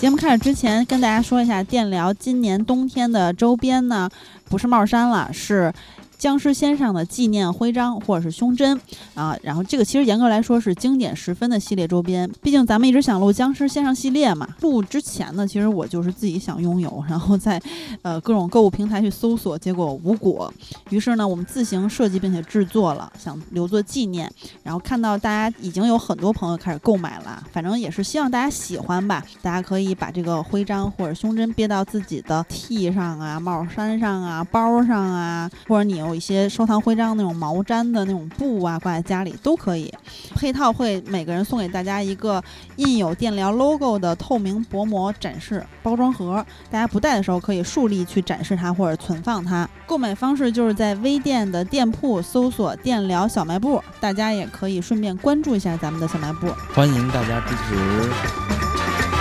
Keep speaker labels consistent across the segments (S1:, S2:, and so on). S1: 节目开始之前，跟大家说一下，电疗今年冬天的周边呢，不是帽衫了，是。僵尸先生的纪念徽章或者是胸针啊，然后这个其实严格来说是经典十分的系列周边，毕竟咱们一直想录僵尸先生系列嘛。录之前呢，其实我就是自己想拥有， 然后在呃各种购物平台去搜索，结果无果。于是呢，我们自行设计并且制作了，想留作纪念。然后看到大家已经有很多朋友开始购买了，反正也是希望大家喜欢吧。大家可以把这个徽章或者胸针别到自己的 T 上啊、帽衫上啊、包上啊，或者你有。一些收藏徽章那种毛毡的那种布啊，挂在家里都可以。配套会每个人送给大家一个印有电疗 logo 的透明薄膜展示包装盒，大家不戴的时候可以竖立去展示它或者存放它。购买方式就是在微店的店铺搜索“电疗小卖部”，大家也可以顺便关注一下咱们的小卖部。
S2: 欢迎大家支持。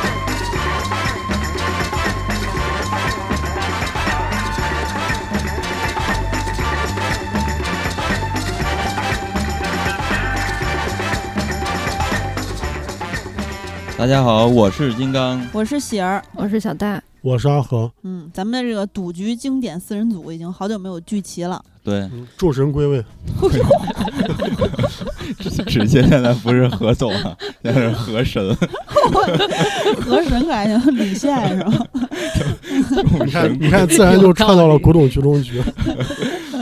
S2: 大家好，我是金刚。
S1: 我是喜儿，
S3: 我是小大，
S4: 我是阿恒，
S1: 嗯，咱们的这个赌局经典四人组已经好久没有聚齐了。
S2: 对，
S4: 嗯诸神归位，
S2: 只见现在不是何总啊， 现在是河神，
S1: 河神可还行，李现是吧？
S2: 众
S4: 你看，
S2: 神
S4: 你看，自然就串到了古董局中局。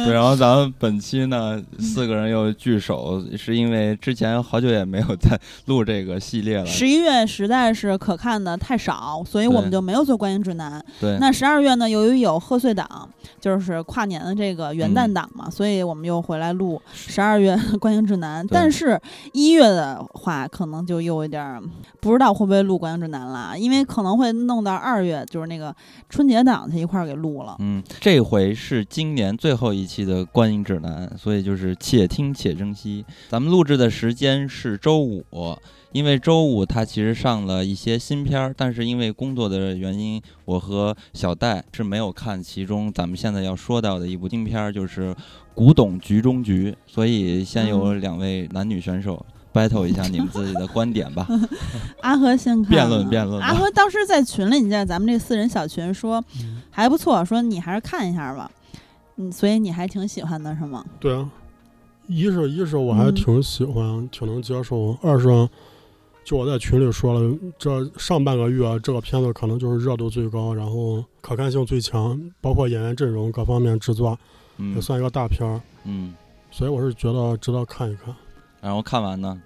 S2: 对，然后咱们本期呢，四个人又聚首，是因为之前好久也没有在录这个系列了。
S1: 十一月实在是可看的太少，所以我们
S2: 对
S1: 就没有做观影指南。
S2: 对，
S1: 那十二月呢，由于有贺岁档，就是跨年的这个元
S2: 嗯
S1: 旦档嘛，所以我们又回来录十二月观影指南。
S2: 对
S1: 但是一月的话，可能就又有点儿不知道会不会录观影指南了，因为可能会弄到二月，就是那个春节档它一块儿给录了。
S2: 嗯，这回是今年最后一期的观影指南，所以就是且听且珍惜。咱们录制的时间是周五，因为周五它其实上了一些新片儿，但是因为工作的原因，我和小戴是没有看其中咱们现在要说到的一部新片儿，就是《古董局中局》，所以
S1: 嗯
S2: 先由两位男女选手 battle 一下你们自己的观点 吧。
S1: 阿和先看
S2: 辩论
S1: 了
S2: 辩论吧
S1: 阿和当时在群里，你在咱们这四人小群说
S2: 嗯
S1: 还不错，说你还是看一下吧。嗯，所以你还挺喜欢的是吗？
S4: 对啊，一是一是我还
S1: 嗯
S4: 挺喜欢，挺能接受；二是啊就我在群里说了，这上半个月、啊这个片子可能就是热度最高，然后可看性最强，包括演员阵容各方面制作
S2: 嗯
S4: 也算一个大片儿，
S2: 嗯，
S4: 所以我是觉得值得看一看。
S2: 然后看完呢，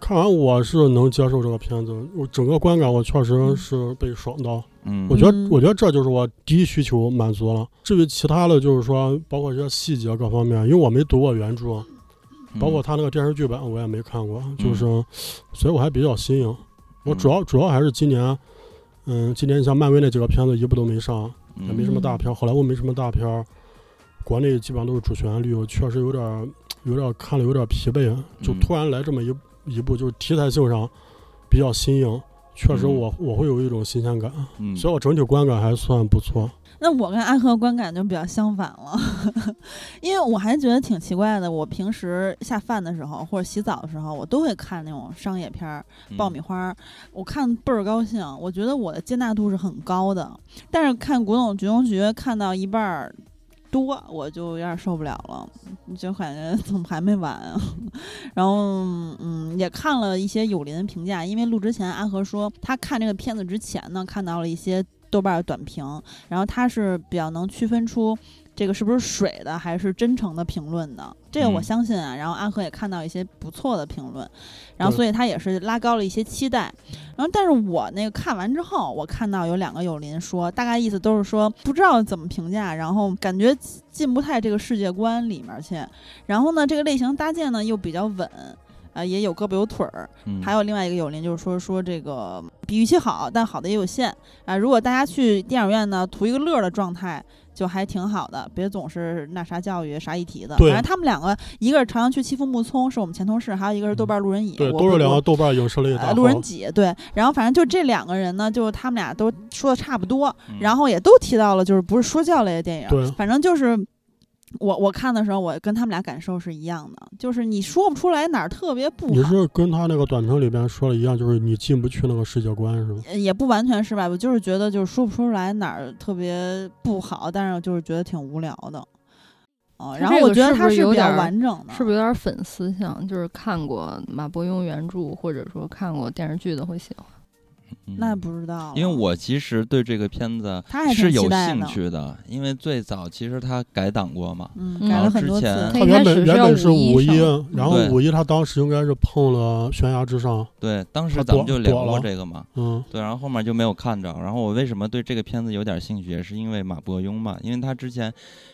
S4: 看完我是能接受这个片子，我整个观感我确实是被爽到。
S2: 嗯
S4: 我觉
S1: 嗯
S4: 得，我觉得这就是我第一需求满足了。至于其他的，就是说，包括这些细节各方面，因为我没读过原著，
S2: 嗯
S4: 包括他那个电视剧版我也没看过，就是，所以我还比较新颖。
S2: 嗯
S4: 我主要主要还是今年，嗯，今年你像漫威那几个片子一部都没上，
S2: 嗯
S4: 也没什么大片儿，好莱坞没什么大片儿，国内基本上都是主旋律，我确实有点儿有点儿看了有点儿疲惫，就
S2: 嗯
S4: 突然来这么一一部，就是题材性上比较新颖，确实
S2: 嗯
S4: 我我会有一种新鲜感。
S2: 嗯，
S4: 所以我整体观感还算不错。
S1: 那我跟阿和观感就比较相反了， 因为我还觉得挺奇怪的。我平时下饭的时候或者洗澡的时候，我都会看那种商业片儿、
S2: 嗯
S1: 爆米花儿，我看倍儿高兴。我觉得我的接纳度是很高的，但是看《古董局中局》看到一半儿多，我就有点受不了了，就感觉怎么还没完啊？然后嗯，也看了一些友邻的评价，因为录之前阿和说他看这个片子之前呢，看到了一些豆瓣儿短评，然后他是比较能区分出这个是不是水的还是真诚的评论的，这个我
S2: 嗯
S1: 相信啊。然后阿和也看到一些不错的评论，然后
S4: 对
S1: 所以他也是拉高了一些期待。然后但是我那个看完之后，我看到有两个友邻说，大概意思都是说不知道怎么评价，然后感觉进不太这个世界观里面儿去。然后呢，这个类型搭建呢又比较稳。啊，也有胳膊有腿儿，
S2: 嗯
S1: 还有另外一个友邻就是说说这个比预期好，但好的也有限啊、如果大家去电影院呢，图一个乐儿的状态。就还挺好的，别总是那啥教育啥一体的。
S4: 对
S1: 反正他们两个，一个是朝阳区七富木聪，是我们前同事，还有一个是豆瓣路人乙，
S4: 对，
S1: 我
S4: 都是
S1: 不
S4: 两
S1: 多
S4: 个豆瓣影视类大
S1: 呃，
S4: 号。
S1: 路人乙对，然后反正就这两个人呢，就是他们俩都
S2: 嗯
S1: 说的差不多，然后也都提到了就是不是说教类的电影，
S4: 对
S1: 反正就是我我看的时候，我跟他们俩感受是一样的，就是你说不出来哪儿特别不
S4: 你
S1: 好，
S4: 是跟他那个短评里边说的一样，就是你进不去那个世界观是吗？
S1: 呃也不完全是吧？我就是觉得就是说不出来哪儿特别不好，但是我就是觉得挺无聊的。哦，
S3: 他
S1: 然后
S3: 这
S1: 我
S3: 个
S1: 觉得
S3: 是不
S1: 它
S3: 是有
S1: 比较
S3: 点儿
S1: 完整的，
S2: 嗯
S3: 是不是有点粉丝像？就是看过马伯庸原著，或者说看过电视剧的会喜欢。
S2: 嗯
S1: 那不知道了，
S2: 因为我其实对这个片子
S1: 他还挺
S2: 是有
S1: 期待
S2: 兴
S1: 的
S2: 趣的，因为最早其实他改档过嘛，
S1: 嗯
S3: 嗯
S1: 改了
S3: 然后
S1: 很
S2: 之
S1: 多次，
S2: 前
S3: 他
S4: 他
S3: 一开
S4: 原本
S3: 始
S4: 原本是
S3: 五
S4: 五一，然后
S2: 对
S4: 五一他当时应该是碰了悬崖之上，
S2: 对，当时
S4: 他
S2: 咱们
S4: 躲
S2: 就聊
S4: 躲
S2: 过
S4: 了
S2: 这个嘛，
S4: 嗯，
S2: 对，然后后面就没有看着。然后我为什么对这个片子有点兴趣，也是因为马伯庸嘛，因为他之前，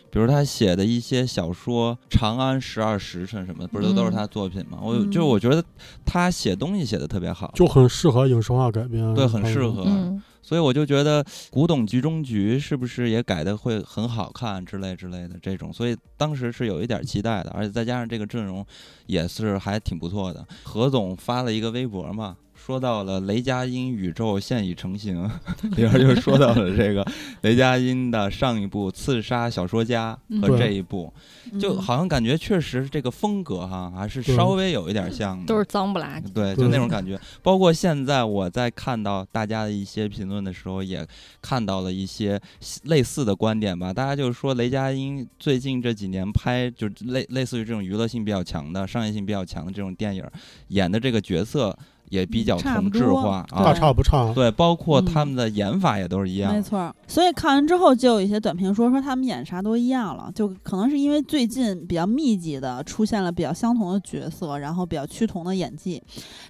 S2: 比如他写的一些小说《长安十二时辰》什么的，不是都都是
S3: 嗯
S2: 他作品嘛？我
S1: 嗯
S2: 就我觉得他写东西写的特别好，
S4: 就很适合影视化改编，
S2: 对，很适合。
S3: 嗯，
S2: 所以我就觉得《古董局中局》是不是也改的会很好看之类之类的这种，所以当时是有一点期待的，而且再加上这个阵容也是还挺不错的。何总发了一个微博嘛。说到了雷佳音宇宙现已成型， 里边就说到了这个雷佳音的上一部《刺杀小说家》和
S4: 嗯
S2: 这一部，就
S1: 嗯
S2: 好像感觉确实这个风格哈、还是
S4: 对
S2: 稍微有一点像的，
S3: 都是脏不拉几。
S2: 对，
S4: 对
S2: 就那种感觉。包括现在我在看到大家的一些评论的时候，也看到了一些类似的观点吧。大家就说雷佳音最近这几年拍，就类类似于这种娱乐性比较强的、商业性比较强的这种电影，演的这个角色也比较
S1: 嗯差不
S2: 同质
S1: 多
S2: 化
S4: 大
S2: 啊。
S4: 差不差。
S2: 对，包括
S1: 嗯
S2: 他们的演法也都是一样
S1: 没
S2: 的。
S1: 错儿，所以看完之后就有一些短评说说他们演啥都一样了，就可能是因为最近比较密集的出现了比较相同的角色，然后比较趋同的演技。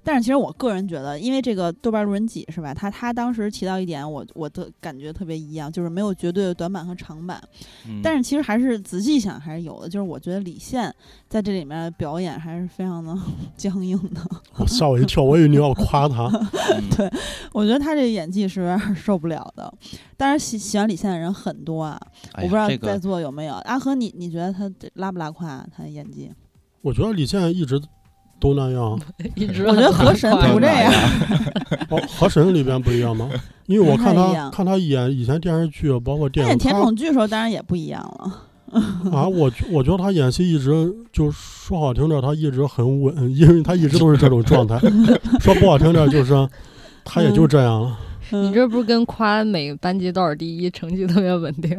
S1: 但是其实我个人觉得，因为这个豆瓣路人几是吧？他他当时提到一点，我我的感觉特别一样，就是没有绝对的短板和长板。
S2: 嗯
S1: 但是其实还是仔细想还是有的，就是我觉得李现在这里面的表演还是非常的 僵硬的，
S4: 我吓我一跳，我以为你要夸他。
S2: 嗯
S1: 对我觉得他这演技是有点受不了的。当然喜喜欢李现的人很多啊，
S2: 哎
S1: 我
S2: 呀
S1: 不知道
S2: 这
S1: 在
S2: 个
S1: 座有没有阿和你，你觉得他这拉不拉胯啊、他的演技？
S4: 我觉得李现一直都那样，
S3: 一直
S1: 我觉得
S3: 很
S1: 河神
S3: 夸
S1: 不
S3: 张
S1: 这样，
S4: 哦，河神里边不一样吗？因为我看
S1: 不太一
S4: 他
S1: 样
S4: 看他演以前电视剧，包括
S1: 他
S4: 电
S1: 演
S4: 影，
S1: 甜
S4: 啊他
S1: 宠剧的时候，当然也不一样了。
S4: 啊，我觉我觉得他演戏一直就说好听点，他一直很稳，因为他一直都是这种状态；说不好听点，就是他也就这样了。
S3: 你
S1: 嗯，
S3: 这不是跟夸每班级多少第一，成绩特别稳 定？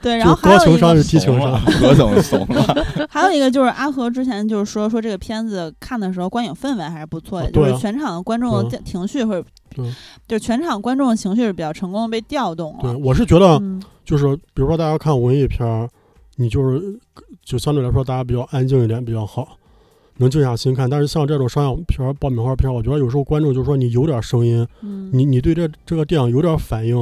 S1: 对，嗯 然
S4: 就
S1: 后还
S4: 高
S1: 有
S4: 情
S1: 一
S4: 商是
S1: 个，
S4: 低情
S2: 怂了，
S4: 商，
S2: 何总怂了。
S1: 还有一个就是阿和之前就是说说这个片子看的时候观影氛围还是不错的，
S4: 啊
S1: 就
S4: 对啊
S1: 是全场的观众的情绪会
S4: 对啊，
S1: 就是全场观众的情绪是比较成功的被调动
S4: 对啊
S1: 了。
S4: 我是觉得
S1: 嗯，
S4: 就是，比如说大家看文艺片儿，你就是就相对来说大家比较安静一点比较好，能静下心看。但是像这种商业片儿、爆米花片儿，我觉得有时候观众就说你有点声音，
S1: 嗯
S4: 你你对这这个电影有点反应，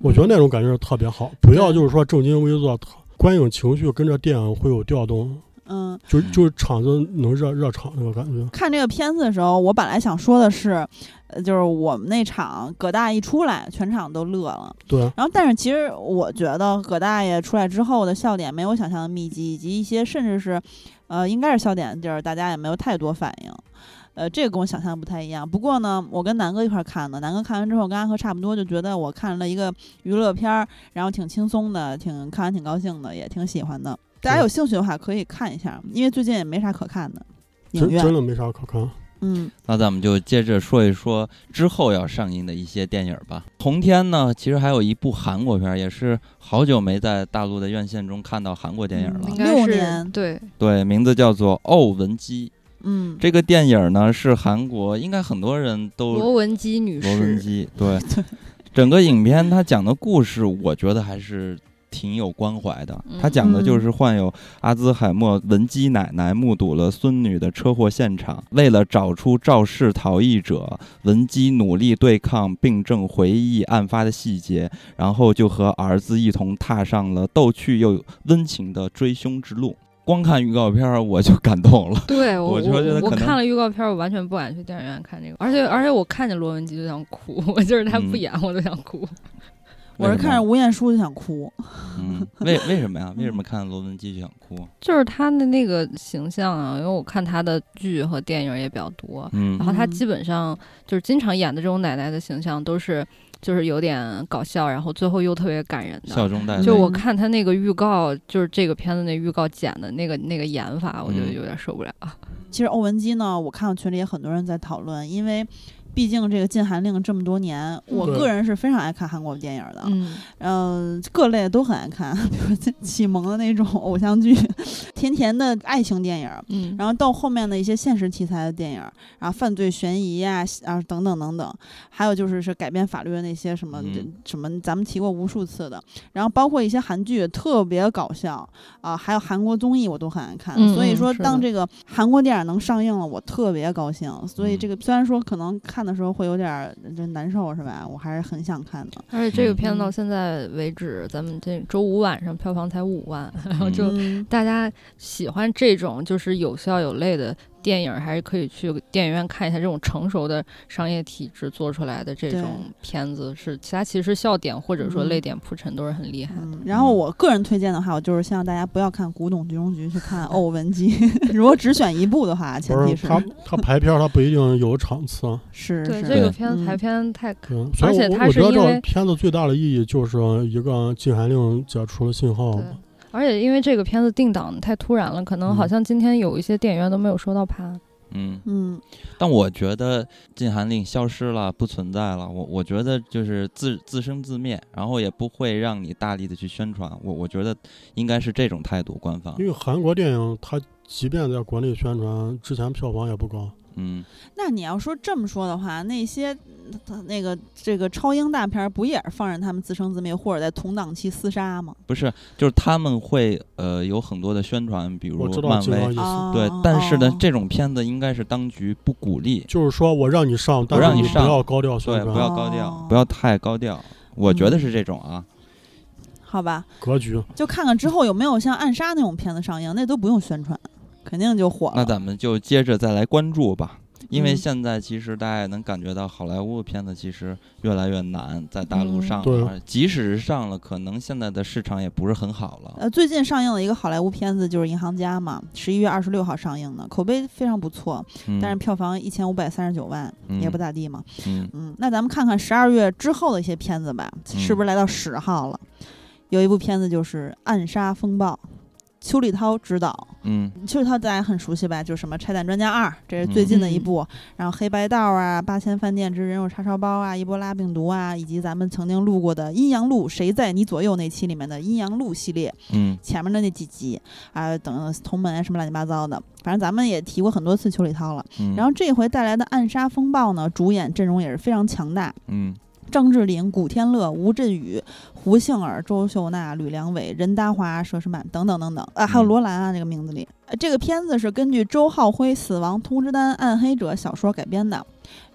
S4: 我
S3: 嗯
S4: 觉得那种感觉是特别好。不要就是说正襟危坐，观影情绪跟着电影会有调动，
S1: 嗯，
S4: 就
S2: 嗯
S4: 就是场子能热热场那个感觉。
S1: 看这个片子的时候，我本来想说的是，呃就是我们那场葛大一出来，全场都乐了。
S4: 对，
S1: 然后，但是其实我觉得葛大爷出来之后的笑点没有想象的密集，以及一些甚至是，呃，应该是笑点的地儿，大家也没有太多反应。呃，这个跟我想象不太一样。不过呢，我跟南哥一块儿看的，南哥看完之后跟阿和差不多，就觉得我看了一个娱乐片儿，然后挺轻松的，挺看完挺高兴的，也挺喜欢的。大家有兴趣的话可以看一下，因为最近也没啥可看的影
S4: 真真
S1: 院。
S4: 的没啥可看。
S1: 嗯，
S2: 那咱们就接着说一说之后要上映的一些电影吧。同天呢，其实还有一部韩国片儿，也是好久没在大陆的院线中看到韩国电影了。
S1: 嗯
S3: 应该
S1: 六
S3: 是
S1: 年
S3: 对，
S2: 对，名字叫做《欧文姬》。
S1: 嗯，
S2: 这个电影呢是韩国，应该很多人都
S3: 罗文姬女
S2: 罗文
S3: 士，
S2: 姬。对，整个影片它讲的故事，我觉得还是。挺有关怀的，
S1: 嗯
S2: 它讲的就是患有阿兹海默文姬奶奶目睹了孙女的车祸现场，为了找出肇事逃逸者，文姬努力对抗病症，回忆案发的细节，然后就和儿子一同踏上了逗趣又温情的追凶之路。光看预告片儿我就感动了，
S3: 对我
S2: 我觉得
S3: 我
S2: 可能
S3: 看了预告片，我完全不敢去电影院看这个，而且而且我看见罗文姬就想哭，我就是她不
S2: 嗯
S3: 演我都想哭。
S1: 我
S2: 哎
S1: 是看着吴彦姝就想哭，
S2: 嗯，为为什么呀？为什么看《罗文姬》就想哭？
S3: 就是他的那个形象啊，因为我看他的剧和电影也比较多，
S2: 嗯
S3: 然后他
S1: 嗯
S3: 基本上就是经常演的这种奶奶的形象都是就是有点搞笑，然后最后又特别感人的。
S2: 笑中带泪。
S3: 就
S1: 对
S3: 我看他那个预告，就是这个片子那预告剪的那个那个演法，我就
S2: 嗯
S3: 有点受不了。
S1: 其实欧文姬呢，我看到群里也很多人在讨论，因为毕竟这个禁韩令这么多年，我
S4: 对
S1: 个人是非常爱看韩国电影的，
S3: 嗯，
S1: 嗯、各类都很爱看， 就是启蒙的那种偶像剧， 甜甜的爱情电影。
S3: 嗯，
S1: 然后到后面的一些现实题材的电影，然后犯罪悬疑呀啊等等等等，还有就是是改变法律的那些什么、
S2: 嗯
S1: 什么，咱们提过无数次的。然后包括一些韩剧特别搞笑啊，还有韩国综艺我都很爱看。
S3: 嗯
S1: 所以
S3: 嗯
S1: 说，
S3: 是的
S1: 当这个韩国电影能上映了，我特别高兴。所以
S2: 嗯
S1: 这个虽然说可能看的时候会有点儿呃就难受是吧？我还是很想看的。
S3: 而且这个片子
S1: 嗯
S3: 到现在为止，咱们这周五晚上票房才五万，然后就
S1: 嗯
S3: 大家喜欢这种就是有笑有泪的电影，还是可以去电影院看一下这种成熟的商业体制做出来的这
S1: 对
S3: 种片子，是其他其实笑点或者说
S1: 嗯
S3: 泪点铺陈都是很厉害的。
S1: 嗯，然后我个人推荐的话，我就是希望大家不要看《古董局中局》，去看《欧文姬》。 如果只选一部的话，前
S4: 不
S1: 提
S4: 是
S1: 是
S4: 他他排片儿他不一定有场次啊，
S1: 是
S3: 对
S1: 是
S3: 这个
S2: 对
S3: 片子
S1: 嗯
S3: 排片太
S4: 对， 所
S3: 而
S4: 以
S3: 且
S4: 我
S3: 它
S4: 我
S3: 是
S4: 觉得
S3: 因
S4: 这
S3: 为
S4: 个片子最大的意义就是一个禁韩令解除了信
S2: 哦
S4: 号
S3: 对
S4: 嘛，，
S3: 而且因为这个片子定档太突然了，可能
S4: 嗯
S3: 好像今天有一些电影院都没有收到盘。
S2: 嗯，
S1: 嗯，
S2: 但我觉得禁韩令消失了，不存在了。我我觉得就是自自生自灭，然后也不会让你大力的去宣传。我我觉得应该是这种态度，官方
S4: 因。为韩国电影它即便在国内宣传之前票房也不高，
S2: 嗯，
S1: 那你要说这么说的话，那些嗯那个这个超英大片儿不也是放任他们自生自灭，或者在同档期厮杀吗？
S2: 不是，就是他们会呃有很多的宣传，比如
S4: 我知道
S2: 漫
S4: 这个
S2: 威
S4: 意。思，
S1: 啊，
S2: 对，但是呢
S1: 哦，
S2: 这种片子应该是当局不鼓励，
S4: 就是说我让你上，但
S1: 让
S4: 是
S1: 你
S4: 你不
S2: 上
S4: 要高调
S2: 对，
S4: 宣
S2: 不
S4: 传
S2: 要高调
S1: 哦，
S2: 不要太高调。我觉得是这种啊，
S1: 好吧，
S4: 格局，
S1: 就看看之后有没有像《暗杀》那种片子上映，那都不用宣传，肯定就火
S2: 那
S1: 了。
S2: 咱们就接着再来关注吧，因为
S1: 嗯
S2: 现在其实大家也能感觉到好莱坞的片子其实越来越难在大陆
S3: 嗯
S2: 上
S4: 对
S2: 了，而即使是上了，可能现在的市场也不是很好了。
S1: 呃，最近上映了一个好莱坞片子，就是《银行家》嘛，十一月二十六号上映的，口碑非常不错，
S2: 嗯
S1: 但是票房一千五百三十九万，也不，咋地嘛。
S2: 嗯
S1: 嗯，那咱们看看十二月之后的一些片子吧，是不是来到十号了？有一部片子就是《暗杀风暴》，邱礼涛执导。
S2: 嗯
S1: 邱礼涛大家很熟悉吧？就是什么《拆弹专家二》，这是最近的一部，然后《黑白道》啊，《八仙饭店之人肉叉烧包》啊，《伊波拉病毒》啊，以及咱们曾经录过的《阴阳路谁在你左右》那期里面的《阴阳路》系列，
S2: 嗯
S1: 前面的那几集啊，等同门啊什么乱七八糟的，反正咱们也提过很多次邱礼涛了。
S2: 嗯，
S1: 然后这回带来的《暗杀风暴》呢，主演阵容也是非常强大，
S2: 嗯
S1: 张智霖、古天乐、吴镇宇、胡杏儿、周秀娜、吕良伟、任达华、佘诗曼等等等等啊，还有
S2: 嗯
S1: 罗兰啊，这个名字里、呃这个片子是根据周浩辉《死亡通知单：暗黑者》小说改编的。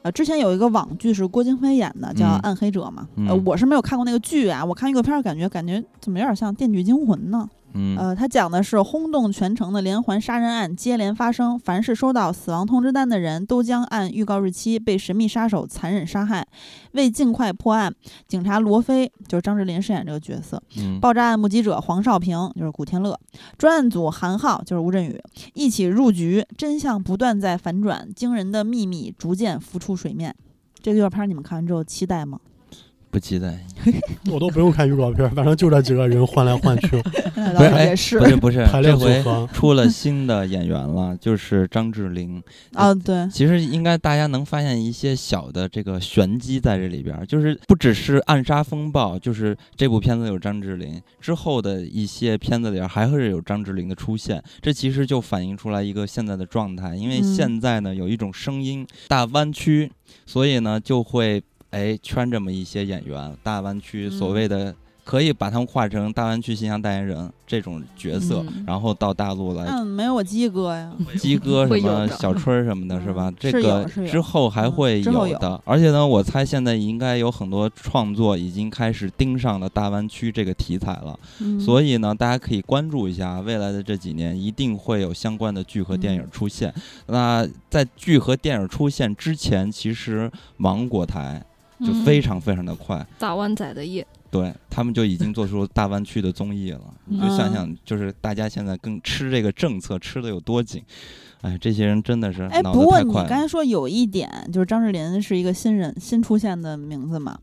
S1: 呃，之前有一个网剧是郭京飞演的，叫
S2: 嗯
S1: 《暗黑者》嘛。
S2: 嗯
S1: 呃，我是没有看过那个剧啊，我看预告片儿感觉感觉怎么有点像《电锯惊魂》呢？
S2: 嗯
S1: 呃，它讲的是轰动全城的连环杀人案接连发生，凡是收到死亡通知单的人都将按预告日期被神秘杀手残忍杀害。为尽快破案，警察罗非就是张智霖饰演这个角色，
S2: 嗯，
S1: 爆炸案目击者黄少平就是古天乐，专案组韩浩就是吴镇宇一起入局，真相不断在反转，惊人的秘密逐渐浮出水面。这个预告片儿你们看完之后期待吗？
S2: 不期待，
S4: 我都不用看预告片，反 正就这几个人换来换去，
S1: 那
S2: 不
S1: 倒
S2: 是哎
S1: 也是
S2: 不是不是，
S4: 排列
S2: 这
S4: 组
S2: 回
S4: 合。
S2: 出了新的演员了，就是张智霖。
S1: 啊，对，
S2: 其实应该大家能发现一些小的这个玄机在这里边儿，就是不只是《暗杀风暴》，就是这部片子有张智霖，之后的一些片子里边儿还会有张智霖的出现，这其实就反映出来一个现在的状态，因为
S1: 嗯
S2: 现在呢有一种声音大湾区，所以呢就会哎圈这么一些演员，大湾区
S1: 嗯
S2: 所谓的。可以把他们划成大湾区形象代言人这种角色，
S3: 嗯
S2: 然后到大陆来
S1: 嗯，没有我鸡哥呀。
S2: 鸡哥什
S3: 会有
S2: 么
S3: 的
S2: 小春儿什么的，是吧
S1: 嗯？
S2: 这
S1: 是
S2: 个
S1: 有是有
S2: 之后还会
S1: 嗯之后
S2: 的。而且呢，我猜现在应该有很多创作已经开始盯上了大湾区这个题材了，
S1: 嗯
S2: 所以呢，大家可以关注一下，啊未来的这几年一定会有相关的剧和
S1: 嗯
S2: 电影出现。那在剧和电影出现之前，其实芒果台。就
S1: 嗯
S2: 非常非常的快。
S3: 大湾仔的夜，
S2: 对他们就已经做出大湾区的综艺了，
S1: 嗯
S2: 你就想想，就是大家现在更吃这个政策吃的有多紧，哎，这些人真的是
S1: 哎，
S2: 脑
S1: 不
S2: 子
S1: 过
S2: 太
S1: 你
S2: 快
S1: 刚
S2: 了。
S1: 才说有一点，就是张智霖是一个新人新出现的名字嘛。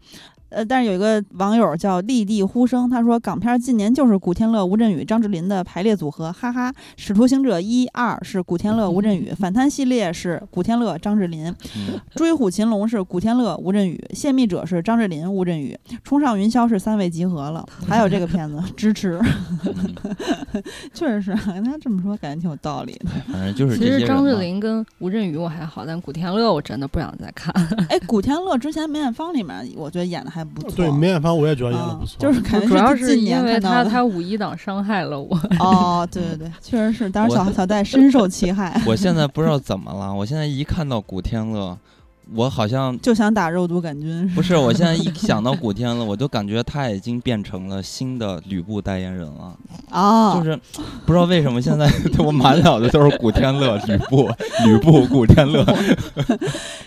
S1: 呃，但是有一个网友叫立地呼声，他说港片儿近年就是古天乐、吴镇宇、张智霖的排列组合，哈哈。使徒行者一二是古天乐、吴镇宇，反贪系列是古天乐、张智霖，
S2: 嗯
S1: 追虎擒龙是古天乐、吴镇宇，泄密者是张智霖、吴镇宇，冲上云霄是三位集合了。还有这个片子支持，
S2: 嗯
S1: 确实是，啊他这么说感觉挺有道理的。
S2: 反正就是
S3: 其
S2: 这些
S3: 实
S2: 人
S3: 张智
S2: 嘛
S3: 霖跟吴镇宇我还好，但古天乐我真的不想再看。
S1: 哎，古天乐之前《梅艳芳》里面，我觉得演的还不错。
S4: 对梅艳芳我也觉得演的
S1: 嗯
S4: 不错，
S1: 就是感觉
S3: 主要
S1: 是
S3: 是
S1: 近
S3: 因
S1: 年
S3: 为
S1: 看
S3: 他
S1: 到 的。
S3: 他五一档伤害了我，
S1: 哦，对对对，确实是，当时 小
S2: 我
S1: 小戴深受其害，
S2: 我现在不知道怎么了， 我现在一看到古天乐，我好像
S1: 就想打肉毒杆菌。
S2: 不是，我现在一想到古天乐，我就感觉他已经变成了新的吕布代言人了，
S1: 哦，
S2: 就是不知道为什么现在 我满脑子都是古天乐、吕布、 吕布、古天乐。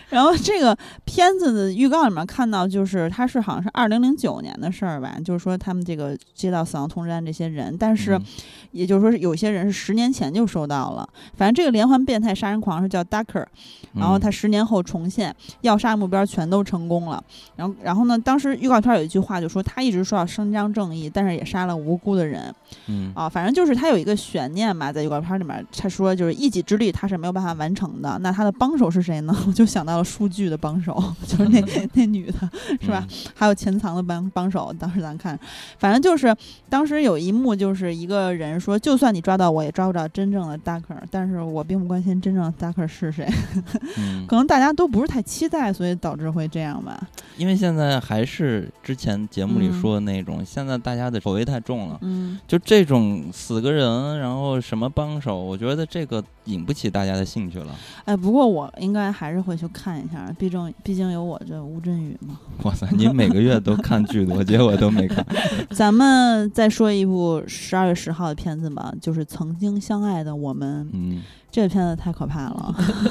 S1: 然后这个片子的预告里面看到，就是它是好像是二零零九年的事儿吧，就是说他们这个接到死亡通知单这些人，但是
S2: 嗯
S1: 也就是说是有些人是十年前就收到了。反正这个连环变态杀人狂是叫 Ducker，然
S2: 嗯
S1: 后他十年后重现，要杀目标全都成功了。然后，然后呢？当时预告片有一句话就说他一直说要伸张正义，但是也杀了无辜的人
S2: 嗯
S1: 啊。反正就是他有一个悬念吧，在预告片里面，他说就是一己之力他是没有办法完成的。那他的帮手是谁呢？ 我就想到了数据的帮手， 就是那那女的，
S2: 嗯
S1: 是吧？？还有潜藏的帮帮手，当时咱看，反正就是当时有一幕，就是一个人说，就算你抓到我，也抓不着真正的 Ducker，但是我并不关心真正的 Ducker 是谁。
S2: 嗯，嗯
S1: 可能大家都不是太期待，所以导致会这样吧。
S2: 因为现在还是之前节目里
S1: 嗯
S2: 说的那种，现在大家的口味太重了。
S1: 嗯，
S2: 就这种死个人，然后什么帮手，我觉得这个引不起大家的兴趣了。
S1: 哎，不过我应该还是会去看一下，毕竟毕竟有我这吴镇宇嘛。
S2: 哇塞，你每个月都看剧多，结果都没看。
S1: 咱们再说一部十二月十号的片子吧，就是《曾经相爱的我们》。
S2: 嗯，
S1: 这个片子太可怕了，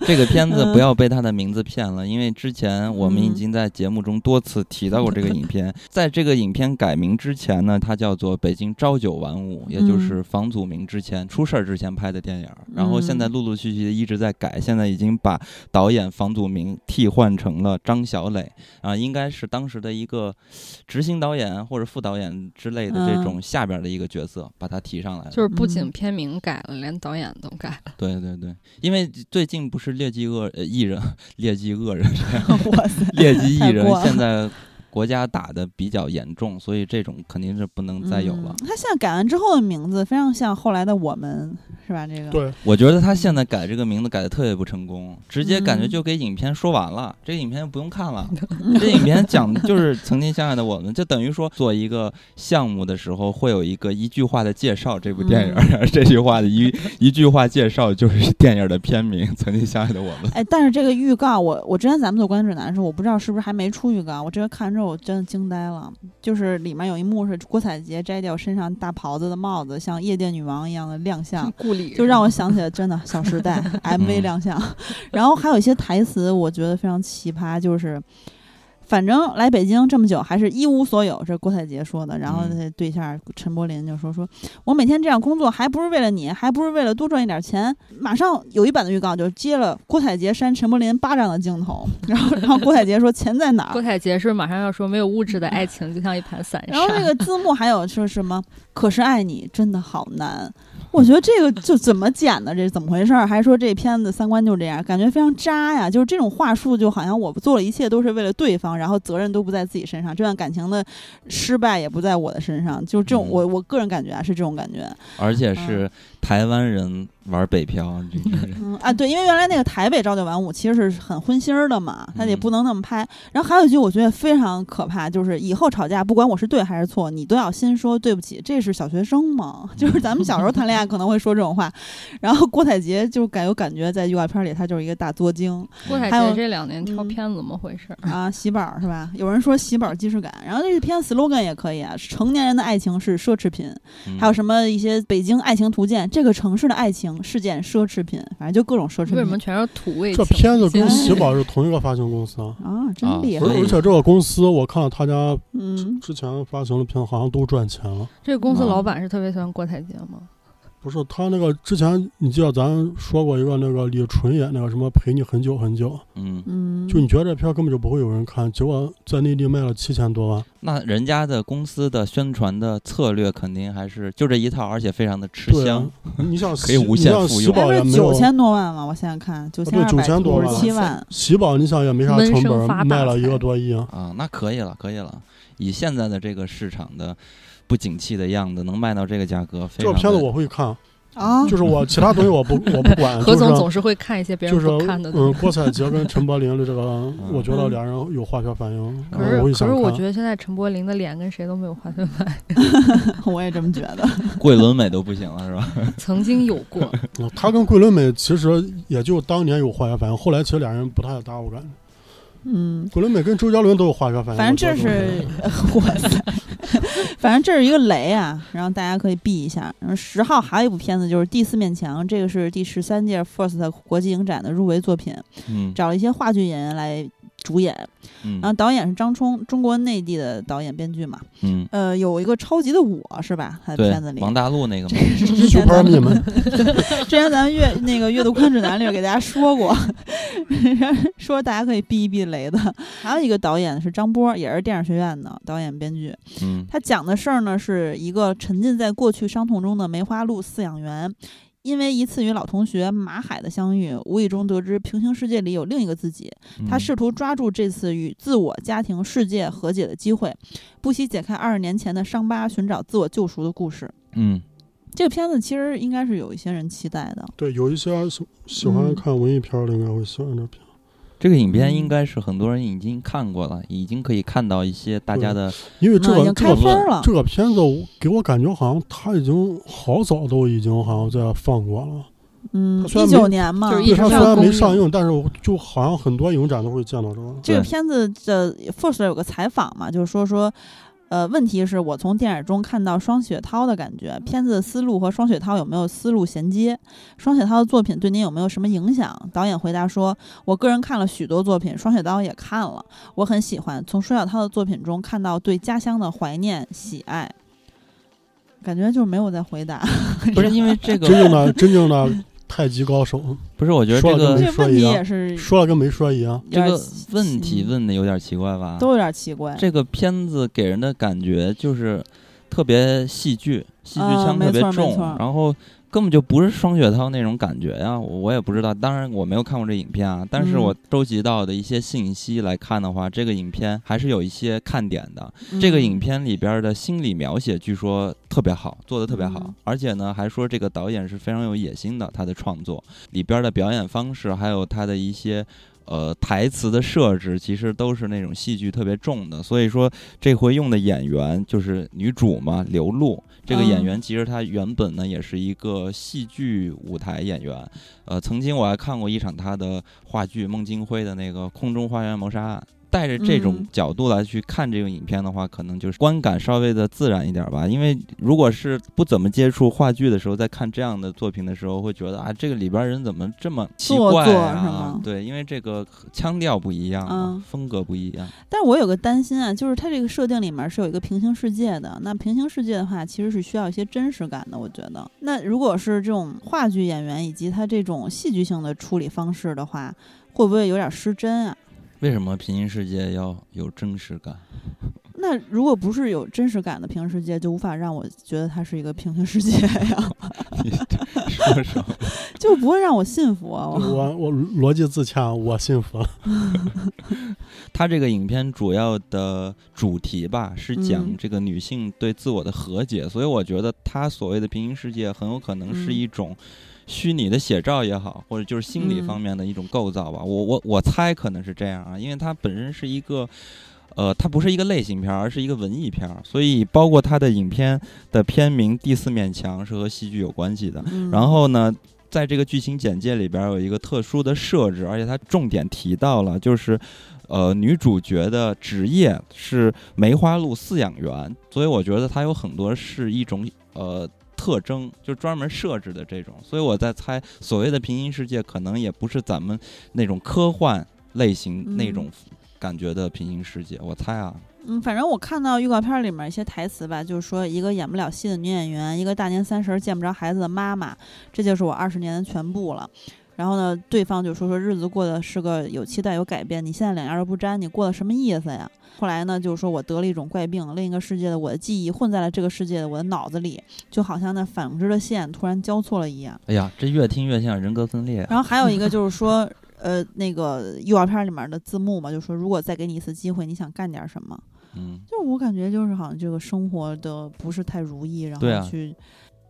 S2: 这个片子不要被它的名字骗了，因为之前我们已经在节目中多次提到过这个影片。在这个影片改名之前呢，它叫做《北京朝九晚五》，也就是房祖名之前出事儿之前拍的电影儿。然后现在陆陆续续的一直在改，现在已经把导演房祖名替换成了张小磊啊，应该是当时的一个执行导演或者副导演之类的这种下边的一个角色，把他提上来了。
S3: 就是不
S1: 嗯
S3: 仅片名改了，连导演都改了。
S2: 对对对，因为最近不是劣迹恶呃艺人、 劣迹 恶人、
S1: 哇塞！
S2: 劣迹艺
S1: 太
S2: 人
S1: 过了
S2: 现在国家打的比较严重，所以这种肯定是不能再有了。
S1: 嗯他现在改完之后的名字非常像后来的我们，是吧？这个
S4: 对，
S2: 我觉得他现在改这个名字改的特别不成功，直接感觉就给影片说完
S1: 嗯
S2: 了，这个影片就不用 看了。这影片讲的就是曾经相爱的我们，就等于说做一个项目的时候会有一个一句话的介绍这部电影，然后
S1: 嗯
S2: 这句话的一一句话介绍就是电影的片名《曾经相爱的我们》。
S1: 哎，但是这个预告，我我之前咱们做观众指南的时候，我不知道是不是还没出预告。我这个看完之后，我真的惊呆了。就是里面有一幕是郭采洁摘掉身上大袍子的帽子，像夜店女王一样的亮相，
S3: 顾里
S1: 嗯 就让我想起了真的《小时代》MV 亮相。然后还有一些台词，我觉得非常奇葩，就是。反正来北京这么久，还是一无所有，这是郭采洁说的。然后
S2: 嗯
S1: 他对象陈柏霖就说：“说我每天这样工作，还不是为了你，还不是为了多赚一点钱。”马上有一版的预告就接了郭采洁扇陈柏霖巴掌的镜头， 然后然后郭采洁说：“钱在哪儿？”
S3: 郭采洁是马上要说，没有物质的爱情就像一盘散
S1: 嗯
S3: 沙。
S1: 然后那个字幕还有说什么？可是爱你真的好难。我觉得这个就怎么剪的，这是怎么回事儿？还说这片子三观就这样，感觉非常渣呀！就是这种话术，就好像我做了一切都是为了对方，然后责任都不在自己身上，这段感情的失败也不在我的身上。就是这种，
S2: 嗯
S1: 我我个人感觉啊，是这种感觉。
S2: 而且是台湾人玩北漂，这这 是
S1: 嗯啊，对，因为原来那个台北朝九晚五其实是很荤腥儿的嘛，他也
S2: 嗯
S1: 不能那么拍。然后还有一句我觉得非常可怕，就是以后吵架，不管我是对还是错，你都要先说对不起。这是小学生嘛， 就是咱们小时候谈恋爱可能会说这种话。然后郭采洁就感有感觉在预告片里她就是一个大作精
S3: 郭采
S1: 还有
S3: 洁这两年挑
S1: 嗯
S3: 片怎么回事？
S1: 啊，洗板儿是吧？有人说洗板儿既视感，然后这个片 slogan 也可以啊，
S2: 嗯
S1: 成年人的爱情是奢侈品，还有什么一些北京爱情图鉴，这个城市的爱情成事件奢侈品，反正就各种奢侈
S3: 为什么
S1: 品。
S3: 全是土味情节？
S4: 这片子跟喜宝是同一个发行公司啊。
S1: 啊，真厉害！
S4: 而
S2: 所以
S4: 而且这个公司，我看了他家
S1: 嗯，
S4: 之前发行的片，好像都赚钱了。
S3: 这个公司
S2: 嗯
S3: 老板是特别喜欢郭采洁吗？
S4: 不是他那个之前，你记得咱说过一个那个李纯演那个什么《陪你很久很久》，
S2: 嗯，
S1: 嗯，
S4: 就你觉得这片儿根本就不会有人看，结果在内地卖了七千多万。
S2: 那人家的公司的宣传的策略肯定还是就这一套，而且非常的吃
S4: 对啊
S2: 香。，
S4: 你想
S2: 可以无限复
S4: 喜
S2: 用
S4: 喜
S1: 哎
S4: 宝也
S1: 不是
S4: 没
S1: 九
S4: 有啊
S1: 千多万吗？我想想看，九千二百
S4: 9000多
S1: 五
S4: 万
S1: 十七万，
S4: 喜宝，你想也没啥
S3: 闷
S4: 成
S3: 声发
S4: 本，
S3: 大
S4: 卖了
S3: 财
S4: 一个多亿啊。
S2: 啊，那可以了，可以了。以现在的这个市场的不景气的样子，能卖到这个价格，非
S4: 这个
S2: 常
S4: 片子
S2: 的
S4: 我会看，
S1: 啊，
S4: 就是我其他东西 我不我不管，
S3: 何
S4: 嗯就是
S3: 总总是会看一些别
S4: 就
S3: 人
S4: 是
S3: 不看的东
S4: 嗯，
S3: 西。嗯
S4: 郭采洁跟陈柏霖的这个，我觉得俩人有化学反应，
S3: 可
S4: 我
S3: 是
S4: 会
S3: 可
S4: 想
S3: 是，我
S4: 看
S3: 觉。得现在陈柏霖的脸跟谁都没有 化学反应，
S1: 我也这么觉得。
S2: 桂纶镁都不行了，是吧？
S3: 曾经有过。
S4: 嗯他跟桂纶镁其实也就当年有化学反应，后来其实俩人不太搭，我感觉。
S1: 嗯，
S4: 桂纶镁跟周杰伦都有化学反应，
S1: 反正
S4: 哎我
S1: 这
S4: 觉得
S1: 是 哇塞，反正这是一个雷啊，然后大家可以避一下。然后十号还有一部片子就是《第四面墙》，这个是第十三届 FIRST 国际影展的入围作品，
S2: 嗯
S1: 找了一些话剧演员来主演，
S2: 嗯
S1: 然后导演是张冲，中国内地的导演编剧嘛。
S2: 嗯，
S1: 呃，有一个超级的我是吧？他的
S2: 对
S1: 片子，里，
S2: 王大陆那个嘛，
S1: 之前
S4: Super
S1: 咱
S4: Me 们
S1: 之前咱们阅那个阅读昆指南里面给大家说过， 说大家可以避一避雷的。还有一个导演是张波，也是电影学院的导演编剧。
S2: 嗯
S1: 他讲的事儿呢，是一个沉浸在过去伤痛中的梅花鹿饲养员。因为一次与老同学马海的相遇，无意中得知平行世界里有另一个自己。他
S2: 嗯
S1: 试图抓住这次与自我、家庭、世界和解的机会，不惜解开二十年前的伤疤，寻找自我救赎的故事。
S2: 嗯
S1: 这个片子其实应该是有一些人期待的。
S4: 对有一些喜喜欢
S1: 嗯
S4: 看文艺片儿的，应该会喜欢这片。
S2: 这个影片
S1: 嗯
S2: 应该是很多人已经看过了，已经可以看到一些大家的
S4: 因为这
S1: 啊已
S4: 个
S1: 经
S4: 这
S1: 开
S4: 个
S1: 分儿了。
S4: 这个片子我给我感觉好像他已经好早都已经好像在放过了，
S1: 嗯，
S4: 虽
S1: 一
S4: 然没
S1: 九年嘛，
S3: 就是一
S4: 对
S3: 直没有
S4: 他虽然
S3: 公
S4: 没
S3: 映
S4: 上映，但是我就好像很多影展都会见到这个。
S1: 这个
S2: 对
S1: 片子的 First 有个采访嘛，就是说说，呃，问题是我从电影中看到双雪涛的感觉，片子的思路和双雪涛有没有思路衔接？双雪涛的作品对您有没有什么影响？导演回答说，我个人看了许多作品，双雪涛也看了，我很喜欢从双雪涛的作品中看到对家乡的怀念、喜爱。感觉就是没有在回答，
S4: 嗯
S2: 不是因为这
S4: 真
S2: 个，
S4: 正的真正的 太极高手，
S2: 不是我觉得
S4: 说
S2: 这
S4: 了
S2: 个
S4: 跟
S1: 这
S4: 说
S1: 问题
S4: 一样
S1: 也是
S4: 说了跟没说一样。
S2: 这
S1: 有点
S2: 个
S1: 奇
S2: 问题
S1: 嗯
S2: 问的有点奇怪吧？
S1: 都有点奇怪。
S2: 这个片子给人的感觉就是特别戏剧，戏剧
S1: 啊
S2: 腔
S1: 没
S2: 特别
S1: 错没
S2: 重，
S1: 错
S2: 然后根本就不是双雪涛那种感觉呀、我我也不知道，当然我没有看过这影片啊，但是
S1: 嗯
S2: 我收集到的一些信息来看的话，这个影片还是有一些看点的。这个
S1: 嗯
S2: 影片里边的心理描写据说特别好，做的特别好，
S1: 嗯
S2: 而且呢还说这个导演是非常有野心的，他的创作里边的表演方式，还有他的一些。呃，台词的设置其实都是那种戏剧特别重的，所以说这回用的演员就是女主嘛，刘露。这个演
S1: 嗯
S2: 员其实她原本呢也是一个戏剧舞台演员，呃，曾经我还看过一场她的话剧孟京辉的那个《空中花园谋杀案》。带着这种
S1: 嗯
S2: 角度来去看这个影片的话，可能就是观感稍微的自然一点吧。因为如果是不怎么接触话剧的时候，在看这样的作品的时候，会觉得啊，这个里边人怎么这么奇
S1: 做
S2: 怪
S1: 作是
S2: 啊
S1: 吗？
S2: 对，因为这个腔调不一样嘛，
S1: 嗯
S2: 风格不一样。
S1: 但我有个担心啊，就是它这个设定里面是有一个平行世界的。那平行世界的话，其实是需要一些真实感的，我觉得。那如果是这种话剧演员以及他这种戏剧性的处理方式的话，会不会有点失真啊？
S2: 为什么平行世界要有真实感？
S1: 那如果不是有真实感的平行世界，就无法让我觉得它是一个平行世界呀，
S2: 你这说什么？
S1: 就不会让我信服啊。我
S4: 我我逻辑自洽，我信服了。
S2: 他这个影片主要的主题吧，是讲
S1: 嗯
S2: 这个女性对自我的和解，所以我觉得他所谓的平行世界很有可能是
S1: 嗯
S2: 一种虚拟的写照也好，或者就是心理
S1: 嗯
S2: 方面的一种构造吧。我我我猜可能是这样啊，因为它本身是一个。呃，它不是一个类型片儿，而是一个文艺片儿，所以包括它的影片的片名《第四面墙》是和戏剧有关系的。
S1: 嗯、
S2: 然后呢，在这个剧情简介里边儿有一个特殊的设置，而且它重点提到了，就是，呃，女主角的职业是梅花鹿饲养员，所以我觉得它有很多是一种呃特征，就专门设置的这种。所以我在猜，所谓的平行世界，可能也不是咱们那种科幻类型
S1: 嗯
S2: 那种感觉的平行世界。我猜啊，
S1: 嗯，反正我看到预告片里面一些台词吧，就是说一个演不了戏的女演员，一个大年三十儿见不着孩子的妈妈，这就是我二十年的全部了。然后呢，对方就说说日子过得是个有期待有改变，你现在两样都不沾，你过得什么意思呀？后来呢，就是说我得了一种怪病，另一个世界的我的记忆混在了这个世界的我的脑子里，就好像那反直的线突然交错了一样。
S2: 哎呀，这越听越像人格分裂啊。
S1: 然后还有一个就是说，呃，那个预告片里面的字幕嘛，就说如果再给你一次机会，你想干点什么？
S2: 嗯，
S1: 就我感觉就是好像这个生活的不是太如意，然
S2: 对啊
S1: 后去、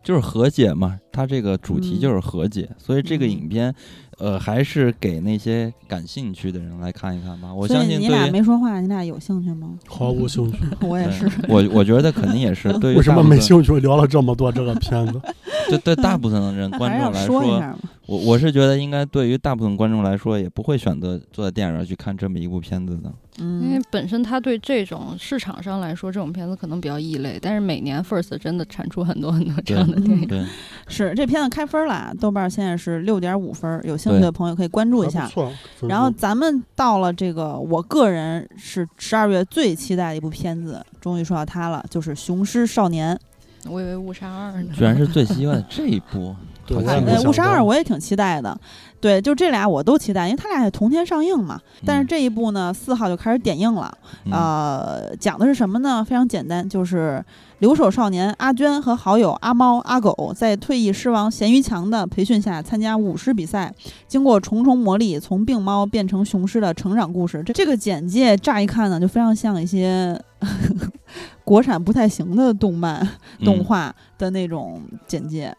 S2: 就是和解嘛，它这个主题
S1: 嗯
S2: 就是和解，所以这个
S1: 嗯
S2: 影片，呃，还是给那些感兴趣的人来看一看吧。我
S1: 所
S2: 相
S1: 以
S2: 信
S1: 你
S2: 对
S1: 俩
S2: 于
S1: 没说话，你俩有兴趣吗？
S4: 毫 无兴趣。
S1: 我也
S2: 对
S1: 是。
S2: 我我觉得肯定也是对于
S4: 为什
S2: 大
S4: 么
S2: 部
S4: 没
S2: 分
S4: 兴趣？聊了这么多这个片子，
S2: 对对大部分的人
S1: 那
S2: 观
S1: 还是要
S2: 众来
S1: 说一下嘛，
S2: 我我是觉得应该对于大部分观众来说，也不会选择坐在电影院去看这么一部片子 的。
S3: 因为
S1: 嗯，
S3: 本身它对这种市场上来说，这种片子可能比较异类，但是每年 First 真的产出很多很多这样的
S1: 对
S3: 电影。
S2: 对，
S1: 是这片子开分了啊，豆瓣现在是六点五分儿，有兴趣
S2: 对
S1: 的朋友可以关注一
S4: 还
S1: 下
S4: 不。错。分
S1: 然后
S4: 数
S1: 咱们到了这个，我个人是十二月最期待的一部片子，终于说到它了，就是《雄狮少年》。嗯
S3: 我以为《误杀二》呢，
S2: 居然是最喜欢的这一 部，嗯
S4: 对
S2: 好
S4: 我也
S2: 像
S4: 没
S1: 呃，
S4: 想
S1: 《误杀
S4: 到
S1: 二》我也挺期待的，对，就这俩我都期待，因为它俩也同天上映嘛。
S2: 嗯
S1: 但是这一部呢，四号就开始点映了。
S2: 啊，
S1: 呃，讲的是什么呢？非常简单，就是留守少年阿娟和好友阿猫、阿狗在退役狮王咸鱼强的培训下参加舞狮比赛，经过重重磨砺，从病猫变成雄狮的成长故事。这这个简介乍一看呢，就非常像一些 国产不太行的动漫
S2: 嗯
S1: 动，画的那种简介。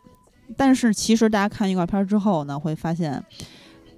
S1: 但是其实大家看预告片之后呢，会发现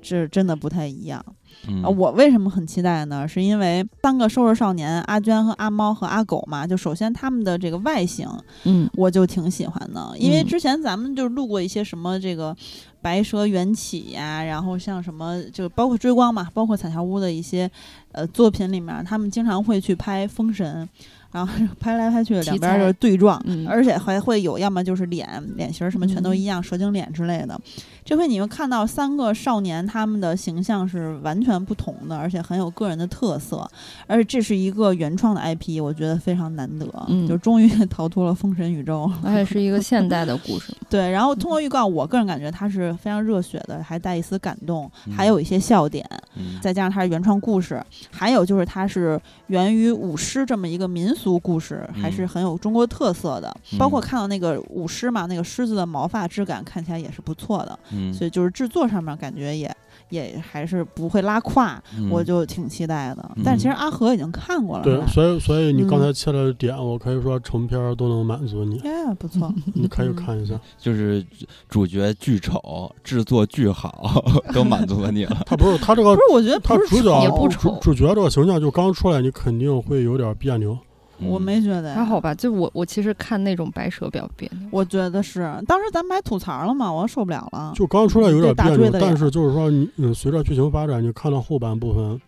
S1: 这真的不太一样。
S2: 嗯
S1: 啊，我为什么很期待呢？是因为三个收拾少年阿娟和阿猫和阿狗嘛，就首先他们的这个外形
S3: 嗯，
S1: 我就挺喜欢的，因为
S3: 嗯
S1: 之前咱们就录过一些什么这个白蛇缘起呀、然后像什么就包括追光嘛，包括彩条屋的一些呃作品里面，他们经常会去拍封神，然后拍来拍去
S3: 题
S1: 两边
S3: 材
S1: 就是对撞，
S3: 嗯
S1: 而且还会有要么就是脸脸型儿什么全都一样，蛇精脸之类的。这回你们看到三个少年他们的形象是完全不同的，而且很有个人的特色，而且这是一个原创的 IP，我觉得非常难得，啊
S3: 嗯
S1: 就终于 逃脱了封神宇宙。
S3: 而
S2: 哎
S3: 且是一个现代的故事。
S1: 对，然后通
S2: 嗯
S1: 过预告，我个人感觉它是非常热血的，还带一丝感动，
S2: 嗯
S1: 还有一些笑点，
S2: 嗯
S1: 再加上它是原创故事，还有就是它是源于舞狮这么一个民俗故事，还是
S2: 嗯
S1: 很有中国特色的。包括
S2: 嗯
S1: 看到那个舞狮嘛，那个狮子的毛发质感看起来也是不错的，
S2: 嗯
S1: 所以就是制作上面感觉也也还是不会拉胯，
S2: 嗯
S1: 我就挺期待的。但是其实阿和已经看过了，
S4: 对，
S1: 是吧
S4: 所以所以你刚
S1: 嗯
S4: 才切的点，我可以说成片儿都能满足 你，
S1: 哎，不错，
S3: 嗯
S4: 你可以看一下。
S2: 就是主角巨丑，制作巨好， 都满足了你了。
S4: 他不是他这
S1: 不
S4: 个
S1: 是，我觉得
S4: 他
S1: 不
S4: 主
S1: 是
S4: 角
S3: 也不丑
S4: 主主角这个形象就刚出来，你肯定会有点别扭。
S1: 我
S2: 嗯
S1: 没觉得呀
S3: 还好吧，就我我其实看那种白蛇比较别扭。
S1: 我觉得是，当时咱们还吐槽了嘛，我受不了
S2: 啊
S1: 了。
S4: 就刚出来有点别
S1: 对打坠
S4: 扭，
S1: 的脸
S4: 但是就是说你嗯，随着剧情发展，你看到后半部分，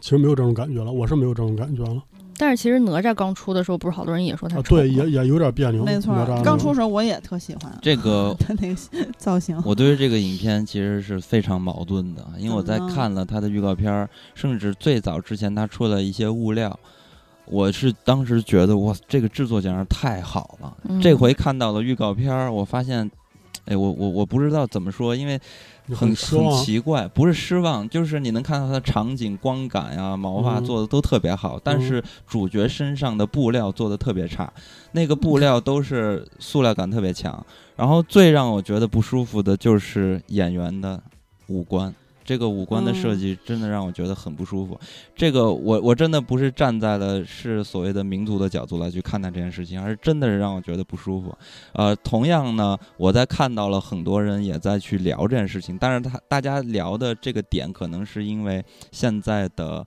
S4: 其实没有这种感觉了，我是没有这种感觉了
S3: 但是其实哪吒刚出的时候，不是好多人也说他
S4: 啊，
S3: 丑
S4: 对，
S3: 吗
S4: 也也有点别扭。
S1: 没错
S4: 哪吒，
S1: 刚出的时候我也特喜欢
S2: 这 个
S1: 他那 个造 型，
S2: 我对于这个影片其实是非常矛盾的，因为我在
S1: 怎么了
S2: 看了它的预告片儿，甚至最早之前它出了一些物料，我是当时觉得哇，这个制作简直太好了。
S3: 嗯
S2: 这回看到了预告片儿，我发现，哎，我我我不知道怎么说，因为
S4: 你
S2: 很
S4: 失望，
S2: 奇怪，不是失望，就是你能看到它的场景、光感呀、毛发
S4: 嗯
S2: 做的都特别好，但是主角身上的布料做的特别差，那个布料都是塑料感特别强。然后最让我觉得不舒服的就是演员的五官。这个五官的设计真的让我觉得很不舒服。这个我我真的不是站在了是所谓的民族的角度来去看待这件事情，而是真的是让我觉得不舒服。呃，同样呢，我在看到了很多人也在去聊这件事情，但是他大家聊的这个点，可能是因为现在的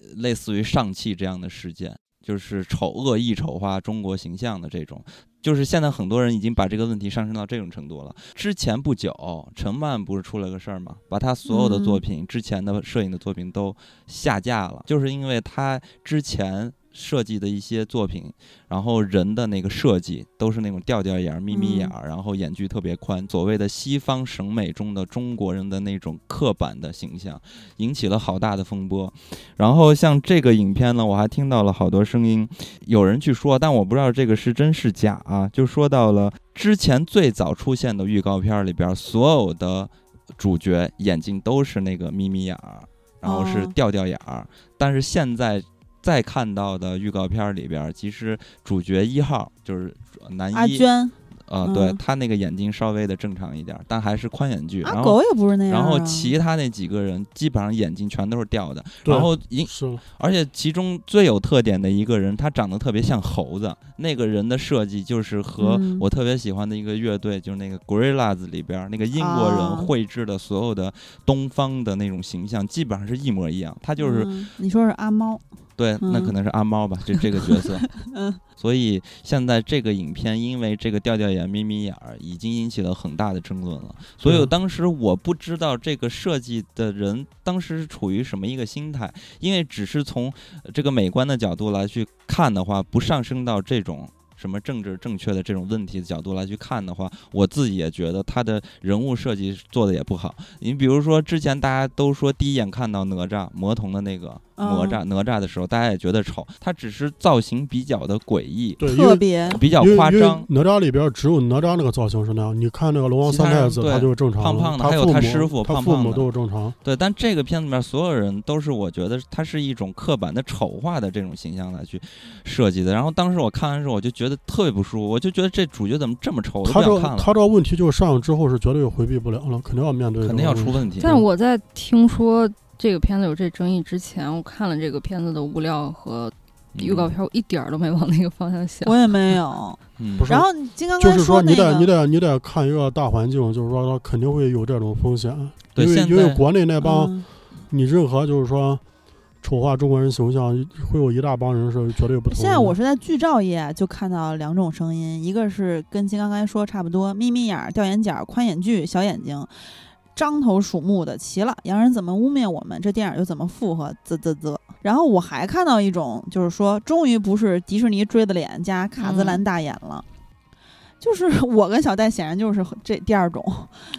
S2: 呃类似于上汽这样的事件，就是丑恶意丑化中国形象的这种。就是现在很多人已经把这个问题上升到这种程度了。之前不久，陈漫不是出了个事儿嘛，把他所有的作品、之前的摄影的作品都下架了，就是因为他之前设计的一些作品，然后人的那个设计都是那种吊吊眼儿、眯眯眼儿，然后眼距特别宽，所谓的西方审美中的中国人的那种刻板的形象，引起了好大的风波。然后像这个影片呢，我还听到了好多声音，有人去说，但我不知道这个是真是假啊，就说到了之前最早出现的预告片里边，所有的主角眼睛都是那个眯眯眼儿，然后是
S1: 哦
S2: 吊吊眼儿，但是现在。再看到的预告片里边，其实主角一号就是男
S1: 阿
S2: 一，
S1: 娟
S2: 呃，对
S1: 嗯
S2: 他那个眼睛稍微的正常一点儿，但还是宽眼距。
S1: 阿
S2: 然后
S1: 狗也不是那样、啊。
S2: 然后其他那几个人基本上眼睛全都是掉的，
S4: 对
S2: 然后影
S4: 是
S2: 而且其中最有特点的一个人，他长得特别像猴子。那个人的设计就是和
S1: 嗯
S2: 我特别喜欢的一个乐队，就是那个 Gorillaz 里边儿那个英国
S1: 啊
S2: 人绘制的所有的东方的那种形象，基本上是一模一样。他就是、
S1: 嗯你说是阿猫，
S2: 对，那
S1: 嗯
S2: 可能是阿猫吧，就这个角色。
S1: 嗯，
S2: 所以现在这个影片因为这个吊吊眼、眯眯眼儿，已经引起了很大的争论了。所以我当时我不知道这个设计的人当时是处于什么一个心态，因为只是从呃这个美观的角度来去看的话，不上升到这种。什么政治正确的这种问题的角度来去看的话，我自己也觉得他的人物设计做的也不好。你比如说，之前大家都说第一眼看到哪吒魔童的那个
S4: 嗯
S2: 哪吒、哪吒的时候，大家也觉得丑，他只是造型比较的诡异，
S4: 对，因
S1: 特
S4: 为
S1: 别
S2: 比较
S4: 因为
S2: 夸
S4: 因为
S2: 张。
S4: 哪吒里边只有哪吒那个造型是那样，你看那个龙王
S2: 其他
S4: 三
S2: 人
S4: 太子，
S2: 对
S4: 他就是正常
S2: 胖胖的
S4: 他
S2: 还有
S4: 父
S2: 他
S4: 母
S2: 师傅
S4: 他
S2: 胖
S4: 父
S2: 胖
S4: 母
S2: 的
S4: 都是正常。
S2: 对，但这个片子里面所有人都是我觉得它是一种刻板的丑化的这种形象来去设计的。然后当时我看完之后，我就觉得特别不舒服，我就觉得这主角怎么这么丑，我都不
S4: 他
S2: 想
S4: 这
S2: 看
S4: 他
S2: 了，
S4: 这个问题就是上了之后是绝对回避不了了，肯定要面对这
S2: 肯
S4: 个问题，
S2: 定要出问题。嗯
S3: 但我在听说这个片子有这争议之前，我看了这个片子的物料和预告片，我一点儿都没往那个方向想。
S1: 我也没有。
S2: 嗯，
S4: 不是
S1: 然后你金刚
S4: 就
S1: 刚
S4: 是说
S1: 那
S4: 你得、
S1: 个，
S4: 你得你得看一个大环境，就是说它肯定会有这种风险，
S2: 对
S4: 因为
S2: 现
S4: 因为
S2: 在
S4: 国内那帮、
S1: 嗯
S4: 你任何就是说丑化中国人形象，会有一大帮人是绝对不同意的。
S1: 现在我是在剧照业就看到两种声音，一个是跟金刚刚才说差不多，眯眯眼儿、吊眼角、宽眼距、小眼睛，张头鼠目的，齐了，洋人怎么污蔑我们，这电影又怎么附和，啧啧啧。然后我还看到一种，就是说，终于不是迪士尼锥子脸加卡姿
S4: 嗯
S1: 兰大眼了。就是 我跟小戴显然就是这第二种，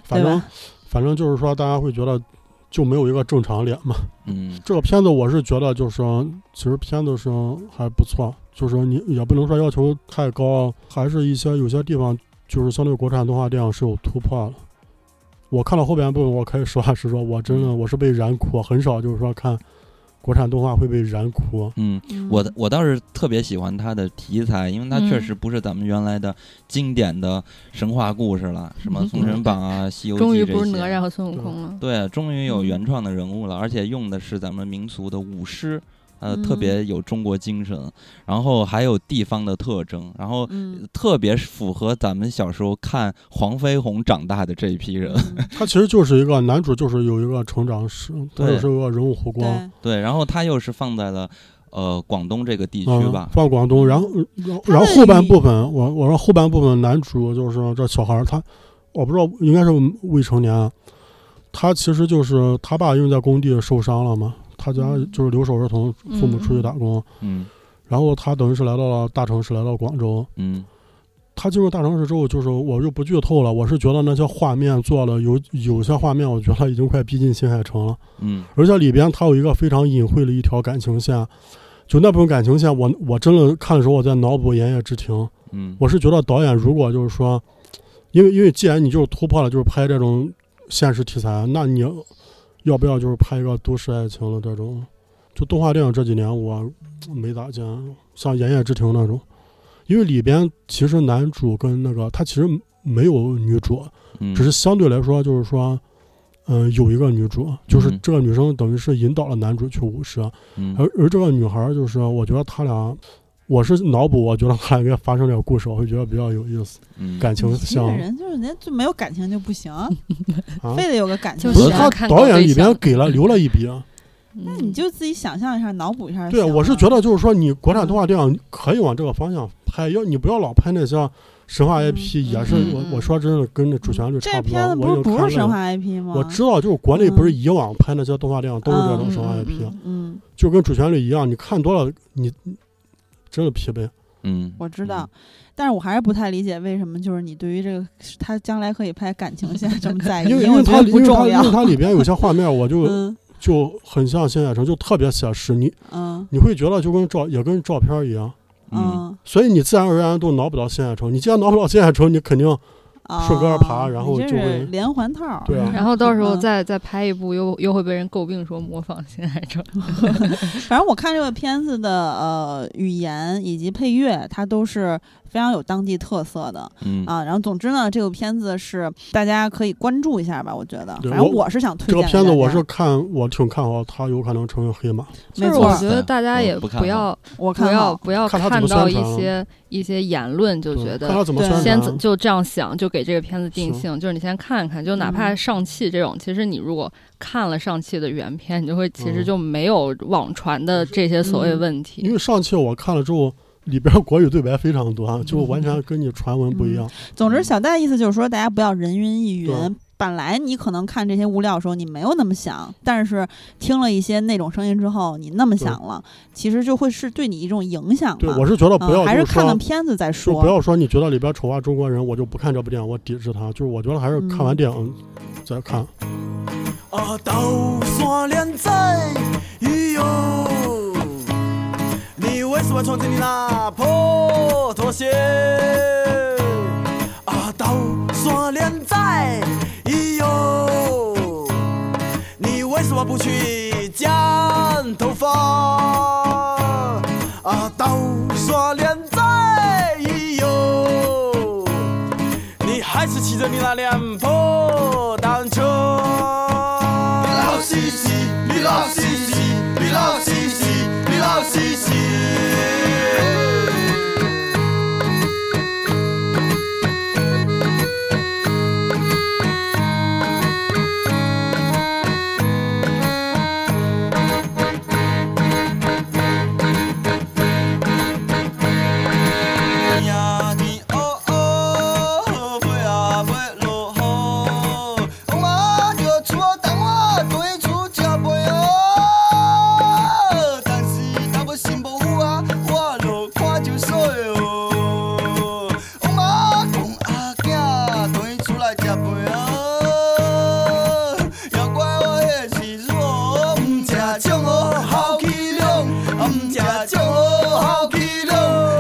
S4: 反
S1: 对
S4: 正
S1: 吧
S4: 反正就是说大家会觉得就没有一个正常脸嘛。
S2: 嗯，
S4: 这个片子我是觉得就是其实片子是还不错，就是你也不能说要求太高，还是一些有些地方就是相对国产动画电影是有突破了。我看到后半部分，我可以实话实说，我真
S1: 嗯
S4: 的我是被燃哭，很少就是说看国产动画会被燃哭。
S2: 嗯，我的我倒是特别喜欢它的题材，因为它确
S3: 嗯
S2: 实不是咱们原来的经典的神话故事了，什么《封神榜》啊，《西游记》
S3: 嗯终于
S2: 这
S3: 不是
S2: 些
S3: 哪吒和孙悟空了。
S2: 对，终于有
S3: 嗯
S2: 原创的人物了，而且用的是咱们民俗的舞狮，呃，
S1: 嗯
S2: 特别有中国精神，然后还有地方的特征，然后
S1: 嗯，
S2: 特别符合咱们小时候看黄飞鸿长大的这一批人。
S1: 嗯
S4: 它其实就是一个男主，就是有一个成长史，它
S2: 对
S4: 就是一个人物弧光。
S1: 对，
S2: 对，然后他又是放在了呃广东这个地区
S4: 嗯，
S2: 吧。
S4: 放广东，然后然后
S1: 他
S4: 然后
S1: 的
S4: 后半
S1: 语
S4: 部分，我我说后半部分男主就是这小孩儿，他我不知道应该是未成年啊，他其实就是他爸因为在工地受伤了嘛，他家
S1: 嗯
S4: 就是留守儿童，父母出去打工，
S2: 嗯
S4: 然后他等于是来到了大城市，来到广州。
S2: 嗯
S4: 他进入大城市之后，就是我就不剧透了。我是觉得那些画面做了有有些画面，我觉得已经快逼近新海诚了。
S2: 嗯
S4: 而且里边它有一个非常隐晦的一条感情线，就那部分感情线我，我真的看的时候我在脑补《言叶之庭》，
S2: 嗯，
S4: 我是觉得导演如果就是说，因为因为既然你就是突破了就是拍这种现实题材，那你要不要就是拍一个都市爱情的这种？就动画电影这几年我没咋见，像《言叶之庭》那种，因为里边其实男主跟那个他其实没有女主，
S2: 嗯
S4: 只是相对来说，就是说，嗯、有一个女主，就是这个女生等于是引导了男主去舞狮，啊
S2: 嗯
S4: 而而这个女孩儿就是，我觉得他俩，我是脑补，我觉得他俩应该发生这个故事，我会觉得比较有意思，
S2: 嗯
S4: 感情
S1: 你这
S4: 像
S1: 个人就是人家就没有感情就不行，
S4: 啊，
S1: 非得有个感情
S3: 就
S4: 不是
S3: 喜欢
S4: 他
S3: 看
S4: 导
S3: 狗
S4: 演
S3: 对
S4: 里边
S3: 象
S4: 给
S1: 嗯
S4: 了留了一笔啊，
S3: 那
S1: 那你就自己想象一下，脑补一下就
S4: 对啊，
S1: 行了。
S4: 我是觉得就是说，你
S1: 嗯
S4: 国产动画电影可以往这个方向拍，要你不要老拍那些神话 IP，
S1: 嗯
S4: 也是
S2: 嗯
S4: 我
S1: 嗯
S4: 我说真的跟那主旋律差
S1: 这
S4: 不
S1: 片子
S4: 多，
S1: 不
S4: 我
S1: 是
S4: 有
S1: 不
S4: 看
S1: 是神
S4: 那个。
S1: 话 IP 吗？
S4: 我知道，就是国内不是以往拍那些动画电影都是
S1: 嗯
S4: 这种神话
S3: 嗯嗯
S4: IP，
S3: 嗯
S1: 嗯，
S4: 就跟主旋律一样，你看多了，你真的疲惫。
S2: 嗯，
S1: 我知道，但是我还是不太理解为什么就是你对于这个他将来可以拍感情线这么在意，
S4: 因为
S1: 为我哎觉
S4: 它
S1: 得
S4: 里因
S1: 不
S4: 为它
S1: 重
S4: 因
S1: 要。
S4: 为它里边有些画面，我就
S1: 嗯
S4: 就很像新海诚，就特别写实。你
S1: 嗯
S4: 你会觉得就跟照也跟照片一样，
S2: 嗯
S1: 嗯
S4: 所以你自然而然都挠不到新海诚。你既然挠不到新海诚，你肯定
S1: 啊，
S4: 顺杆儿爬然
S1: 你
S4: 后
S1: 这
S4: 就会
S1: 是连环套儿。
S4: 对啊
S3: 然后到时候
S1: 嗯
S3: 再再拍一部，又又会被人诟病说模仿新海诚。
S1: 反正我看这个片子的呃语言以及配乐，它都是非常有当地特色的
S2: 嗯
S1: 啊。然后总之呢，这个片子是大家可以关注一下吧，我觉得。
S4: 对
S1: 反正
S4: 我
S1: 我是想推
S4: 这
S1: 荐
S4: 个
S1: 给
S4: 片子，
S1: 大
S4: 我
S1: 家
S4: 是看我挺看好它有可能成为黑马。
S1: 没
S3: 就是
S1: 错
S3: 我
S1: 儿，
S3: 觉得大家
S2: 我
S3: 也
S2: 不看好
S3: 要
S1: 我
S3: 不
S1: 看
S3: 要
S1: 好
S3: 不要
S4: 看他怎么
S3: 到
S4: 宣
S3: 一
S4: 传啊
S3: 些一些言论，
S1: 嗯
S3: 就
S4: 对
S3: 觉
S4: 看
S3: 得
S4: 他怎么
S1: 对
S4: 宣
S3: 先
S4: 传。
S3: 就这样想，就给这个片子定
S4: 是
S3: 性。就是你先看看，就哪怕
S1: 嗯
S3: 上汽这种，其实你如果看了上汽的原片，你就会其实
S4: 嗯
S3: 就没有网传的这些所谓
S1: 嗯
S3: 问
S4: 因
S3: 题。
S4: 为上期我看了之后，里边国语对白非常多啊，就完全跟你传闻不一样。
S1: 总之，小戴意思就是说，大家不要人云亦云
S4: 嗯对。
S1: 本来你可能看这些物料的时候，你没有那么想，但是听了一些那种声音之后，你那么想了，其实就会是对你一种影响嘛。
S4: 对，我是觉得不
S1: 嗯、
S4: 要
S1: 还是
S4: 就
S1: 看了
S4: 说。
S1: 片子再
S4: 就
S1: 说。
S4: 不要说你觉得里边丑化啊中国人，我就不看这部电影，我抵制它。就是我觉得还是
S1: 嗯
S4: 看完电影再看。
S5: 啊，都说连载，咦哟，你为什么穿着你那破拖鞋？啊，都说连载，咦哟，你为什么不去剪头发？啊，都说连载，咦哟。你还是骑着你那辆破单车。老西西，你老西西，你老西西，你老西西。呀你哦哦，飞呀飞落雨，风啊着厝啊东啊对厝吃袂哦，但是若要心无有啊，我著看就衰哦。风啊公啊囝对厝来吃袂哦，要怪我迄是弱，毋吃种哦好气量，啊毋吃种哦好气量，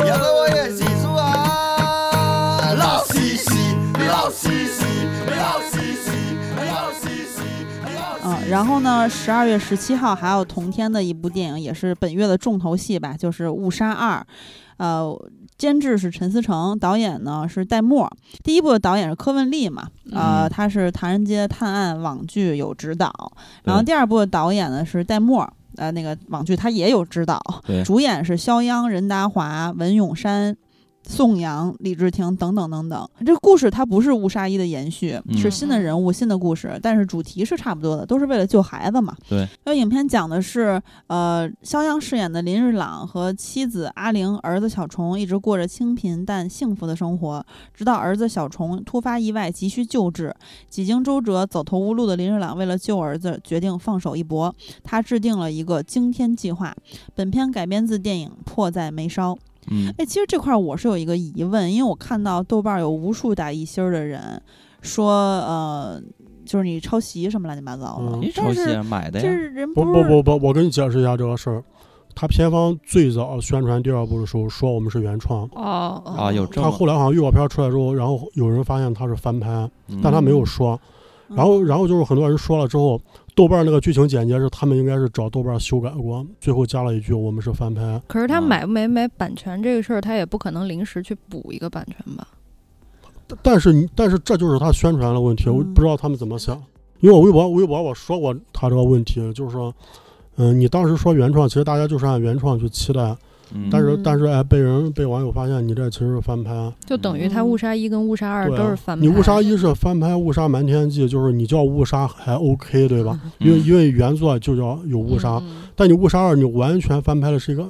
S5: 要怪我迄是弱。叔啊，老西西，老西西，老西西，老西西，老
S1: 嗯，然后呢，十二月十七号还有同天的一部电影，也是本月的重头戏吧，就是《误杀二》。呃，监制是陈思诚，导演呢是戴墨。第一部的导演是柯文丽嘛，呃，
S2: 嗯
S1: 他是《唐人街探案》网剧有指导，然后
S2: 对
S1: 第二部的导演呢是戴墨。呃，那个网剧他也有指导
S2: 对，
S1: 主演是肖央、任达华、文咏珊、宋阳、李治廷等等等等。这个故事它不是误杀一的延续，
S2: 嗯
S1: 是新的人物、新的故事，但是主题是差不多的，都是为了救孩子嘛。
S2: 对。
S1: 那影片讲的是，呃，肖央饰演的林日朗和妻子阿玲、儿子小虫一直过着清贫但幸福的生活，直到儿子小虫突发意外急需救治，几经周折、走投无路的林日朗为了救儿子，决定放手一搏。他制定了一个惊天计划。本片改编自电影《迫在眉梢》。
S2: 嗯
S1: 哎，其实这块儿我是有一个疑问，因为我看到豆瓣儿有无数打一星儿的人说，呃，就是你抄袭什么乱七八糟的，
S4: 嗯
S2: 你抄
S1: 但
S2: 袭
S1: 是
S2: 啊买的
S1: 这
S2: 呀，
S1: 是人
S4: 不
S1: 是
S4: 不不不，我跟你解释一下这个事儿。他片方最早宣传第二部的时候说我们是原创，
S3: 哦
S2: 啊有这
S4: 他
S2: 么，
S4: 后来好像预告片出来之后，然后有人发现他是翻拍，
S2: 嗯
S4: 但他没有说。
S1: 嗯，
S4: 然后然后就是很多人说了之后，豆瓣那个剧情简介是他们应该是找豆瓣修改过，最后加了一句我们是翻拍。
S3: 可是他
S2: 啊
S3: 买不买买版权这个事儿，他也不可能临时去补一个版权吧？
S4: 但但是你但是这就是他宣传的问题，我
S1: 嗯
S4: 不知道他们怎么想。因为我微博微博我说过他这个问题，就是说，嗯，你当时说原创，其实大家就是按原创去期待，
S2: 嗯
S4: 但是
S1: 嗯
S4: 但是哎，被人被网友发现你这其实是翻拍，
S3: 就等于他
S1: 嗯
S3: 误杀一跟误杀二
S4: 对啊，
S3: 都是翻拍。
S4: 你误杀一是翻拍，误杀瞒天记就是你叫误杀还 OK 对吧？因为
S2: 嗯
S4: 因为原作就叫有误杀，
S3: 嗯
S4: 但你误杀二你完全翻拍的是一个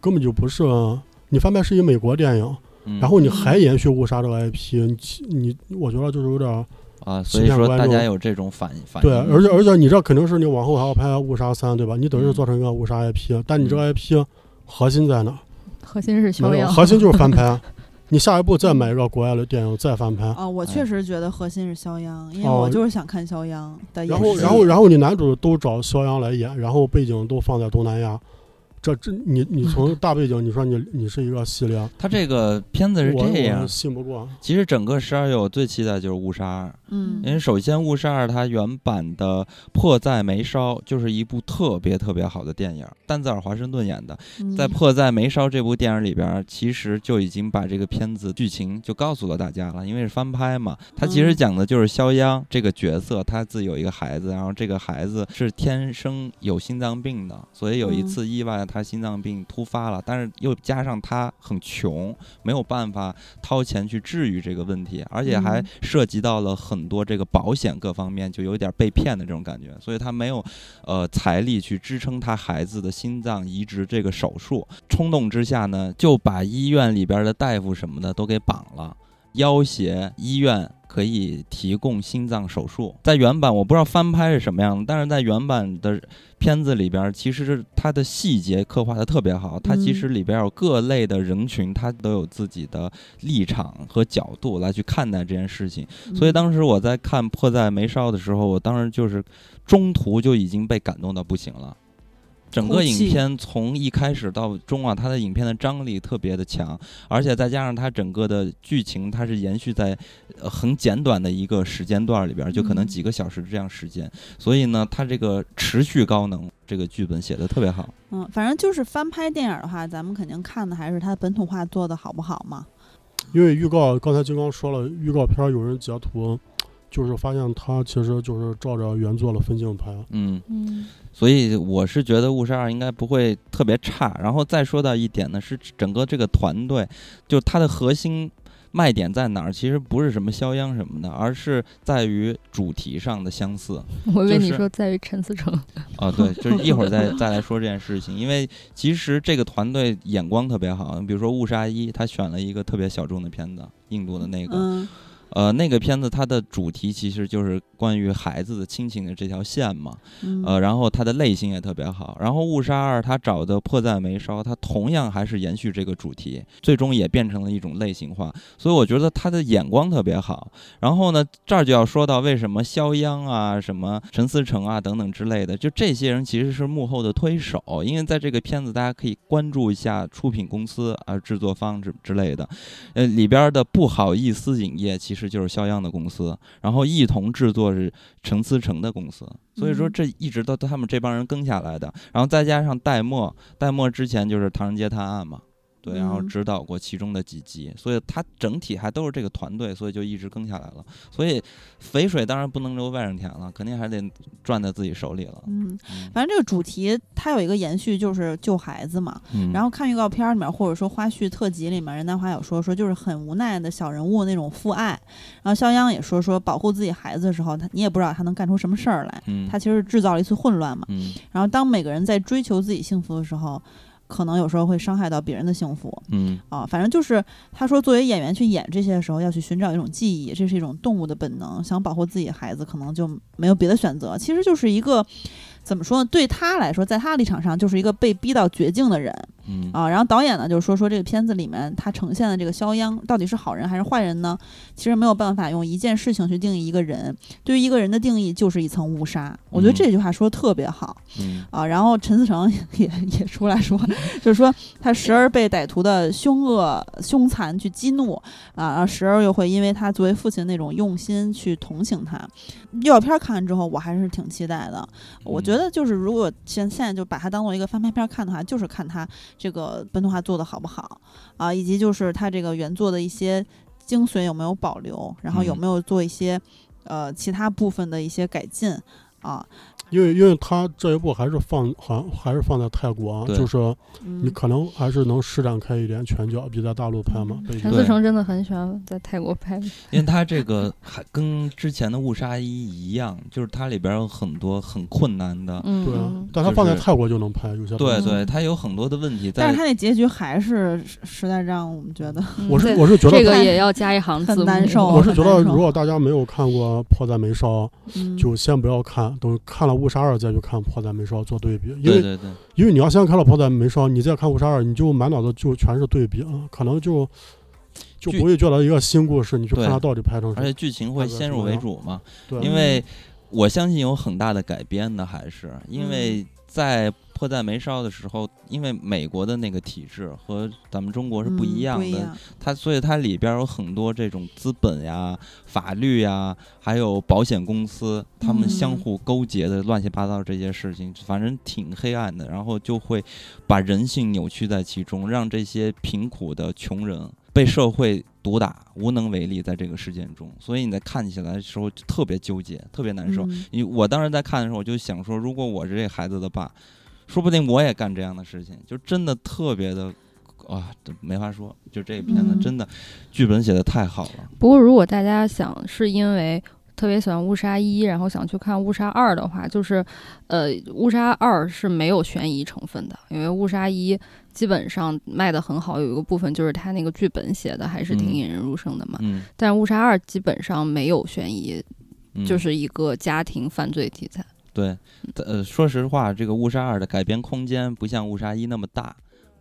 S4: 根本就不是，嗯你翻拍是一美国电影，
S2: 嗯
S4: 然后你还延续误杀这个 IP，你你我觉得就是有点儿
S2: 啊，
S4: 欺
S2: 所以
S4: 骗
S2: 说
S4: 观
S2: 大
S4: 众
S2: 家有这种反反应
S4: 对，而且而且你这肯定是你往后还要拍误杀三对吧？你等于是做成一个误杀 IP，但你这个 IP 核心在哪？
S3: 核心是嗯修
S4: 没有，
S3: 养，
S4: 核心就是翻拍。啊你下一步再买一个国外的电影再翻拍，
S1: 啊，我
S2: 哎
S1: 确实觉得核心是肖央，因为
S4: 哦
S1: 我就是想看肖央的演
S4: 然后
S1: 戏。
S4: 然后然后你男主都找肖央来演，然后背景都放在东南亚，这这你你从大背景，你说你你是一个系列，
S2: 他这个片子是
S4: 我我
S2: 这样
S4: 是，信不过。
S2: 其实整个十二月我最期待就是《误杀二》，
S1: 嗯
S2: 因为首先《误杀二》它原版的迫在眉梢就是一部特别特别好的电影，丹泽尔华盛顿演的，
S1: 嗯
S2: 在《迫在眉梢》这部电影里边儿，其实就已经把这个片子剧情就告诉了大家了，因为是翻拍嘛。它其实
S1: 嗯
S2: 讲的就是肖央这个角色，他自己有一个孩子，然后这个孩子是天生有心脏病的，所以有一
S1: 嗯
S2: 次意外，他心脏病突发了，但是又加上他很穷，没有办法掏钱去治愈这个问题，而且还
S1: 嗯
S2: 涉及到了很多这个保险各方面，就有点被骗的这种感觉，所以他没有呃财力去支撑他孩子的心脏移植这个手术。冲动之下呢，就把医院里边的大夫什么的都给绑了，要挟医院。可以提供心脏手术，在原版我不知道翻拍是什么样的，但是在原版的片子里边，其实是它的细节刻画的特别好。它其
S1: 嗯
S2: 实里边有各类的人群，它都有自己的立场和角度来去看待这件事情。
S1: 嗯
S2: 所以当时我在看《迫在眉梢》的时候，我当时就是中途就已经被感动到不行了。整
S1: 哭
S2: 个
S1: 泣
S2: 影片从一开始到终啊，它的影片的张力特别的强，而且再加上它整个的剧情，它是延续在、呃很简短的一个时间段里边，就可能
S1: 嗯
S2: 几个小时这样时间，所以呢，它这个持续高能，这个剧本写的特别好。
S1: 嗯，反正就是翻拍电影的话，咱们肯定看的还是它本土化做的好不好嘛。
S4: 因为预告刚才金刚说了，预告片儿有人截图，就是发现他其实就是照着原作的分镜拍。啊
S2: 嗯，
S3: 嗯，
S2: 所以我是觉得《误杀二》应该不会特别差。然后再说到一点呢，是整个这个团队，就它的核心卖点在哪儿？其实不是什么肖央什么的，而是在于主题上的相似。
S3: 我以为
S2: 就
S3: 你
S2: 是
S3: 说在于陈思诚，
S2: 啊，对，就是一会儿再再来说这件事情，因为其实这个团队眼光特别好。比如说《误杀一》，他选了一个特别小众的片子，印度的那个，
S1: 嗯
S2: 呃，那个片子它的主题其实就是关于孩子的亲情的这条线嘛。
S1: 嗯
S2: 呃，然后它的类型也特别好。然后《误杀二》它找的《迫在眉梢》，它同样还是延续这个主题，最终也变成了一种类型化。所以我觉得他的眼光特别好。然后呢，这儿就要说到为什么肖央啊、什么陈思诚啊等等之类的，就这些人其实是幕后的推手。因为在这个片子，大家可以关注一下出品公司啊、制作方之之类的。呃，里边的不好意思影业其实就是肖央的公司，然后一同制作是陈思诚的公司，所以说
S1: 嗯
S2: 这一直都他们这帮人跟下来的，然后再加上戴墨，戴墨之前就是《唐人街探案》嘛，对，然后
S1: 嗯
S2: 指导过其中的几集，所以他整体还都是这个团队，所以就一直跟下来了。所以肥水当然不能流外人田了，肯定还得攥在自己手里了。
S1: 嗯，
S2: 嗯
S1: 反正这个主题它有一个延续，就是救孩子嘛。
S2: 嗯
S1: 然后看预告片儿里面，或者说花絮特辑里面，任达华有说说就是很无奈的小人物那种父爱。然后肖央也说说保护自己孩子的时候，他你也不知道他能干出什么事儿来，
S2: 嗯
S1: 他其实制造了一次混乱嘛。
S2: 嗯
S1: 然后当每个人在追求自己幸福的时候，可能有时候会伤害到别人的幸福
S2: 嗯
S1: 啊。反正就是他说，作为演员去演这些的时候，要去寻找一种记忆，这是一种动物的本能，想保护自己的孩子，可能就没有别的选择。其实就是一个怎么说呢？对他来说，在他的立场上，就是一个被逼到绝境的人
S2: 嗯
S1: 啊。然后导演呢，就是说说这个片子里面他呈现的这个肖央到底是好人还是坏人呢？其实没有办法用一件事情去定义一个人，对于一个人的定义就是一层误杀。我觉得
S2: 嗯
S1: 这句话说的特别好。
S2: 嗯
S1: 啊，然后陈思诚 也也出来说，就是说他时而被歹徒的凶恶、凶残去激怒啊，然后时而又会因为他作为父亲那种用心去同情他。预告片儿看完之后，我还是挺期待的。我
S2: 嗯
S1: 觉得就是如果现现在就把它当做一个翻拍片儿看的话，就是看他这个本土化做的好不好啊，以及就是他这个原作的一些精髓有没有保留，然后有
S2: 嗯
S1: 没有做一些、呃其他部分的一些改进啊。
S4: 因为因为他这一部还是放好像还是放在泰国啊，
S2: 对
S4: 就是
S1: 嗯
S4: 你，可能还是能施展开一点拳脚，比在大陆拍嘛。
S1: 嗯
S4: 背
S3: 陈
S4: 景
S3: 思
S2: 对
S3: 诚真的很喜欢在泰国拍的，
S2: 因为它这个还跟之前的《误杀一》一样，就是它里边有很多很困难的，
S3: 嗯，
S4: 对啊
S3: 嗯，
S4: 但他放在泰国就能拍，有些
S2: 对
S4: 东西
S2: 对，它有很多的问题
S1: 但
S2: 在
S1: 是他那结局还是实实在让我们觉得，
S3: 嗯
S4: 我是
S3: 对
S4: 我是觉
S3: 这
S4: 得。
S3: 个也要加一行字幕，
S1: 很难受
S4: 我是觉得，
S1: 很难受
S4: 如果大家没有看过《迫在眉梢》，
S1: 嗯，
S4: 就先不要看，等看了《误误杀二》再去看《迫在眉梢》做对比，因
S2: 对
S4: 为
S2: 对对，
S4: 因为你要先看了《迫在眉梢》，你再看《误杀二》，你就满脑子就全是对比啊，可能就就
S2: 剧
S4: 不会觉得一个新故事，你去看
S2: 对
S4: 它到底拍成什
S2: 而
S4: 么
S2: 且。剧情会
S4: 看个
S2: 先入
S4: 什么
S2: 为
S4: 样
S2: 主嘛，
S4: 对，啊
S2: 因为我相信有很大的改编的，还是因为在迫在眉梢的时候，因为美国的那个体制和咱们中国是
S1: 嗯
S2: 不一样的，它所以它里边有很多这种资本呀、法律呀，还有保险公司他们相
S1: 嗯
S2: 互勾结的乱七八糟这些事情，反正挺黑暗的。然后就会把人性扭曲在其中，让这些贫苦的穷人被社会毒打，无能为力在这个事件中。所以你在看起来的时候就特别纠结，特别难受。
S1: 嗯
S2: 你我当时在看的时候，我就想说，如果我是这孩子的爸，说不定我也干这样的事情，就真的特别的。啊，这没法说，就这片子
S1: 嗯
S2: 真的，剧本写的太好了。
S3: 不过，如果大家想是因为特别喜欢《误杀一》，然后想去看《误杀二》的话，就是，呃，《误杀二》是没有悬疑成分的，因为《误杀一》基本上卖的很好，有一个部分就是它那个剧本写的还是挺
S2: 嗯
S3: 引人入胜的嘛。
S2: 嗯，
S3: 但《误杀二》基本上没有悬疑，
S2: 嗯
S3: 就是一个家庭犯罪题材。
S2: 对，呃，说实话，这个《误杀二》的改编空间不像《误杀一》那么大，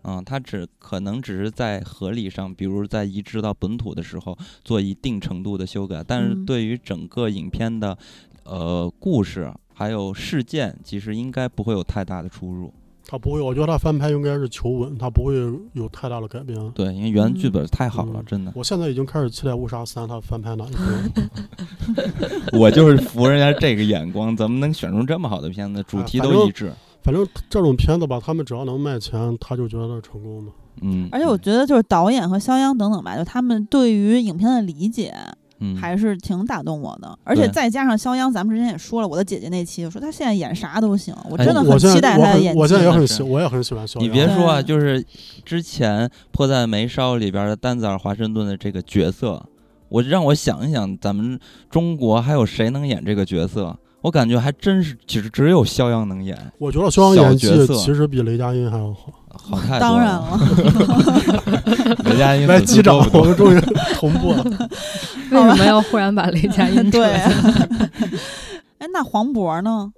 S2: 嗯，它只可能只是在合理上，比如在移植到本土的时候做一定程度的修改，但是
S1: 嗯
S2: 对于整个影片的呃故事还有事件，其实应该不会有太大的出入。
S4: 他不会，我觉得他翻拍应该是求稳，他不会有太大的改变。
S2: 对，因为原剧
S1: 嗯
S2: 本太好了，
S4: 嗯，
S2: 真的
S4: 我现在已经开始期待《误杀三》，他翻拍哪一 部？
S2: 我就是服人家这个眼光，怎么能选出这么好的片子？主
S4: 啊
S2: 题
S4: 反
S2: 都
S4: 正
S2: 一致，
S4: 反正这种片子吧，他们只要能卖钱，他就觉得成功的。
S2: 嗯，
S1: 而且我觉得，就是导演和肖央等等吧，就他们对于影片的理解
S2: 嗯
S1: 还是挺打动我的。而且
S2: 对
S1: 再加上肖央，咱们之前也说了，我的姐姐那期，我说她现在演啥都行，我
S2: 哎
S1: 真的
S4: 我
S1: 很
S4: 现
S1: 期待
S4: 在我
S1: 她的
S4: 很
S1: 演
S4: 我现
S1: 技
S4: 在。也
S2: 技
S4: 很
S2: 是
S4: 喜，我也很喜欢肖
S2: 你
S4: 央。
S2: 别说啊，
S1: 对
S2: 就是之前《迫在眉梢》里边的丹泽尔·华盛顿的这个角色，我让我想一想，咱们中国还有谁能演这个角色？我感觉还真是，只只有肖央能演，
S4: 我觉得肖央演技
S2: 小角色
S4: 其实比雷佳音还要好。
S2: 好太多
S1: 当然
S2: 了，
S1: 了，
S2: 雷佳音
S4: 来，
S2: 粉丝
S4: 击掌
S2: 多，不
S4: 我
S2: 多
S4: 们终于同步了。
S3: 为什么要忽然把雷佳音
S1: 对
S3: 扯进来？。
S1: 哎，那黄渤呢？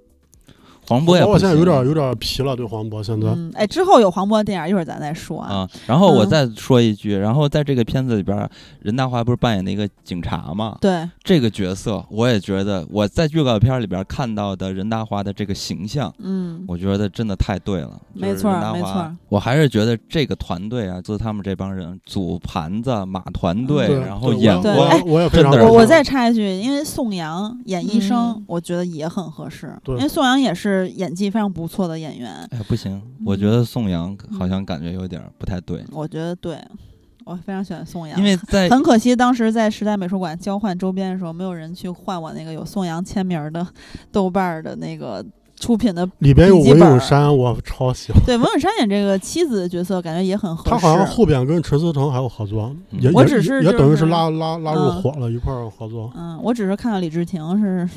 S2: 黄渤也不
S4: 我现在有
S2: 行
S4: 点有点疲了，对黄渤现在。
S1: 嗯，哎，之后有黄渤的电影，一会儿咱再说啊。
S2: 啊。然后我
S1: 嗯
S2: 再说一句，然后在这个片子里边，任达华不是扮演那个警察吗？
S1: 对，
S2: 这个角色，我也觉得我在预告片里边看到的任达华的这个形象。
S1: 嗯，
S2: 我觉得真的太对了，
S1: 没
S2: 就是
S1: 错
S2: 任达
S1: 没
S2: 华
S1: 错
S2: 我还是觉得这个团队啊，就是他们这帮人组盘子、马团队，
S4: 嗯对
S2: 然后
S4: 对
S2: 眼
S4: 我也我
S2: 光
S4: 也我也非常
S2: 真的
S4: 喜欢。
S1: 哎我我再插一句，因为宋阳演医生，
S3: 嗯
S1: 我觉得也很合适，
S4: 对
S1: 因为宋阳也是演技非常不错的演员，
S2: 哎不行，我觉得宋阳好像感觉有点不太对，
S1: 我觉得对，我非常喜欢宋阳，
S2: 因为在
S1: 嗯很可惜，当时在时代美术馆交换周边的时候，没有人去换我那个有宋阳签名儿的 豆瓣儿的那个出品 的。
S4: 里边有
S1: 笔记
S4: 文
S1: 本
S4: 咏珊，我超喜欢。
S1: 对，文咏珊演这个妻子的角色，感觉也很合适。
S4: 他好像后边跟陈思诚还有合作，
S2: 嗯
S4: 也
S1: 我
S4: 也
S1: 只是
S4: 也
S1: 就
S4: 等于
S1: 是
S4: 是拉拉拉入
S1: 嗯
S4: 伙了，一块儿合作。
S1: 嗯，我只是看到李治廷是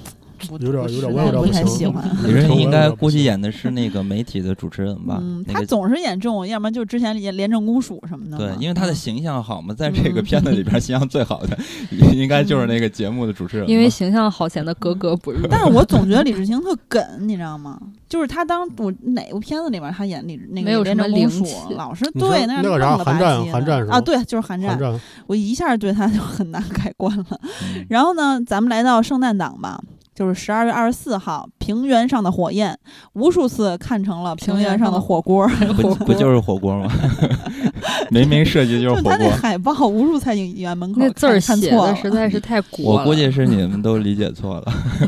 S1: 不
S4: 有点
S1: 不
S4: 有点
S1: 实
S4: 我有
S1: 在
S4: 点
S1: 不
S4: 不
S1: 太
S4: 行
S1: 喜欢。
S2: 李仁
S4: 成
S2: 应
S4: 文
S2: 该
S4: 有点啊不
S2: 估计
S4: 行
S2: 演的是那个媒体的主持人吧，
S1: 嗯，他
S2: 那个。
S1: 总是演这种，要不然就之前演廉政公署什么的
S2: 对
S1: 嘛。，
S2: 因为他的
S1: 嗯
S2: 形象好嘛，在这个片子里边形象最好的， 应该就是那个节目的主持人嘛。
S3: 因为形象好显得格格不入。
S1: 但是我总觉得李治廷特梗，你知道吗？就是他当我哪部片子里面他演李那个
S3: 没有
S1: 廉
S3: 什么
S1: 政公
S3: 灵
S1: 署
S3: 气，
S1: 老是
S4: 你说
S1: 对
S4: 那
S1: 个
S4: 个啥韩战韩战是吧
S1: 啊，对，就是韩
S4: 韩
S1: 战，
S4: 战
S1: 我一下对他就很难改观了。
S2: 嗯
S1: 然后呢，咱们来到圣诞档吧。就是十二月二十四号，《平原上的火焰》无数次看成了《平原上的 火锅》，
S2: 不不就是火锅吗？ 明明设计
S1: 就
S2: 就
S1: 是是
S2: 火
S1: 他那
S2: 锅，
S1: 海报，无数在影院门口
S3: 那字 儿
S1: 看看
S3: 写
S1: 错
S3: 的
S1: 了，
S3: 实在是太古了。
S2: 我估计是你们都理解错了。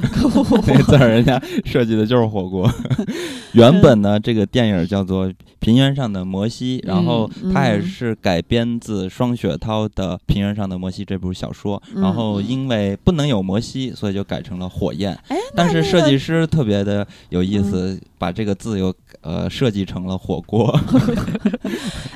S2: 那
S1: 是
S2: 字儿人家设计的就是火锅。 原本呢，这个电影叫做《平原上的摩西》，然后
S1: 嗯
S2: 它也
S1: 嗯
S2: 是改编自双雪涛的《平原上的摩西》这部小说。然
S1: 嗯
S2: 后因为不能有摩西，所以就改成了火焰。
S1: 哎，
S2: 但是设计
S1: 师
S2: 师特别的有意思，
S1: 嗯
S2: 把这个字又呃设计成了火锅。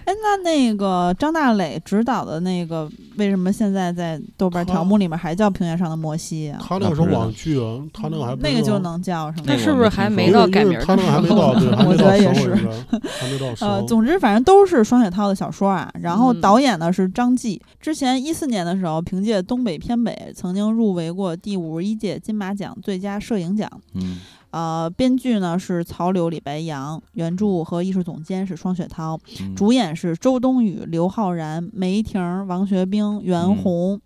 S1: 哎，那那个张大磊执导的那个，为什么现在在豆瓣
S4: 他
S1: 条目里面还叫《平原上的摩西》啊？
S4: 他那个是
S2: 那不知道
S4: 网剧，啊他那个还不
S1: 那个
S4: 是
S1: 就能叫什么？
S3: 他
S2: 那个
S3: 是
S2: 我
S3: 不是
S2: 没
S3: 还
S2: 听
S3: 没
S4: 因
S2: 说
S3: 到
S4: 为
S3: 改
S4: 因为
S3: 名儿
S4: 他
S3: 的
S4: 那
S3: 时
S4: 个还没
S3: 候
S4: 到，对，还
S1: 我
S4: 没
S1: 觉
S4: 到
S1: 得也
S4: 熟，
S1: 是
S4: 我觉得 还没到熟。
S1: 呃，总之反正都是双雪涛的小说啊。然后
S3: 嗯
S1: 导演呢是张继，之前一四年的时候，凭借《东北偏北》曾经入围过第五十一届金马奖最佳摄影奖。
S2: 嗯，
S1: 呃，编剧呢是曹柳、李白杨，原著和艺术总监是双雪涛，
S2: 嗯
S1: 主演是周冬雨、刘昊然、梅婷、王学兵、袁
S2: 嗯
S1: 弘，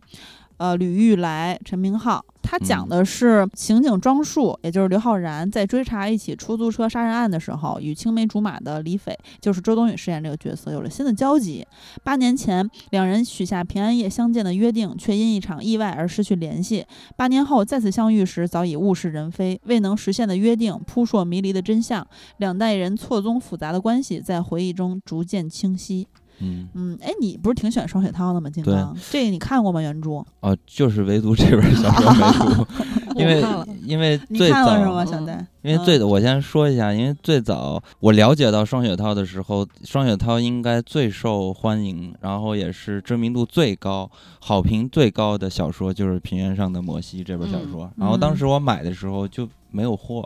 S1: 呃，吕玉来、陈明昊。他讲
S2: 嗯
S1: 的是刑警庄树，也就是刘昊然，在追查一起出租车杀人案的时候，与青梅竹马的李斐，就是周冬雨饰演这个角色，有了新的交集。八年前，两人许下平安夜相见的约定，却因一场意外而失去联系。八年后再次相遇时，早已物是人非，未能实现的约定，扑朔迷离的真相，两代人错综复杂的关系，在回忆中逐渐清晰。
S2: 嗯
S1: 嗯，哎，你不是挺喜欢双雪涛的吗？金刚，这个你看过吗？原著？
S2: 哦，就是唯独这本儿小说没 读，因为
S3: 我看了
S2: 因为
S1: 你
S2: 最
S1: 看了是
S2: 早嗯
S1: 吗，小戴？
S2: 因为最
S3: 嗯
S2: 早我先说一下，因为最早我了解到双雪涛的时候，双雪涛应该最受欢迎，然后也是知名度最高、好评最高的小说就是《平原上的摩西》这本
S3: 嗯
S2: 小说。然后当时我买的时候就没有货，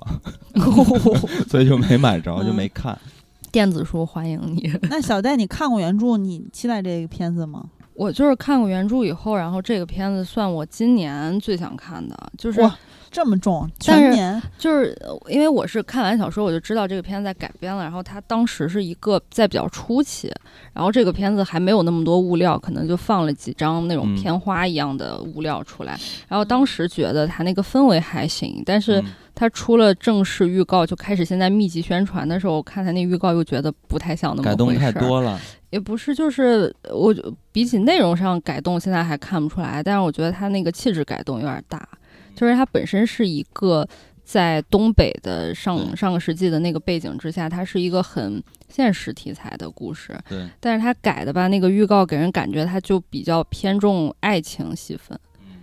S2: 所以就没买着，
S1: 嗯
S2: 就没看。
S3: 电子书欢迎你。
S1: 嗯那小戴，你看过原著？你期待这个片子吗？
S3: 我就是看过原著以后，然后这个片子算我今年最想看的，就是
S1: 哇这么重，
S3: 但
S1: 全
S3: 是
S1: 年
S3: 就是呃因为我是看完小说我就知道这个片子在改编了，然后它当时是一个在比较初期，然后这个片子还没有那么多物料，可能就放了几张那种
S2: 嗯
S3: 片花一样的物料出来，然后当时觉得它那个氛围还行，但是
S2: 嗯
S3: 它出了正式预告就开始现在密集宣传的时候，我看它那预告又觉得不太像那么
S2: 改动
S3: 回
S2: 太
S3: 事儿
S2: 多 了，
S3: 也不是，就是呃我就比起内容上改动，现在还看不出来，但是我觉得它那个气质改动有点大，
S2: 嗯
S3: 就是它本身是一个在东北的上
S2: 对
S3: 上个世纪的那个背景之下，它是一个很现实题材的故事，
S2: 对，
S3: 但是它改的吧，那个预告给人感觉它就比较偏重爱情戏份。
S2: 嗯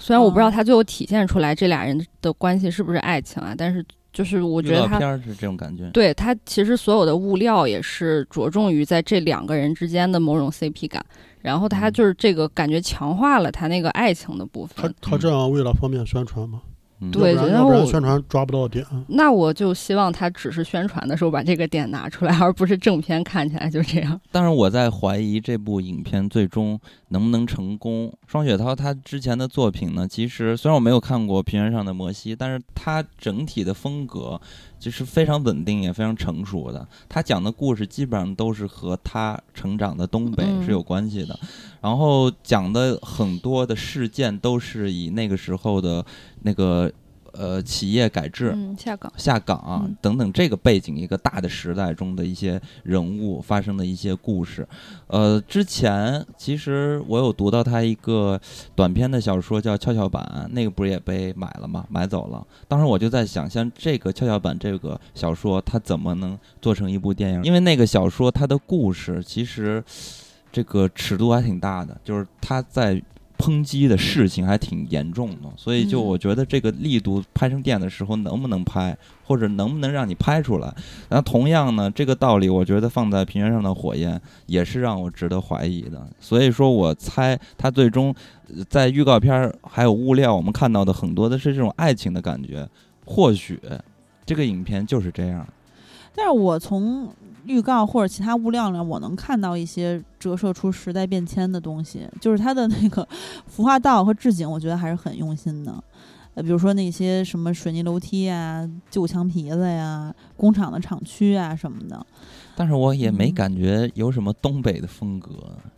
S3: 虽然我不知道
S1: 哦
S3: 它最后体现出来这俩人的关系是不是爱情啊，但是就是我
S2: 我
S3: 觉得它
S2: 片儿是这种感觉。
S3: 对它其实所有的物料也是着重于在这两个人之间的某种 CP 感，然后它
S2: 嗯
S3: 就是这个感觉强化了它那个爱情的部
S4: 他
S3: 分。
S4: 他这样为了方便宣传嘛，
S2: 嗯
S3: 对
S4: 要不然
S3: 然
S4: 要
S3: 后
S4: 不然
S3: 我
S4: 宣传抓不到点。
S3: 那我就希望它只是宣传的时候把这个点拿出来，而不是正片看起来就这样。
S2: 但是我在怀疑这部影片最终能不能成功。双雪涛他之前的作品呢，其实虽然我没有看过《平原上的摩西》，但是他整体的风格就是非常稳定，也非常成熟的。他讲的故事基本上都是和他成长的东北
S3: 嗯
S2: 是有关系的，然后讲的很多的事件都是以那个时候的那个呃企业改制。
S3: 嗯，下岗。
S2: 下岗啊、
S1: 嗯
S2: 等等这个背景，一个大的时代中的一些人物发生的一些故事。呃，之前其实我有读到他一个短篇的小说叫《跷跷板》，那个不是也被买了吗？买走了。当时我就在想，像这个《跷跷板》这个小说，它怎么能做成一部电影？因为那个小说它的故事其实这个尺度还挺大的，就是它在。抨击的事情还挺严重的，所以就
S3: 嗯
S2: 我觉得这个力度拍成电影的时候能不能拍，或者能不能让你拍出来？那同样呢，这个道理我觉得放在《平原上的火焰》也是让我值得怀疑的。所以说我猜他最终呃在预告片儿还有物料，我们看到的很多的是这种爱情的感觉。或许这个影片就是这样。
S1: 但是我从预告或者其他物料呢，我能看到一些折射出时代变迁的东西，就是它的那个服化道和置景，我觉得还是很用心的。呃，比如说那些什么水泥楼梯啊、旧墙皮子呀、工厂的厂区啊什么的，
S2: 但是我也没
S1: 嗯
S2: 感觉有什么东北的风格，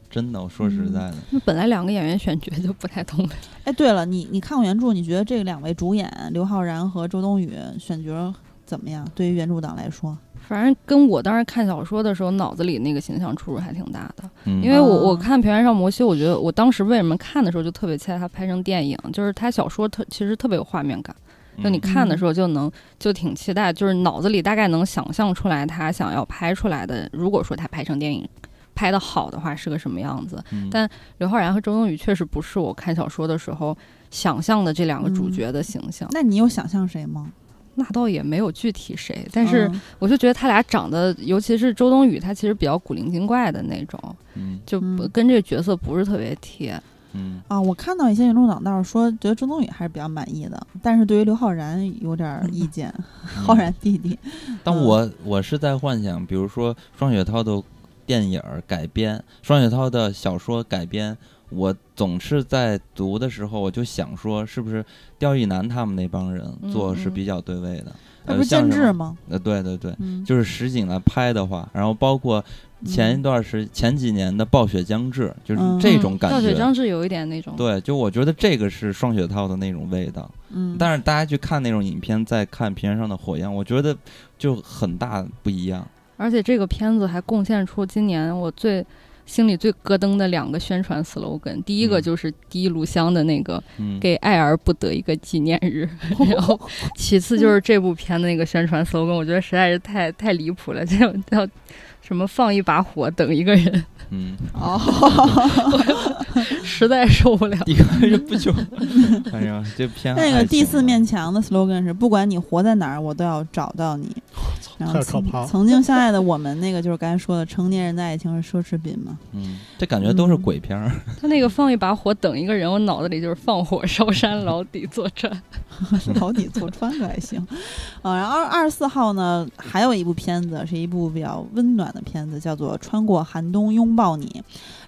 S2: 真的，我说实在的，
S3: 那本来两个演员选角就不太同，
S1: 哎，对了，你你看过原著，你觉得这两位主演刘昊然和周冬雨选角怎么样？对于原著党来说，
S3: 反正跟我当时看小说的时候脑子里那个形象出入还挺大的。
S2: 嗯，
S3: 因为我
S1: 啊
S3: 我看《平原上摩西》，我觉得我当时为什么看的时候就特别期待它拍成电影，就是它小说特其实特别有画面感，就你看
S1: 嗯
S3: 的时候就能就挺期待，就是脑子里大概能想象出来他想要拍出来的，如果说他拍成电影。拍的好的话是个什么样子？
S2: 嗯，
S3: 但刘昊然和周冬雨确实不是我看小说的时候想象的这两个主
S1: 嗯
S3: 角的形象，
S1: 那你有想象谁吗？
S3: 那倒也没有具体谁，但是
S1: 嗯
S3: 我就觉得他俩长得，尤其是周冬雨，她其实比较古灵精怪的那种，
S2: 嗯
S3: 就不
S1: 嗯
S3: 跟这个角色不是特别贴。
S2: 嗯，
S1: 啊，我看到一些原著党倒是说觉得周冬雨还是比较满意的，但是对于刘昊然有点儿意 见。
S2: 嗯
S1: 昊然弟弟，
S2: 但
S1: 嗯
S2: 我我是在幻想，比如说双雪涛的电影儿改编，双雪涛的小说改编，我总是在读的时候，我就想说，是不是刁亦男他们那帮人
S3: 嗯
S2: 做是
S3: 嗯
S2: 比较对位的？
S1: 那
S2: 呃
S1: 不是
S2: 像
S1: 监
S2: 什么
S1: 制吗？
S2: 呃，对对对，
S1: 嗯，
S2: 就是实景来拍的话，然后包括前一段时、前几年的《暴雪将至》，就是
S1: 嗯
S2: 这种感
S3: 嗯暴雪
S2: 觉。
S3: 将至有一点那种，
S2: 对，就我觉得这个是双雪套的那种味道。
S1: 嗯，
S2: 但是大家去看那种影片，再看《平原上的火焰》，我觉得就很大不一样。
S3: 而且这个片子还贡献出今年我最心里最咯噔的两个宣传 slogan，第一个
S2: 嗯
S3: 就是第一炉香的那个
S2: 嗯，
S3: 给爱而不得一个纪念日，然后其次就是这部片的那个宣传 slogan，我觉得实在是太太离谱了，这种叫什么放一把火等一个人，
S2: 嗯，
S1: 哦，
S3: 实在受不了。
S2: 一个人不 就，哎呀，这偏
S1: 那个
S2: 爱
S1: 第
S2: 情
S1: 四
S2: 了
S1: 面墙的 slogan 是：不管你活在哪儿，我都要找到你。然后
S4: 太可怕
S1: 曾
S4: 了
S1: 曾经相爱的我们，那个就是刚才说的，成年人的爱情是奢侈品嘛？
S2: 嗯，这感觉都是鬼片 儿。
S3: 他那个放一把火等一个人，我脑子里就是放火烧山老底坐船。
S1: 牢底坐穿可还行。啊，然后二二十四号呢，还有一部片子，是一部比较温暖的片子，叫做《穿过寒冬拥抱你》，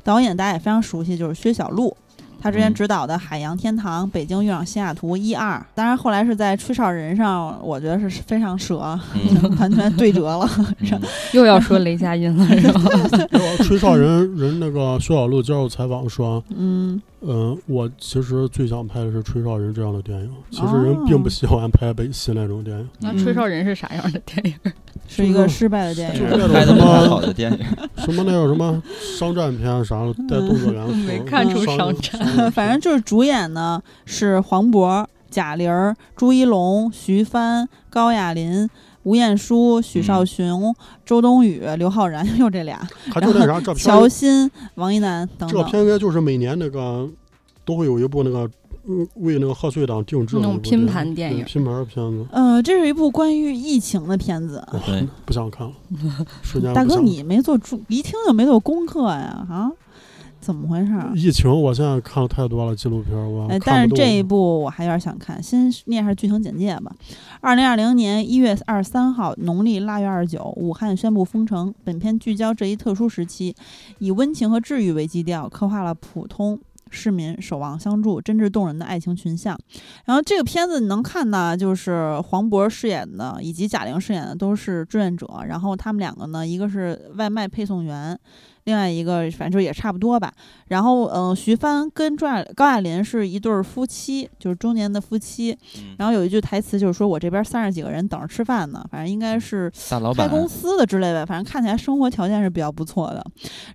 S1: 导演大家也非常熟悉，就是薛晓璐。他之前
S2: 嗯
S1: 执导的《海洋天堂》《北京遇上西雅图》一二，当然后来是在《吹哨人》上，我觉得是非常折啊，
S2: 嗯
S1: 完全对折了。
S2: 嗯
S3: 又要说雷佳音了，是吧？
S4: 然后吹哨人人那个薛晓璐接受采访说，
S1: 嗯，
S4: 嗯，我其实最想拍的是吹哨人这样的电影，其实
S1: 哦
S4: 人并不喜欢拍北戏那种电影，
S3: 那
S2: 嗯
S3: 《吹哨人》是啥样的电影？
S1: 是一个失败的电
S4: 就
S1: 影。
S4: 是
S2: 拍的不太好的电影，
S4: 什么那个什么商战片啥的，带动作元素，
S3: 没看出
S4: 商
S3: 商
S4: 战
S1: 反正就是主演呢是黄渤、贾玲儿、朱一龙、徐帆、高亚麟、吴彦姝、许绍雄、周冬雨、刘昊然， 又这俩，
S4: 还就那啥，嗯这片
S1: 乔
S4: 儿
S1: 欣、王一楠等
S4: 这个
S1: 等。
S4: 片约就是每年那个都会有一部那个嗯为那个贺岁档定制的
S3: 那
S4: 一
S3: 种
S4: 部
S3: 拼
S4: 电
S3: 盘
S4: 影
S3: 电
S4: 对
S3: 影
S4: 拼盘儿片子。
S1: 呃，这是一部关于疫情的片子。
S4: 哇
S2: 对，
S4: 不想看了，瞬间
S1: 大
S4: 不
S1: 哥，
S4: 想
S1: 你没做出，一听就没做功课呀？啊，怎么回事儿？啊
S4: 疫情，我现在看了太多了纪录片儿，我
S1: 哎，
S4: 看
S1: 但是
S4: 不动
S1: 这一部我还有点想看，先念一下剧情简介吧。二零二零年一月二十三号，农历腊月二十九，武汉宣布封城。本片聚焦这一特殊时期，以温情和治愈为基调，刻画了普通。市民守望相助，真挚动人的爱情群像。然后这个片子你能看到，就是黄渤饰演的以及贾玲饰演的都是志愿者，然后他们两个呢，一个是外卖配送员，另外一个反正就也差不多吧。然后，嗯、徐帆跟朱亚高亚麟是一对儿夫妻，就是中年的夫妻。然后有一句台词就是说：“我这边三十几个人等着吃饭呢。”反正应该是
S2: 大老
S1: 开
S2: 板，
S1: 公司的之类的，反正看起来生活条件是比较不错的。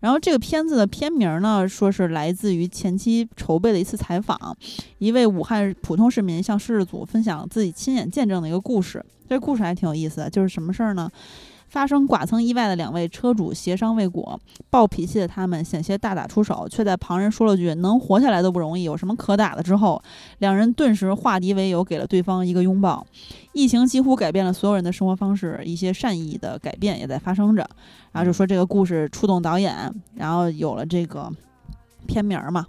S1: 然后这个片子的片名呢，说是来自于前期筹备的一次采访，一位武汉普通市民向摄制组分享自己亲眼见证的一个故事。这故事还挺有意思的，就是什么事儿呢？发生剐蹭意外的两位车主协商未果，暴脾气的他们险些大打出手，却在旁人说了句“能活下来都不容易，有什么可打的”之后，两人顿时化敌为友，给了对方一个拥抱。疫情几乎改变了所有人的生活方式，一些善意的改变也在发生着。然后就说这个故事触动导演，然后有了这个片名儿嘛。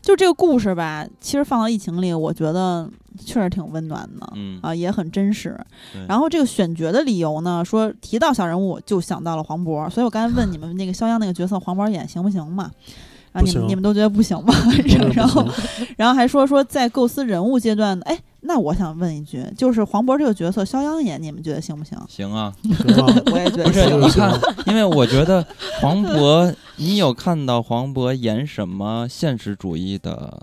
S1: 就这个故事吧，其实放到疫情里，我觉得确实挺温暖的。
S2: 嗯，
S1: 啊，也很真实
S2: 对。
S1: 然后这个选角的理由呢，说提到小人物就想到了黄渤，所以我刚才问你们那个肖央那个角色黄渤演行不行嘛？啊，
S4: 不
S1: 你们
S4: 行
S1: 你们都觉得不行吧？
S4: 真的
S1: 然后
S4: 不行
S1: 然后还说说在构思人物阶段，哎，那我想问一句，就是黄渤这个角色肖央演，你们觉得行不行？
S2: 行啊，
S4: 行吧
S1: 我也觉
S2: 不
S1: 得
S2: 是
S1: 行。啊
S2: 你看， 因为我觉得黄渤，你有看到黄渤演什么现实主义的？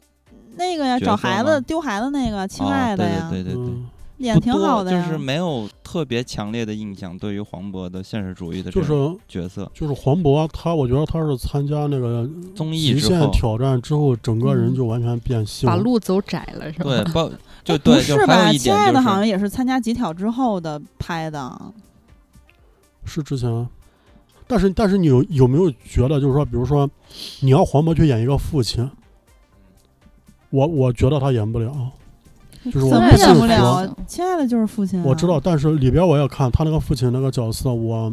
S1: 那个呀，
S2: 角
S1: 找
S2: 色
S1: 孩子
S2: 吗
S1: 丢孩子那个，亲
S2: 哦
S1: 爱的呀，
S2: 对对对对
S4: 嗯，
S2: 对，
S1: 演挺
S2: 不多
S1: 好的呀。
S2: 就是没有特别强烈的印象对于黄渤的现实主义的这
S4: 就是
S2: 种角色
S4: 就是黄渤，他我觉得他是参加那个
S2: 综艺
S4: 极
S2: 之
S4: 限
S2: 后，
S4: 挑战之后，整个人
S1: 嗯
S4: 就完全变性
S3: 把
S4: 了。
S3: 路走窄了，是吧？
S2: 对，包就
S1: 哎
S2: 对，
S1: 不
S2: 就是还有
S1: 吧？
S2: 一
S1: 亲
S2: 点
S1: 爱
S2: 就
S1: 的
S2: 是
S1: 好像也是参加集挑之后的拍
S4: 嗯
S1: 的，
S4: 是之前，啊但是但是你有有没有觉得，就是说，比如说，你要黄渤去演一个父亲，我我觉得他演不
S3: 嗯
S4: 了。就是我
S1: 怎么
S4: 不
S1: 演
S4: 信
S1: 不
S4: 服
S1: 了？亲爱的就是父亲、啊，
S4: 我知道，但是里边我也看他那个父亲那个角色，我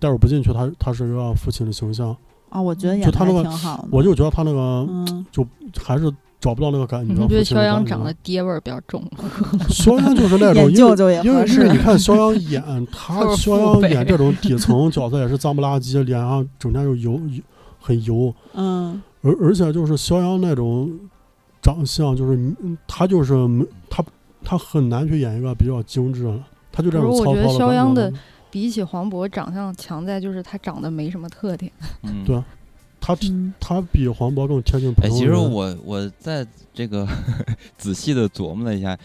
S4: 代入不进去他，他是一个父亲的形象，
S3: 嗯
S1: 啊、我觉得演
S4: 就
S1: 的
S4: 他
S1: 还
S4: 那个
S1: 挺好的。
S4: 我就觉得他那个
S1: 嗯，
S4: 还是找不到那个感觉。
S3: 你觉得嗯
S4: 父亲
S3: 肖
S4: 的
S3: 央
S4: 感觉
S3: 长得爹味儿比较重，
S4: 肖央就是那 种
S1: 演
S4: 因
S1: 舅
S4: 为
S1: 舅也
S4: 因为
S1: 合
S4: 因为
S1: 适
S4: 你。看肖央演他
S3: 都是
S4: 肖
S3: 父
S4: 央
S3: 辈
S4: 演这种底层角色也是脏不拉几，脸上整天就油油很油，
S1: 嗯
S4: 而而且就是肖央那种长相，就是你嗯他就是没他他很难去演一个比较精致的，他就这种
S3: 不是我
S4: 糙糙
S3: 觉得肖
S4: 感
S3: 央
S4: 觉
S3: 的比起黄渤长相强在就是他长得没什么特点。
S2: 嗯，
S4: 对他
S1: 嗯
S4: 他比黄渤更贴近普
S2: 哎，
S4: 通人。
S2: 其实我我在这个 仔细的琢磨了一下，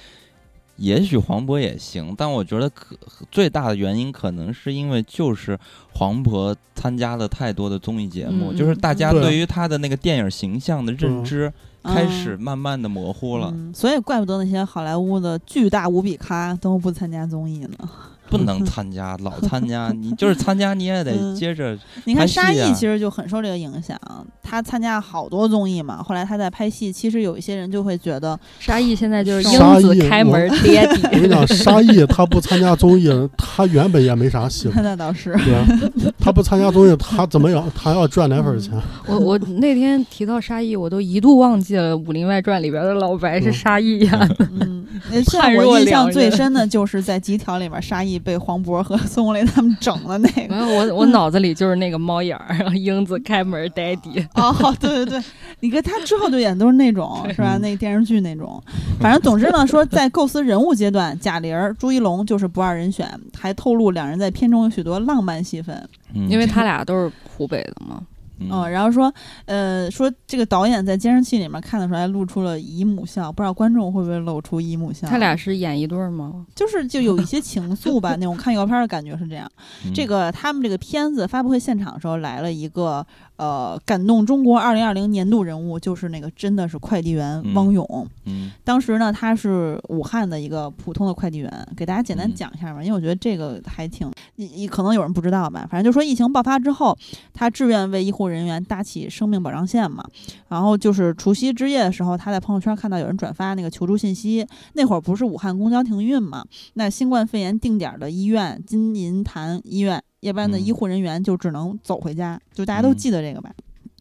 S2: 也许黄渤也行，但我觉得可最大的原因可能是因为就是黄渤参加了太多的综艺节目，
S3: 嗯
S2: 就是大家
S4: 对啊啊
S2: 对于他的那个电影形象的认知开始
S1: 嗯
S2: 慢慢的模糊了，
S1: 嗯所以怪不得那些好莱坞的巨大无比咖都不参加综艺呢。
S2: 不能参加，老参加，你就是参加你也得
S1: 嗯
S2: 接着，
S1: 你看
S2: 拍戏
S1: 沙溢
S2: 啊
S1: 其实就很受这个影响，他参加好多综艺嘛，后来他在拍戏，其实有一些人就会觉得，，
S3: 沙溢现在就是英
S4: 沙溢
S3: 子开门爹
S4: 我跟你
S3: 地，
S4: 讲，沙溢他不参加综艺，他原本也没啥戏
S1: 那倒 是，
S4: 对，他不参加综艺，他怎么样？他要赚奶粉钱？
S1: 嗯
S3: 我我那天提到沙溢，我都一度忘记了《武林外传》里边的老白是
S4: 嗯
S3: 沙溢呀、
S1: 嗯， 呃现在
S3: 判若
S1: 我印
S3: 两
S1: 象
S3: 人
S1: 最深的就是在《集条》里面，沙溢被黄渤和 孙红雷他们整的那个
S3: 没。有，我我脑子里就是那个猫眼儿，然后英子开门爹地。
S4: 嗯
S1: 哦，对对对，你看他之后就演都是那种是吧？
S4: 嗯
S1: 那电视剧那种，反正总之呢，说在构思人物阶段，贾玲儿、朱一龙就是不二人选，还透露两人在片中有许多浪漫戏份。
S2: 嗯、
S3: 因为他俩都是湖北的嘛，
S2: 嗯
S1: 嗯，然后说，呃，说这个导演在监视器里面看得出来露出了姨母笑，不知道观众会不会露出姨母
S4: 嗯
S1: 笑？
S3: 他俩是演一对儿吗？
S1: 就是就有一 些情愫吧，那种看预告片儿的感觉是这样。
S2: 嗯
S1: 这个他们这个片子发布会现场的时候来了一个呃感动中国二零二零年度人物，就是那个真的是快递员
S2: 嗯
S1: 汪勇。
S2: 嗯
S1: 当时呢，他是武汉的一个普通的快递员，给大家简单
S2: 嗯
S1: 讲一下吧，因为我觉得这个还挺，一一可能有人不知道吧。反正就说疫情爆发之后，他志愿为医护人员搭起生命保障线嘛。然后就是除夕之夜的时候，他在朋友圈看到有人转发那个求助信息，那会儿不是武汉公交停运嘛？那新冠肺炎定点的医院金银潭医院夜班的
S2: 嗯
S1: 医护人员就只能走回家，就大家都
S2: 嗯
S1: 记得这个吧。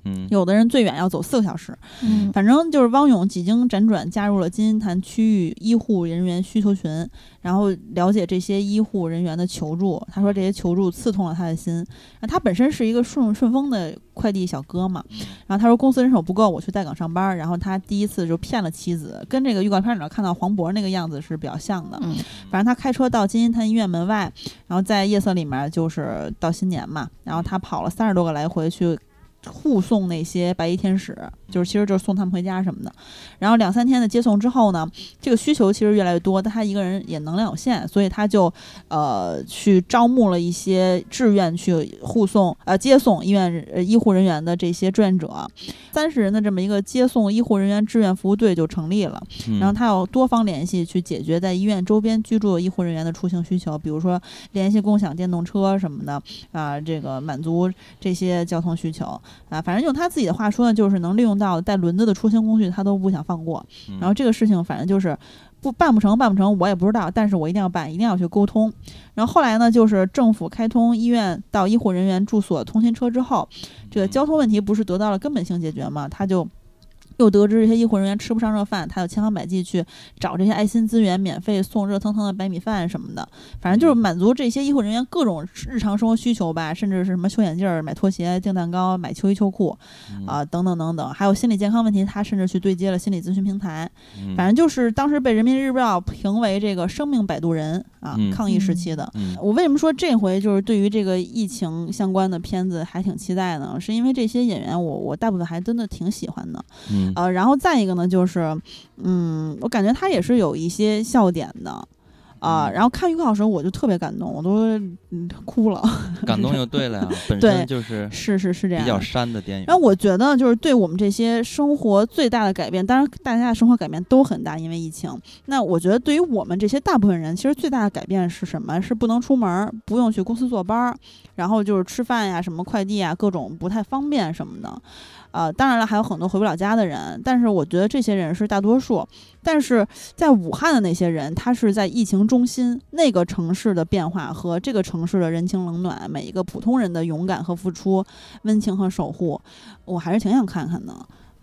S2: 嗯
S1: 有的人最远要走四个小时，
S2: 嗯
S1: 反正就是汪勇几经辗转加入了金银潭区域医护人员需求群，然后了解这些医护人员的求助。他说这些求助刺痛了他的心。那他本身是一个顺顺丰的快递小哥嘛，然后他说公司人手不够，我去带岗上班。然后他第一次就骗了妻子，跟这个预告片里面看到黄渤那个样子是比较像的。
S3: 嗯，
S1: 反正他开车到金银潭医院门外，然后在夜色里面就是到新年嘛，然后他跑了三十多个来回去护送那些白衣天使，就是其实就是送他们回家什么的。然后两三天的接送之后呢，这个需求其实越来越多，但他一个人也能量有限，所以他就呃去招募了一些志愿去护送呃接送医院呃医护人员的这些志愿者，三十人的这么一个接送医护人员志愿服务队就成立了。
S2: 嗯
S1: 然后他有多方联系去解决在医院周边居住的医护人员的出行需求，比如说联系共享电动车什么的啊、这个满足这些交通需求啊。反正用他自己的话说呢，就是能利用到带轮子的出行工具，他都不想放过。
S2: 嗯
S1: 然后这个事情反正就是不办不成，办不成我也不知道，但是我一定要办，一定要去沟通。然后后来呢，就是政府开通医院到医护人员住所通勤车之后，这
S2: 嗯
S1: 个交通问题不是得到了根本性解决吗？他就。又得知这些医护人员吃不上热饭，他就千方百计去找这些爱心资源，免费送热腾腾的白米饭什么的。反正就是
S2: 嗯
S1: 满足这些医护人员各种日常生活需求吧，甚至是什么修眼镜儿、买拖鞋、订蛋糕、买秋衣秋裤
S2: 嗯
S1: 啊、等等等等。还有心理健康问题，他甚至去对接了心理咨询平台。
S2: 嗯
S1: 反正就是当时被《人民日报》评为这个“生命摆渡人”啊，
S2: 嗯
S1: 抗疫时期的。
S2: 嗯
S1: 我为什么说这回就是对于这个疫情相关的片子还挺期待呢？是因为这些演员我我大部分还真的挺喜欢的。
S2: 嗯
S1: 呃，然后再一个呢，就是，嗯，我感觉他也是有一些笑点的，啊、
S2: 嗯
S1: 然后看预告的时候我就特别感动，我都嗯哭了，
S2: 感动就对 了呀，本
S1: 对
S2: 身就是
S1: 是是是这样
S2: 比较
S1: 的。
S2: 煽的电影。
S1: 啊然后我觉得就是对我们这些生活最大的改变，当然大家的生活改变都很大，因为疫情。那我觉得对于我们这些大部分人，其实最大的改变是什么？是不能出门儿，不用去公司坐班儿，然后就是吃饭呀、什么快递呀，啊各种不太方便什么的。呃，当然了，还有很多回不了家的人，但是我觉得这些人是大多数。但是在武汉的那些人，他是在疫情中心那个城市的变化和这个城市的人情冷暖，每一个普通人的勇敢和付出、温情和守护，我还是挺想看看的。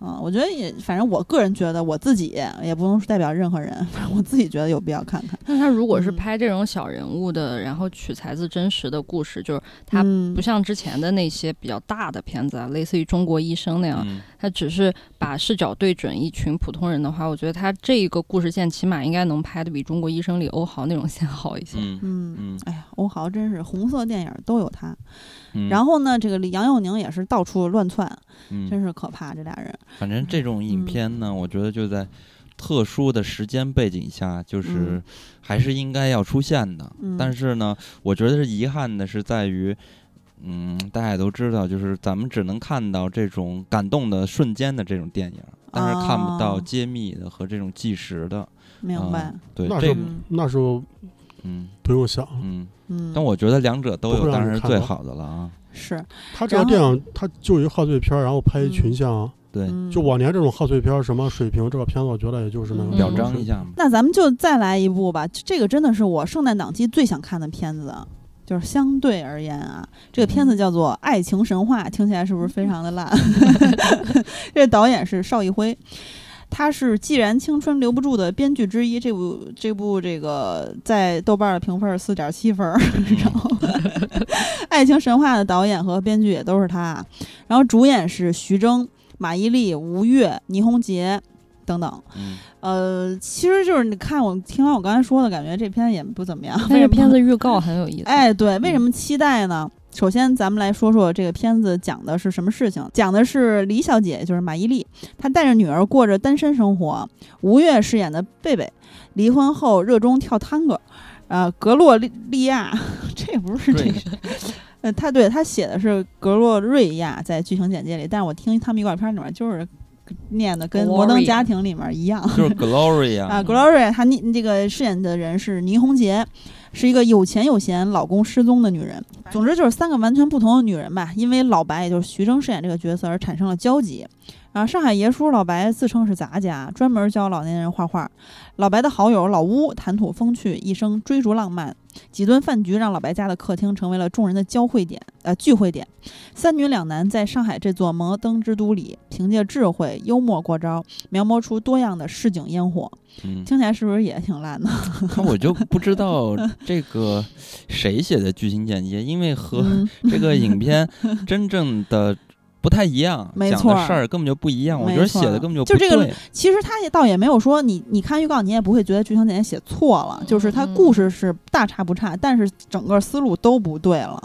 S1: 嗯，我觉得也，反正我个人觉得，我自己也不能代表任何人， 反正我自己觉得有必要看看。
S3: 但他如果是
S1: 嗯
S3: 拍这种小人物的，然后取材自真实的故事，就是它
S1: 嗯
S3: 不像之前的那些比较大的片子啊，类似于《中国医生》那样，
S2: 嗯
S3: 他只是把视角对准一群普通人的话，我觉得他这一个故事线起码应该能拍的比《中国医生》里欧豪那种线好一些。
S2: 嗯
S1: 嗯，
S2: 嗯
S1: 哎呀，欧豪真是红色电影都有他。
S2: 嗯，
S1: 然后呢，这个李杨佑宁也是到处乱窜，
S2: 嗯
S1: 真是嗯可怕，这俩人。
S2: 反正这种影片呢，我觉得就在特殊的时间背景下，就是
S1: 嗯
S2: 还是应该要出现的。
S1: 嗯
S2: 但是呢，我觉得是遗憾的是在于，嗯，大家也都知道，就是咱们只能看到这种感动的瞬间的这种电影，但是看不到
S1: 哦
S2: 揭秘的和这种纪实的。
S1: 明
S2: 嗯
S1: 白，
S2: 对，
S4: 那
S2: 这
S4: 是
S2: 个，
S1: 嗯
S4: 那时候
S2: 嗯
S4: 不用想了。
S2: 嗯，
S1: 嗯，
S2: 但我觉得两者都
S4: 不
S2: 有，
S4: 会让
S2: 当
S4: 你
S2: 然是
S4: 看
S2: 最
S4: 到
S2: 好的了啊。
S1: 是，
S4: 他这个
S1: 然后
S4: 电影，他就一贺岁片儿，然后拍一群像啊，
S2: 对，
S1: 嗯
S4: 就往年这种贺岁片儿什么水平，这个片子我觉得也就是那个
S1: 嗯
S2: 表
S3: 嗯
S2: 彰一。下嘛。
S1: 那咱们就再来一部吧，这个真的是我圣诞档期最想看的片子，就是相对而言啊，这个片子叫做《爱情神话》，听起来是不是非常的烂？这导演是邵艺辉。他是《既然青春留不住》的编剧之一，这部这部这个在豆瓣的评分是四点七分儿，然后《爱情神话》的导演和编剧也都是他啊，然后主演是徐峥、马伊琍、吴越、倪虹洁等等，
S2: 嗯，
S1: 呃，其实就是你看我听完我刚才说的感觉，这片也不怎么样。
S3: 但
S1: 为
S3: 是
S1: 什么
S3: 片子预告很有意思。
S1: 哎，对，为什么期待呢？首先，咱们来说说这个片子讲的是什么事情。讲的是李小姐，就是马伊琍，她带着女儿过着单身生活。吴越饰演的贝贝，离婚后热衷跳探戈。呃，格洛利利亚， 这不是这个，呃，他对他写的是格洛瑞亚，在剧情简介里，但是我听他们预告片里面就是念的跟《摩登
S3: Gloria
S1: 家庭》里面一样。
S2: 就是 Glory 啊
S1: 啊，Gloria 她那这个饰演的人是倪虹洁，是一个有钱有闲、老公失踪的女人。总之就是三个完全不同的女人吧，因为老白也就是徐峥饰演这个角色而产生了交集。啊，上海爷叔老白自称是杂家，专门教老年人画画。老白的好友老乌谈吐风趣，一生追逐浪漫。几顿饭局让老白家的客厅成为了众人的交汇点，呃，聚会点。三女两男在上海这座摩登之都里，凭借智慧、幽默过招，描摹出多样的市井烟火。
S2: 嗯，
S1: 听起来是不是也挺烂的？
S2: 那我就不知道这个谁写的剧情简介，因为和
S1: 嗯
S2: 这个影片真正的不太一样，
S1: 没
S2: 讲
S1: 错
S2: 的
S1: 儿
S2: 事儿根本就不一样。我
S1: 没
S2: 觉得
S1: 错
S2: 写
S1: 儿
S2: 的根本就
S1: 就
S2: 不
S1: 这
S2: 对。
S1: 个其实他也倒也没有说你，你看预告你也不会觉得剧情简介写错了，就是他故事是大差不差，但是整个思路都不对了。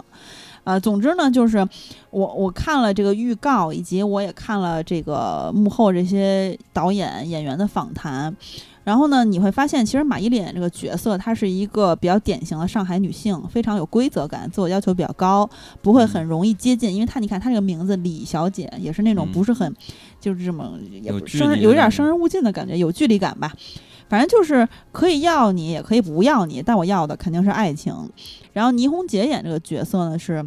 S1: 呃，总之呢，就是我我看了这个预告，以及我也看了这个幕后这些导演演员的访谈。然后呢，你会发现，其实马伊琍演这个角色，她是一个比较典型的上海女性，非常有规则感，自我要求比较高，不会很容易接近。因为她，你看她这个名字李小姐，也是那种
S2: 嗯
S1: 不是很，就是这么也
S2: 有
S1: 不
S2: 距
S1: 生人
S2: 离
S1: 有
S2: 的
S1: 一点
S2: 那
S1: 生人勿近的感觉，有距离感吧。反正就是可以要你，也可以不要你，但我要的肯定是爱情。然后倪虹洁演这个角色呢是，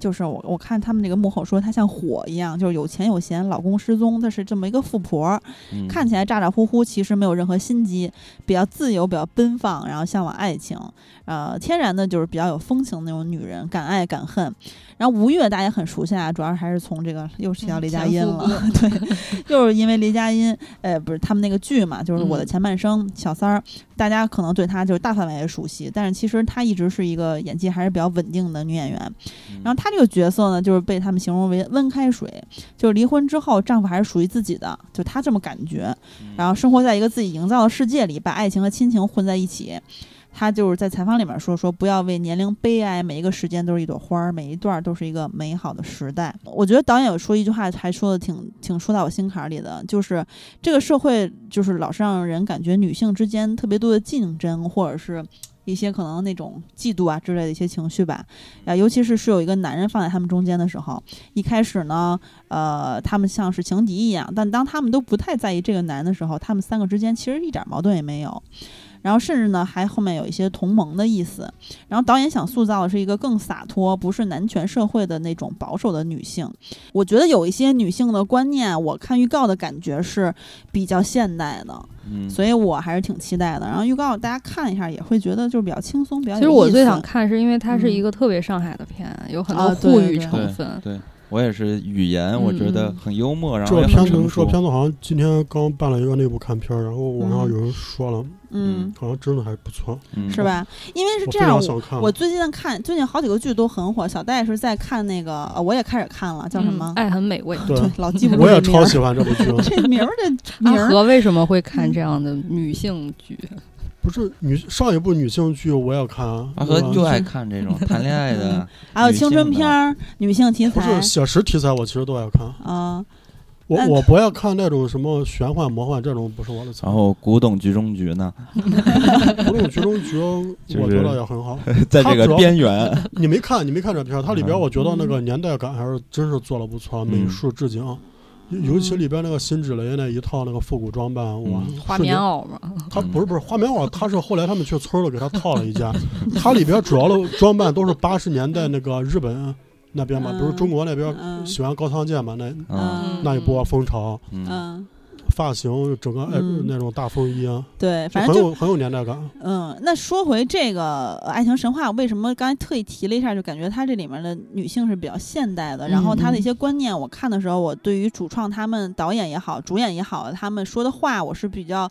S1: 就是我我看他们这个幕后说她像火一样，就是有钱有闲，老公失踪，她是这么一个富婆，
S2: 嗯
S1: 看起来咋咋呼呼，其实没有任何心机，比较自由，比较奔放，然后向往爱情，呃，天然的就是比较有风情的那种女人，敢爱敢恨。然后吴越大家很熟悉啊，主要还是从这个又提到
S3: 嗯
S1: 雷佳
S3: 前
S1: 音
S3: 夫
S1: 了，对，又是因为雷佳音，呃，不是他们那个剧嘛，就是《我的
S3: 嗯
S1: 前半生》小三儿，大家可能对她就是大范围的熟悉，但是其实她一直是一个演技还是比较稳定的女演员。
S2: 嗯
S1: 然后她这个角色呢，就是被他们形容为温开水，就是离婚之后丈夫还是属于自己的，就她这么感觉，然后生活在一个自己营造的世界里，把爱情和亲情混在一起。她就是在采访里面说说不要为年龄悲哀，每一个时间都是一朵花儿，每一段都是一个美好的时代。我觉得导演有说一句话，还说的挺挺说到我心坎儿里的，就是这个社会就是老是让人感觉女性之间特别多的竞争，或者是一些可能那种嫉妒啊之类的一些情绪吧。啊，尤其是是有一个男人放在他们中间的时候，一开始呢，呃，他们像是情敌一样，但当他们都不太在意这个男的时候，他们三个之间其实一点矛盾也没有。然后甚至呢，还后面有一些同盟的意思。然后导演想塑造的是一个更洒脱，不是男权社会的那种保守的女性。我觉得有一些女性的观念，我看预告的感觉是比较现代的，
S2: 嗯，
S1: 所以我还是挺期待的。然后预告大家看一下，也会觉得就是比较轻松，比较有
S3: 其实我
S1: 意
S3: 最
S1: 思嗯
S3: 想看是因为它是一个特别上海的片，有很
S1: 啊
S3: 多
S1: 对
S3: 沪语
S1: 对
S3: 成分。
S2: 对，我也是语言，我觉得
S3: 嗯
S2: 很幽默，然
S4: 这
S2: 后也
S4: 个
S2: 很
S4: 片子
S2: 成
S4: 这
S2: 熟
S4: 个。片子好像今天刚办了一个内部看片儿，然后网上有人说了，
S1: 嗯，
S4: 好像真的还不错，
S2: 嗯
S1: 是？吧？因为是
S4: 我
S1: 这
S4: 非
S1: 样，
S4: 常
S1: 我
S4: 想看。
S1: 我最近看最近好几个剧都很火，小戴也是在看那个，呃我也开始看了，叫什
S3: 嗯
S1: 么？
S3: 爱很美味。
S4: 对，
S1: 对，老记不住
S4: 哎我也
S1: 这名
S4: 超
S1: 儿
S4: 喜欢这部剧。
S1: 这名儿 这名
S3: 阿
S1: 儿，嗯
S3: 啊和为什么会看这样的女性剧？
S4: 不是女上一部女性剧我也看，啊
S2: 阿啊和
S4: 对吧
S1: 嗯
S2: 就爱看这种谈恋爱的，
S1: 还有
S2: 女
S1: 青
S2: 性
S1: 春
S2: 的
S1: 片儿、女性题
S4: 不
S1: 材
S4: 是写实题材，我其实都爱看。
S1: 啊，
S4: 我
S1: 那
S4: 我不爱看那种什么玄幻、魔幻这种，不是我的菜。
S2: 然后古董局中局 呢，
S4: 古董局中局，我
S2: 就是
S4: 觉得也 很好。
S2: 在这
S4: 它主
S2: 个
S4: 要
S2: 边缘，
S4: 你没看，你没看这片儿，它里边
S2: 嗯
S4: 我觉得那个年代感还是真是做的不错，美
S2: 嗯
S4: 术置景，尤尤
S1: 嗯
S4: 其里边那个辛芷蕾那一套那个复古装扮，哇
S2: 嗯，
S3: 花
S4: 瞬间
S3: 棉袄嘛，
S4: 它不是不是花棉袄，它是后来他们去村儿了给它套了一件，它里边主要的装扮都是八十年代那个日本那边嘛，
S1: 嗯
S4: 不是中国那边
S1: 嗯
S4: 喜欢高仓健嘛，那
S2: 嗯
S1: 嗯
S4: 那一波风潮，
S2: 嗯，
S1: 嗯，
S4: 发型整个哎
S1: 嗯
S4: 那种大风衣啊，
S1: 对，
S4: 就
S1: 反正
S4: 很
S1: 就
S4: 有很有年代感。
S1: 嗯，那说回这个呃《爱情神话》，为什么刚才特意提了一下，就感觉它这里面的女性是比较现代的，
S3: 嗯
S1: 然后她的一些观念，我看的时候，我对于主创他们、导演也好、主演也好，他们说的话，我是比较。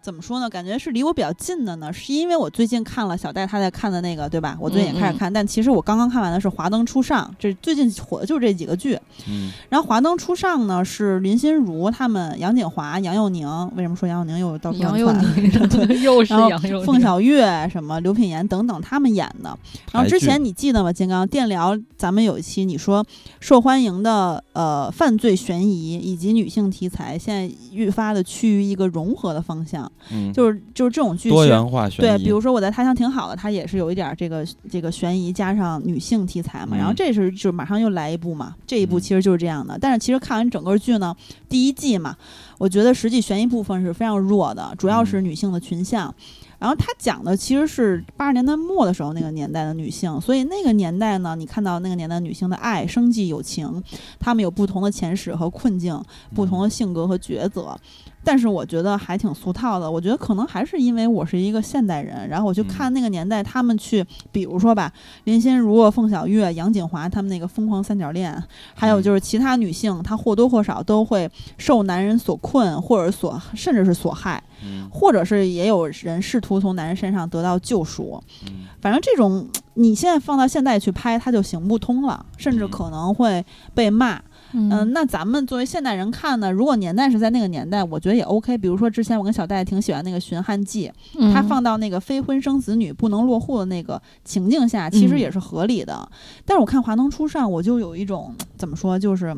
S1: 怎么说呢？感觉是离我比较近的呢，是因为我最近看了小戴他在看的那个，对吧？我最近也
S3: 嗯
S1: 开始看，但其实我刚刚看完的是《华灯初上》，这最近火的就是这几个剧。
S2: 嗯
S1: 然后《华灯初上》呢是林心如他们、杨锦华、杨佑宁，为什么说杨佑宁又到
S3: 杨
S1: 又
S3: 佑 宁又是
S1: 然后
S3: 杨佑宁，
S1: 凤小岳、啊什么刘品言等等他们演的。然后之前你记得吗？金刚电聊咱们有一期你说受欢迎的呃犯罪悬疑以及女性题材，现在愈发的趋于一个融合的方向，
S2: 嗯，
S1: 就是就是这种剧
S2: 多
S1: 是。
S2: 元化悬
S1: 对，
S2: 疑，
S1: 比如说我在他乡挺好的，它也是有一点儿这个这个悬疑加上女性题材嘛，
S2: 嗯
S1: 然后这是就马上又来一部嘛，这一部
S2: 嗯
S1: 其实就是这样的。但是其实看完整个剧呢，第一季嘛，我觉得实际悬疑部分是非常弱的，主要
S2: 嗯
S1: 是女性的群像。然后它讲的其实是八十年代末的时候那个年代的女性，所以那个年代呢，你看到那个年代女性的爱、生计、友情，她们有不同的前史和困境，不
S2: 嗯
S1: 同的性格和抉择。但是我觉得还挺俗套的。我觉得可能还是因为我是一个现代人，然后我就
S2: 嗯
S1: 看那个年代他们去，比如说吧，林心如、凤小岳、杨锦华他们那个疯狂三角恋，还
S2: 嗯
S1: 有就是其他女性，她或多或少都会受男人所困，或者所甚至是所害，
S2: 嗯，
S1: 或者是也有人试图从男人身上得到救赎。
S2: 嗯
S1: 反正这种你现在放到现代去拍，它就行不通了，甚至
S2: 嗯
S1: 可能会被骂。
S3: 嗯
S1: 嗯，那咱们作为现代人看呢，如果年代是在那个年代，我觉得也 OK。比如说之前我跟小戴挺喜欢那个《寻汉记》，
S3: 嗯
S1: 他放到那个非婚生子女不能落户的那个情境下，其实也是合理的。但是我看《华灯初上》，我就有一种怎么说，就是，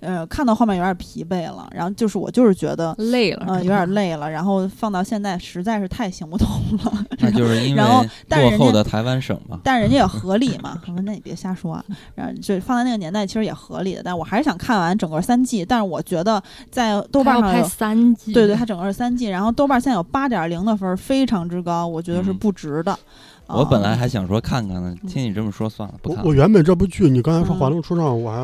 S1: 呃，看到后面有点疲惫了，然后就是我就是觉得。
S3: 累了，
S1: 呃，有点累了，然后放到现在实在是太行不通了。
S2: 那就是因为
S1: 然后但是
S2: 落
S1: 人
S2: 后
S1: 家
S2: 的台湾省嘛，
S1: 但人家也合理嘛。我说那你别瞎说、啊，然后就放在那个年代其实也合理的，但我还是想看完整个三季。但是我觉得在豆瓣
S3: 他
S1: 上
S3: 要拍
S1: 有，
S3: 三季，
S1: 对对，它整个是三季，然后豆瓣现在有八点零的分儿，非常之高，我觉得是
S2: 嗯
S1: 不值的。
S2: 我本来
S1: 啊
S2: 还想说看看呢，听你这么说算了，不
S4: 我
S2: 看
S4: 我
S2: 了。
S4: 原本这部剧，你刚才说
S1: 嗯
S4: 《华灯初上》，我还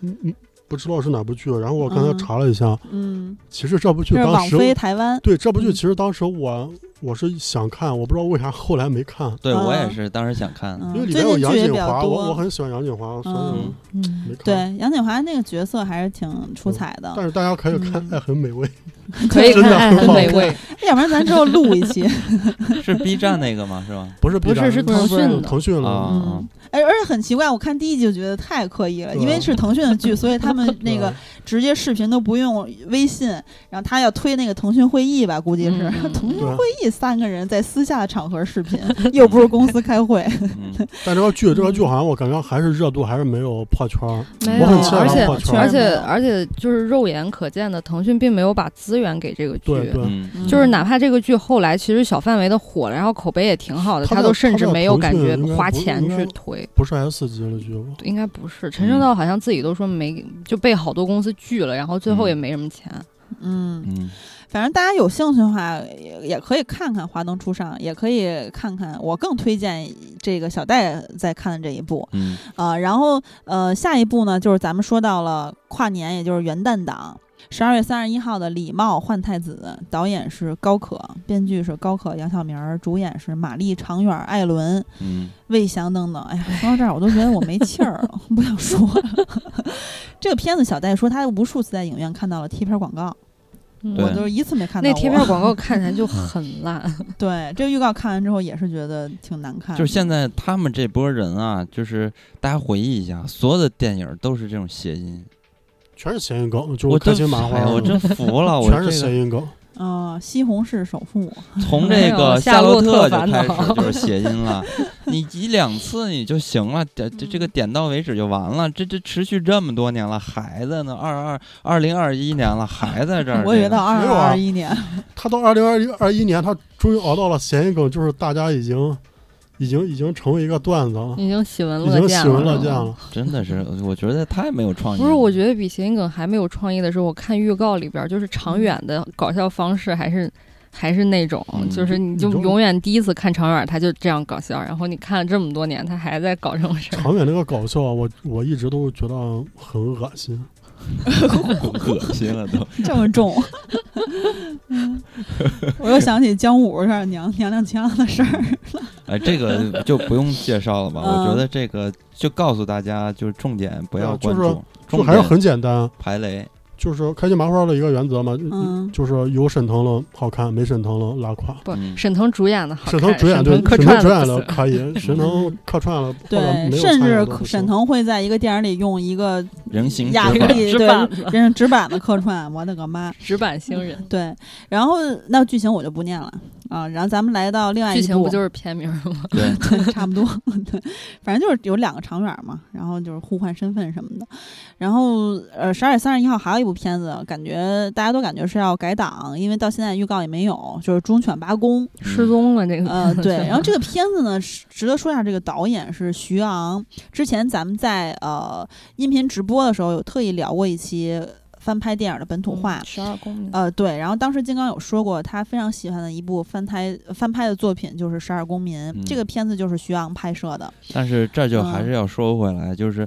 S4: 嗯嗯不知道是哪部剧，然后我刚才
S1: 嗯
S4: 查了一下，
S1: 嗯，
S4: 其实这部剧
S1: 这是
S4: 当
S1: 网
S4: 时
S1: 飞台湾，
S4: 对这部剧
S1: 嗯
S4: 其实当时我我是想看，我不知道为啥后来没看，
S2: 对我也
S1: 嗯
S2: 是，当时想看，
S1: 嗯
S4: 因为里
S1: 最
S4: 面有
S1: 近
S4: 杨
S1: 剧也
S4: 锦
S1: 比较
S4: 华，我我
S1: 多。
S4: 很喜欢杨锦华，所
S1: 嗯
S4: 以
S3: 嗯
S4: 没看。
S1: 对杨锦华那个角色还是挺出彩的，
S4: 但是大家可以看
S1: 嗯
S4: 《爱很美味》
S3: 可以
S4: 真
S3: 看
S4: 的
S3: 《爱
S4: 很
S3: 很
S4: 好
S3: 美
S1: 看
S3: 味》，
S1: 要不然咱之后录一期。
S2: 是 B 站那个吗？是吧？
S4: 不是 B
S3: 不是
S4: 站
S3: 是
S4: 不
S3: 腾讯的
S4: 腾讯
S2: 啊
S4: 了。
S1: 嗯，哎，而且很奇怪，我看第一集就觉得太刻意
S2: 啊
S1: 了，因为是腾讯的剧，所以他们那
S4: 嗯
S1: 个直接视频都不用微信，然后他要推那个腾讯会议吧，估计是、
S3: 嗯 嗯
S1: 腾讯
S4: 对啊
S1: 会议三个人在私下的场合视 频，又不是公司开会，
S2: 嗯
S4: 但这个剧，这个剧好像我感觉还是热度还是没有破圈儿。
S3: 没
S4: 我
S3: 有
S4: 很啊期，待
S3: 哎而
S4: 它
S3: 且
S4: 破圈
S3: 而
S4: 儿。
S1: 没
S3: 且
S1: 有
S3: 而且就是肉眼可见的，腾讯并没有把资源给这个剧。
S4: 对对，
S2: 嗯
S3: 就是哪怕这个剧后来其实小范围的火了，然后口碑也挺好的，
S4: 它
S3: 他
S4: 在
S3: 都甚至
S4: 它在
S3: 没有
S4: 腾
S3: 感
S4: 讯
S3: 觉
S4: 应该
S3: 花
S4: 不是
S3: 钱
S4: 应
S3: 去
S4: 该嗯
S3: 推，
S4: 不是 S 级的剧吧？
S3: 应该不是。陈正道好像自己都说没，就被好多公司拒了，然后最后也
S2: 嗯
S3: 没什么钱。
S1: 嗯，
S2: 嗯，
S1: 反正大家有兴趣的话，也也可以看看《华灯初上》，也可以看看，我更推荐这个小戴在看的这一部
S2: 嗯
S1: 啊、呃然后呃，下一部呢，就是咱们说到了跨年，也就是元旦档。十二月三十一号的《礼貌换太子》，导演是高可，编剧是高可、杨晓明儿，主演是马丽、长远、艾伦、
S2: 嗯，
S1: 魏翔等等。哎呀，说到这儿，我都觉得我没气儿了，不想说了。 这个片子，小戴说他无数次在影院看到了贴片广告，
S3: 嗯
S2: 对
S1: 我都是一次没看到
S3: 那
S1: 过。
S3: 贴 片广告看起来就很烂，
S1: 对这个预告看完之后也是觉得挺难看的。
S2: 就是现在他们这波人啊，就是大家回忆一下，所有的电影都是这种谐音，
S4: 全是谐音梗，就
S2: 我
S4: 是开
S2: 真
S4: 心麻花
S2: 哎呀
S4: 那
S2: 我
S4: 种，
S2: 真服了，我
S4: 全是
S2: 这个
S4: 谐音梗。
S1: 啊、西红柿首富，
S2: 从
S3: 没
S2: 这
S3: 有
S2: 个
S3: 夏
S2: 洛
S3: 洛特
S2: 就
S3: 烦
S2: 开
S3: 恼
S2: 始就是谐音 了，你一两次你就行了，点这
S3: 嗯
S2: 这个点到为止就完了，这这持续这么多年了，还在呢，二二二零二一年了，还在这 儿，
S1: 我以为到二
S4: 没
S1: 零
S4: 有啊
S1: 二一年，
S4: 他到二零二一二一年，他终于熬到了谐音梗，就是大家已经已经已经成为一个段子了，
S3: 已经喜闻
S1: 嗯
S4: 已
S3: 乐
S4: 经
S3: 见了。
S4: 喜闻乐见了。
S2: 真的是，我觉得太没有创意了。
S3: 不是，我觉得比谐音梗还没有创意的是，我看预告里边儿就是长远的搞笑方式还是。还是那种，
S2: 嗯
S3: 就是你就
S4: 嗯你就
S3: 永远第一次看长远，他就这样搞笑，然后你看了这么多年，他还在搞这种
S1: 嗯
S3: 事儿。
S4: 长远那个搞笑啊，我我一直都觉得很恶心。
S2: 得恶心了都。
S1: 这么重。嗯，我又想起姜武有点娘娘娘腔的事儿。
S2: 哎，这个就不用介绍了吧？
S1: 嗯
S2: 我觉得这个就告诉大家，就是重点不要
S4: 啊就
S2: 关
S4: 是
S2: 注，
S4: 就
S2: 重
S4: 还是
S2: 点
S4: 很简单，
S2: 排雷。
S4: 就是开心麻花的一个原则嘛，
S1: 嗯，
S4: 就是有沈腾了好看，没沈腾了拉垮。
S3: 不，
S2: 嗯
S3: 沈腾主演的好看，
S4: 沈腾主演对，
S3: 沈腾客
S4: 沈
S3: 串
S4: 腾主演
S3: 不
S4: 的
S3: 行
S4: 可以，沈腾客串了或者
S1: 对，
S4: 没有
S1: 甚
S4: 参与
S1: 至
S4: 的都不
S1: 沈
S4: 行
S1: 腾会在一个电影里用一个
S2: 人形
S1: 亚
S2: 指
S1: 克
S2: 法
S1: 力
S3: 纸
S1: 对
S3: 板
S1: 人人纸板的客串，我的个妈！
S3: 纸板星人，
S1: 对，然后那剧情我就不念了啊，然后咱们来到另外一
S3: 剧
S1: 部
S3: 情不就是片名吗？
S2: 对，
S1: 对， 差不多，对，反正就是有两个长远嘛，然后就是互换身份什么的。然后呃，十二月三十一号还有一部片子，感觉大家都感觉是要改档，因为到现在预告也没有，就是《忠犬八公》。
S4: 嗯
S3: 失踪了这个。
S1: 呃，对，然后这个片子呢，是值得说一下，这个导演是徐昂。之前咱们在呃音频直播的时候有特意聊过一期翻拍电影的本土化，
S3: 十二公民，
S1: 呃，对，然后当时金刚有说过，他非常喜欢的一部翻拍翻拍的作品就是《十二公民》
S2: 嗯
S1: 这个片子就是徐昂拍摄的，
S2: 但是这就
S1: 嗯
S2: 还是要说回来，就是。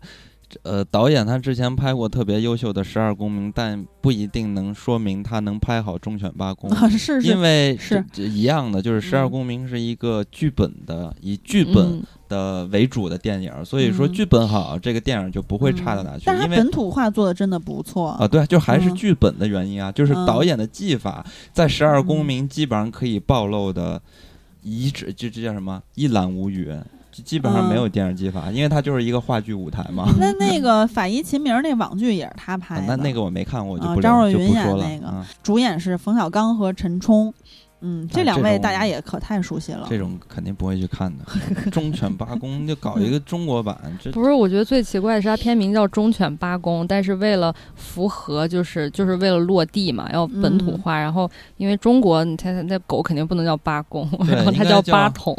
S2: 呃，导演他之前拍过特别优秀的《十二公民》，但不一定能说明他能拍好《忠犬八公》
S1: 是
S2: 哦因
S1: 是，
S2: 为
S1: 是
S2: 这一样的，就是《十二
S3: 嗯
S2: 公民》是一个剧本的，以剧本的为主的电影，所以说
S1: 嗯
S2: 剧本好，这个电影就不会差到哪去。
S1: 但是他
S2: 因为
S1: 本土化做的真的不错
S2: 啊，对，就还是
S1: 嗯
S2: 剧本的原因啊，就是导演的技法在《十二公
S1: 嗯
S2: 民》基本上可以暴露的一指，这这叫什么一览无余，就基本上没
S1: 嗯
S2: 有电影技法，因为它就是一个话剧舞台嘛。
S1: 那那个《法医秦明》那网剧也是他
S2: 啊
S1: 拍的，
S2: 那那个我没看过，我就
S1: 啊
S2: 不
S1: 张
S2: 聊
S1: 若
S2: 就
S1: 昀
S2: 不
S1: 演
S2: 说了。
S1: 那个
S2: 啊
S1: 主演是冯小刚和陈冲，嗯，这
S2: 啊
S1: 两
S2: 这
S1: 位
S2: 种
S1: 大家也可太熟悉了。
S2: 这种肯定不会去看 的，《忠犬八公》就搞
S1: 嗯
S2: 一个中国版，这
S3: 不是，我觉得最奇怪的是，它片名叫《忠犬八公》，但是为了符合，就是就是为了落地嘛，要本土化。然后因为中国，你猜猜那狗肯定不能叫八公，
S2: 对
S3: 然后它
S2: 应该叫
S3: 八桶。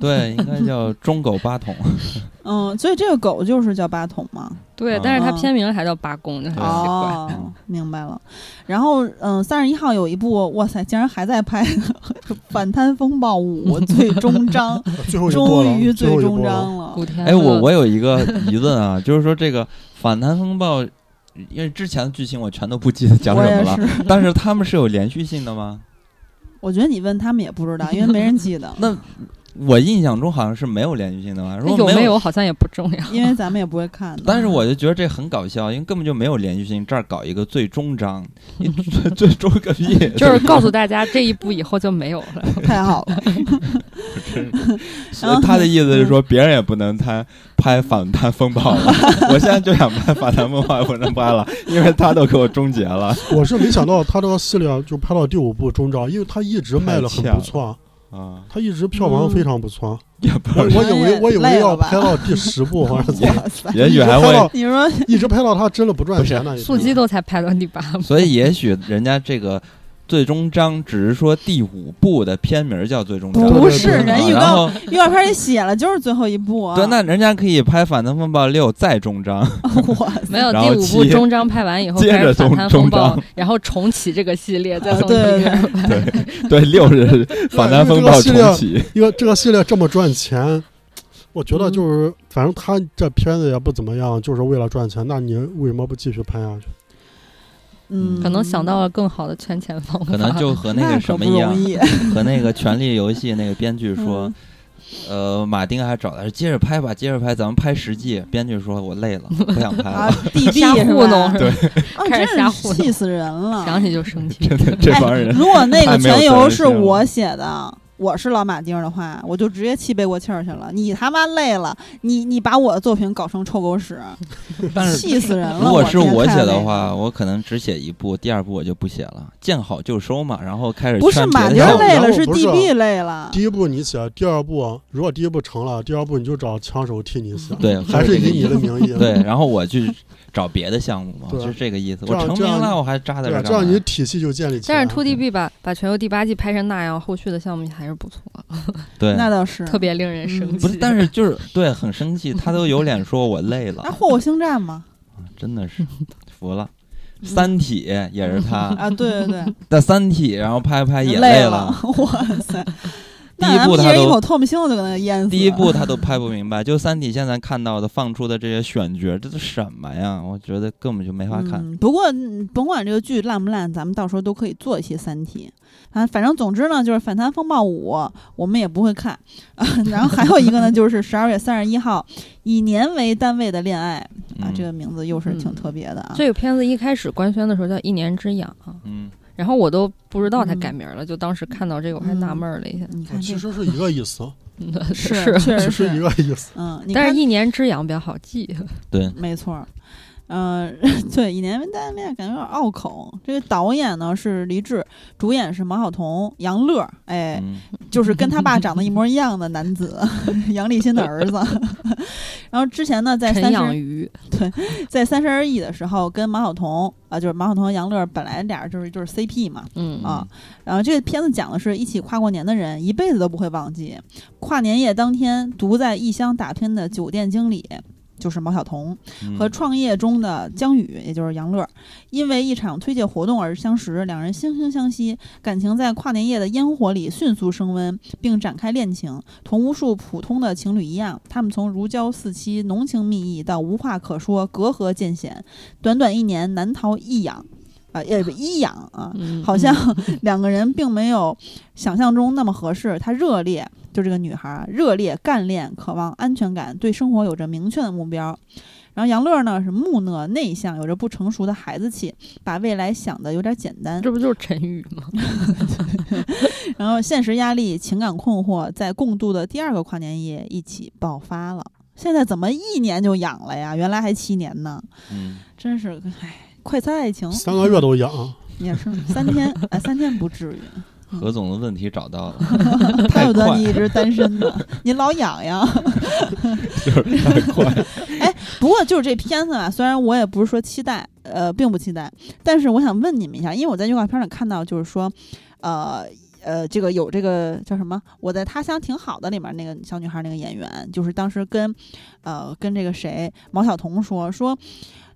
S2: 对，应该叫忠狗八桶。
S1: 嗯，所以这个狗就是叫八筒嘛。
S3: 对，
S2: 嗯
S3: 但是它片名还叫八公，就很奇怪。
S1: 哦
S2: 嗯，
S1: 明白了。然后，嗯、三十一号有一部，哇塞，竟然还在拍 《反贪风暴五》最终章，
S4: 啊最后一波
S1: 终于
S4: 了，最
S1: 最
S4: 后一
S1: 终
S4: 波了。
S1: 章了
S3: 古。天乐，
S2: 哎，我我有一个疑问啊，就是说这个反贪风暴，因为之前的剧情我全都不记得讲什
S1: 我也
S2: 么了，
S1: 是，
S2: 但是他们是有连续性的吗？，
S1: 我觉得你问他们也不知道，因为没人记得
S2: 那我印象中好像是没有连续性的吧？如
S3: 有
S2: 果
S3: 没
S2: 有，
S3: 有好像也不重要。
S1: 因为咱们也不会看的。
S2: 但是我就觉得这很搞笑，因为根本就没有连续性，这儿搞一个最终章， 你最最终个屁！
S3: 就是告诉大家，这一部以后就没有了。
S1: 太好了，
S3: 嗯
S2: 所以他的意思是说，别人也不能拍拍反贪风暴 了。我现在就想拍反贪风暴，也不能拍了，因为他都给我终结了。
S4: 我是没想到他这个系列就拍到第五部终章，因为他一直卖的很
S2: 太欠
S4: 不
S2: 了
S4: 错啊，
S2: 啊，
S4: 他一直票房非常不错啊。
S2: 也
S3: 嗯
S2: 不
S4: 我
S2: 是，
S4: 我以为我以
S1: 累
S4: 为
S1: 了
S4: 要
S1: 吧
S4: 拍到第十部，好 像是
S1: 哇塞！
S2: 也许还
S4: 一直拍
S2: 会
S4: 到
S1: 你说
S4: 一直拍到他真的不赚钱
S2: 不
S4: 呢。已经
S3: 速激斗才拍到 第八部，
S2: 所以也许人家这个最终章只是说第五部的片名叫最终章，
S1: 不
S4: 是
S2: 啊
S4: 人
S1: 预告
S2: 然后
S1: 预告片里写了就是最后一部啊，
S2: 对，那人家可以拍《反贪风暴六》再终 章，
S1: 哇塞
S3: 没有
S2: 然
S3: 第
S2: 后
S3: 五部
S2: 接
S3: 终章拍完以后
S2: 接
S3: 开始
S2: 着
S3: 反
S2: 终
S3: 贪风暴
S2: 终章，
S3: 然后重启这个系列，再
S1: 啊
S3: 从
S1: 对对
S3: 第一开始拍。
S2: 对，六是反贪风 暴重启，
S4: 因为这个系列这么赚钱，我觉
S1: 嗯
S4: 得就是反正啊他这片子也不怎么样，就是为了赚钱，那你为什么不继续拍下去？
S1: 嗯，
S3: 可能想到了更好的圈钱方法，
S2: 可能就和那
S1: 那
S2: 个
S1: 可
S2: 什么
S1: 不
S2: 一样
S1: 容，易啊
S2: 和那个《权力游戏》那个编剧说
S1: 嗯，
S2: 呃，马丁还找他说接着拍吧，接着拍，咱们拍十季。编剧说我累了，不想 拍
S1: 啊
S2: 了。，
S1: 地利
S3: 瞎糊 弄
S1: 是吧
S3: 是吧？
S1: 哦，
S3: 开
S1: 真
S3: 始瞎
S1: 是
S3: 糊弄
S1: 气死人了。
S3: 想起就生气。
S2: 真的，这帮
S1: 哎
S2: 人，
S1: 如果那
S2: 太
S1: 个
S2: 没有
S1: 全
S2: 责任
S1: 游是
S2: 心了
S1: 我写的，我是老马丁的话，我就直接气背过气儿去了。你他妈累了，你你把我的作品搞成臭狗屎，
S2: 但是
S1: 气死人了。
S2: 如果是
S1: 我
S2: 哎
S1: 今
S2: 我
S1: 天
S2: 写
S1: 看
S2: 的
S1: 那
S2: 话，
S1: 个，
S2: 我可能只写一部，第二部我就不写了，见好就收嘛，然后开始
S1: 不是
S2: 劝别
S1: 马
S2: 的
S1: 丁
S2: 项
S4: 要
S2: 目
S1: 累了，
S4: 然后
S1: 是
S4: 不是
S1: DB 累了
S4: 第。一步你写，第二步啊如果第一步成了，第二步你就找枪手替你写，
S2: 嗯
S4: 啊
S2: 对，
S4: 还
S2: 就是这个
S4: 以
S2: 意
S4: 你
S2: 思
S4: 的名义。 嗯
S2: 对，然后我去找别的项目嘛，
S4: 对啊
S2: 就是这个意思。
S4: 这
S2: 我
S4: 样
S2: 成
S4: 这
S2: 名
S4: 样
S2: 了，我还扎在
S4: 对
S2: 这
S4: 吧，
S2: 儿
S4: 这样
S2: 干
S4: 你
S2: 嘛
S4: 的？体系就建立起来
S3: 但
S4: 了。
S3: 是 t o d b 把把全游第八季拍成那样，后续的项目还是不错，
S2: 对，
S1: 那倒是，
S3: 特别令人生气。
S2: 不是，但是就是 对，很生气，他都有脸说我累了啊
S1: 那《，霍霍星战》 嘛，
S2: 真 的是服了。
S1: 嗯
S2: 三体也是他，
S1: 啊，对对对，
S2: 但三体然后拍拍也
S1: 累
S2: 了，，
S1: 哇 塞！
S2: 第
S1: 那
S2: 一
S1: 咱
S2: 部
S1: 们一
S2: 他
S1: 人一
S2: 都
S1: 口唾沫星子就给他淹死了。
S2: 第一部 他都拍不明白，就《三体》现在看到的放出的这些选角，这都什么呀？我觉得根本就没法看。
S1: 嗯、不过嗯甭管这个剧烂不烂，咱们到时候都可以做一些《三体》啊。反正总之呢，就是《反贪风暴五》，我们也不会看 啊。然后还有一个 呢，就是十二月三十一号，以年为单位的恋爱啊，
S2: 嗯
S1: 这个名字又是挺
S3: 嗯
S1: 特别的啊。
S3: 这个片子一开始官宣的时候叫《一年之痒》啊，
S2: 嗯，
S3: 然后我都不知道它
S1: 嗯
S3: 改名了，就当时看到这个我还纳闷儿了一下，
S1: 你看这
S4: 其实是一个意思，
S3: 嗯
S1: 是确实
S4: 只是一个意思。
S1: 嗯，你
S3: 但
S1: 看
S3: 是一年之痒比较好记，
S2: 对，
S1: 没错儿，呃， 对，以年为单恋感觉有点拗口。这个导演呢是黎志，主演是毛晓彤、杨乐，哎，
S2: 嗯，
S1: 就是跟他爸长得一模一样的男 子，杨立新的儿子。 然后之前呢，在
S3: 陈
S1: 三
S3: 养
S1: 十
S3: 鱼，
S1: 在三十而已的时候，跟马晓彤啊，就是马晓彤和杨乐本来俩人就是就是 CP 嘛，
S3: 嗯
S1: 啊然后这个片子讲的是一起跨过年的人一辈子都不会忘记。跨年夜当天，独在异乡打拼的酒店经理就是毛晓彤
S2: 嗯
S1: 和创业中的江宇，也就是杨乐，因为一场推介活动而相识，两人惺惺相惜，感情在跨年夜的烟火里迅速升温，并展开恋情。同无数普通的情侣一样，他们从如胶似漆、浓情蜜意到无话可说、隔阂渐显，短短一年难逃一痒，啊、也不一痒啊，
S3: 嗯
S1: 好像 两个人并没有想象中那么合适。她热烈，就这个女孩儿啊热烈、干练，渴望安全感，对生活有着明确的目标。然后杨乐呢是木讷内向，有着不成熟的孩子气，把未来想的有点简单。
S3: 这不就是陈宇吗？
S1: 然后现实压力、情感困惑在共度的第二个跨年夜一起爆发了。现在怎么一年就养了呀？原来还七年呢，
S2: 嗯，
S1: 真是唉，快餐爱情嗯
S4: 三个月都啊养，
S1: 也是三天，哎，三天不至于。
S2: 何总的问题找到了，
S1: 怪
S2: 太
S1: 不得
S2: 快
S1: 你一直单身呢， 你老痒痒。哎
S2: 就是太 快。
S1: 不过就是这片子啊，虽然我也不是说期待，呃，并不期待，但是我想问你们一下，因为我在预告片里看到，就是说，呃。呃，这个有这个叫什么？我在他乡挺好的里面那个小女孩，那个演员，就是当时跟，呃，跟这个谁毛晓彤说说，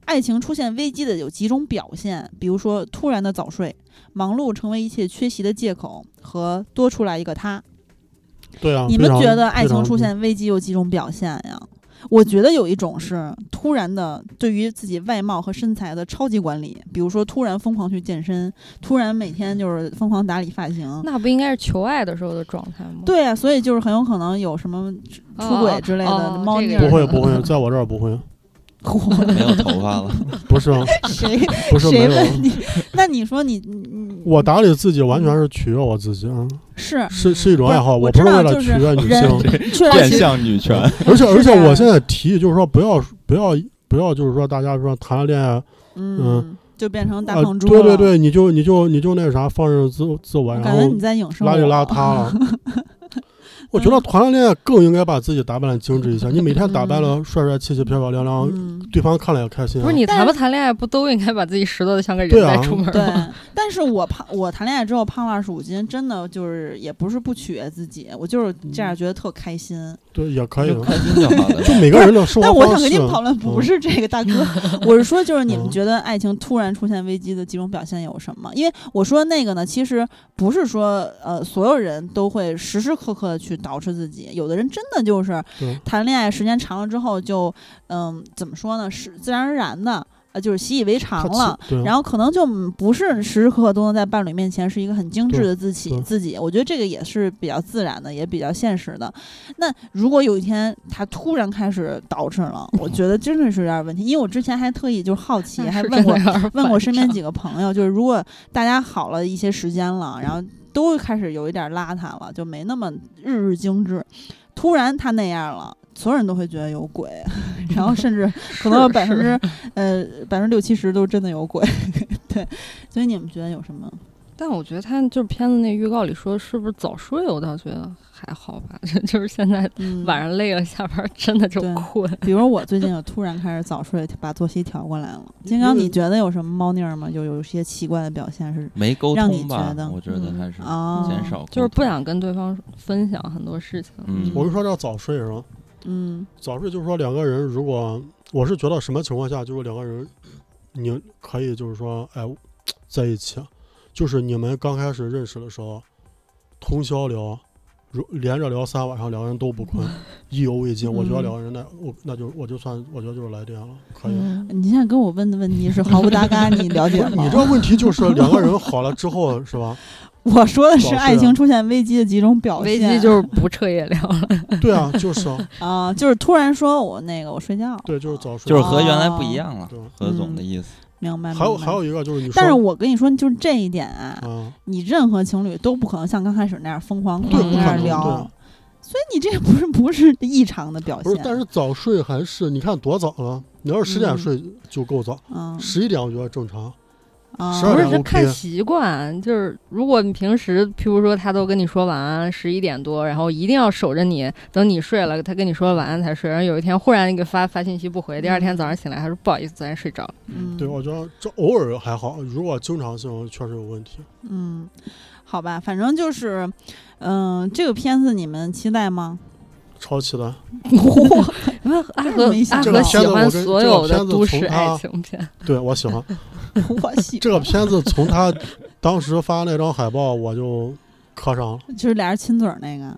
S1: 爱情出现危机的有几种表现，比如说突然的早睡，忙碌成为一切缺席的借口，和多出来一个他。
S4: 对啊。
S1: 你
S4: 非
S1: 们
S4: 常
S1: 觉得爱情
S4: 非常嗯
S1: 出现危机有几种表现呀？我觉得有一种是突然的对于自己外貌和身材的超级管理，比如说突然疯狂去健身，突然每天就是疯狂打理发型。
S3: 那不应该是求爱的时候的状态吗？
S1: 对呀、所以就是很有可能有什么
S3: 哦，
S1: 出轨之类的
S3: 哦
S1: 猫
S3: 这
S1: 腻
S3: 个
S1: 儿
S4: 不会
S3: 意思
S4: 不会，在我这儿不 会，
S2: 没有头发了，
S4: 不是啊
S1: 谁
S4: 不是
S1: 谁
S4: 没有。啊
S1: 问你？那你说你你你
S4: 我打理自己完全是取悦我自己啊，
S1: 是
S4: 是是一种
S1: 嗯不是
S4: 爱好，
S1: 我知
S4: 不是
S1: 道
S4: 为了
S1: 就
S4: 取
S1: 是
S4: 悦 女
S1: 人
S4: 性，
S1: 确
S2: 变
S1: 实
S2: 相女权。
S4: 而且而且
S1: 是啊
S4: 我现在提议就是说不要不要不要就是说大家说谈了恋爱啊，
S1: 嗯，就变成大
S4: 呃
S1: 胖猪了。
S4: 对对对，你就你就你就那啥放任自自我，
S1: 我
S4: 然
S1: 感觉
S4: 后
S1: 你在影射
S4: 邋里
S1: 我
S4: 邋遢 了。我觉
S1: 嗯
S4: 得谈了恋爱更应该把自己打扮的精致一些，你每天打扮的帅帅气气、漂漂亮亮，
S1: 嗯，
S4: 对方看了也开心啊。
S3: 不是你
S1: 但
S3: 谈不谈恋爱不都应该把自己拾掇的像个人
S4: 对啊
S3: 再出门
S1: 对
S3: 吗？，
S1: 但是我胖，我谈恋爱之后胖了二十五斤，真的就是也不是不取悦自己，我就是这样觉得特开心。
S4: 对也可以啊，
S2: 就开心就好 了。
S4: 就每个人的生
S1: 但
S4: 活
S1: 我
S4: 方
S1: 想跟
S4: 式
S1: 您讨论不
S4: 嗯
S1: 是这个大哥，我是说就是你们
S4: 嗯
S1: 觉得爱情突然出现危机的几种表现有什么？因为我说那个呢，其实不是说呃所有人都会时时刻刻的去捯饬自己，有的人真的就是
S4: 对
S1: 谈恋爱时间长了之后就嗯、怎么说呢，是自然而然的。呃，就是习以为常
S4: 他自
S1: 了。，
S4: 对啊，
S1: 然后可能就嗯不是时时刻刻都能在伴侣面前是一个很精致
S4: 对
S1: 的自己
S4: 对
S1: 自己，我觉得这个也是比较自然的，也比较现实的。那如果有一天他突然开始捯饬 了，我觉得真的是有点问题，因为我之前还特意就好奇，还问过问过身边几个朋 友，就是如果大家好了一些时间了，然后都开始有一点邋遢了，就没那么日日精致，突然他那样了。所有人都会觉得有鬼， 然后甚至可能有百分之呃百分之六七十都真的有鬼， 对，所以你们觉得有什么？
S3: 但我觉得他就是片子那预告里说是不是早睡，我倒觉得还好吧， 就是现在
S1: 嗯，
S3: 晚上累了，下班真的就
S1: 对
S3: 困。
S1: 比如我最近就突然开始早睡，把作息调过来了。金刚，你觉得有什么猫腻儿吗？就有一些奇怪的表现是
S2: 没沟
S1: 让你
S2: 通吧
S1: 觉得？
S2: 我觉得还是
S1: 啊，
S4: 哦
S2: 减，少，
S3: 就是不。想跟对方分享很多事情，
S2: 嗯，
S4: 我就说这早睡是吧？
S1: 嗯
S4: 早睡就是说两个人，如果我是觉得什么情况下，就是两个人，你可以就是说，哎，在一起，就是你们刚开始认识的时候，通宵聊，如连着聊三晚上，两个人都不困，意犹未尽。我觉
S1: 嗯
S4: 得两个人那我那就我就算我觉得就是来电了，可以。
S3: 嗯，
S1: 你现在跟我问的问题是毫不搭嘎，你了解吗
S4: 你这？问题就是两个人好了之后是吧？
S1: 我说的是
S4: 老师
S1: 爱情出现危机的几种表
S3: 危
S1: 现，
S3: 机就是不彻夜聊 了，
S4: 对啊，就是啊，
S1: 啊，就是突然说我那个我睡觉了，
S4: 对，就是早睡。
S2: 就 是和原来不一样了，
S4: 对，
S2: 何总
S1: 嗯
S2: 的意思。
S1: 明白。
S4: 还有
S1: 明白
S4: 还有，一个就是你说
S1: 但是我跟你说，就是这一点啊，
S4: 啊，
S1: 你任何情侣都不可能像刚开始那样疯狂
S3: 对
S1: 狂
S3: 不
S1: 那
S3: 可
S1: 样
S3: 能
S1: 聊，
S4: 对啊
S1: 所以你这不是不是异常的表
S4: 不
S1: 现
S4: 是，，但是早睡还是你看多早了？你要是十点
S1: 嗯
S4: 睡就够早，
S1: 嗯
S4: 十一点我觉得正常。
S1: 啊
S4: 十二
S3: 不
S4: 点
S3: 是这
S4: 我
S3: 看
S4: 憋
S3: 习惯，就是如果你平时，譬如说他都跟你说晚安十一点多，然后一定要守着你，等你睡了，他跟你说晚安才睡，然后有一天忽然给发发信息不回，第二天早上醒来他说不好意思，昨天睡着了。
S1: 嗯
S4: 对，我觉得这偶尔还好，如果经常性确实有问题。
S1: 嗯，好吧，反正就是，嗯、这个片子你们期待 吗？
S4: 超期待，
S1: 这
S3: 阿嗯啊和
S1: 没想
S3: 阿
S1: 到
S3: 和喜欢所有
S4: 这
S3: 的
S4: 个片子
S3: 都市
S4: 从他
S3: 爱情片，
S4: 对我 喜欢
S1: 我喜
S4: 这个片子。从他当时发那张海报，我就磕上了。
S1: 就是俩人亲嘴儿那个，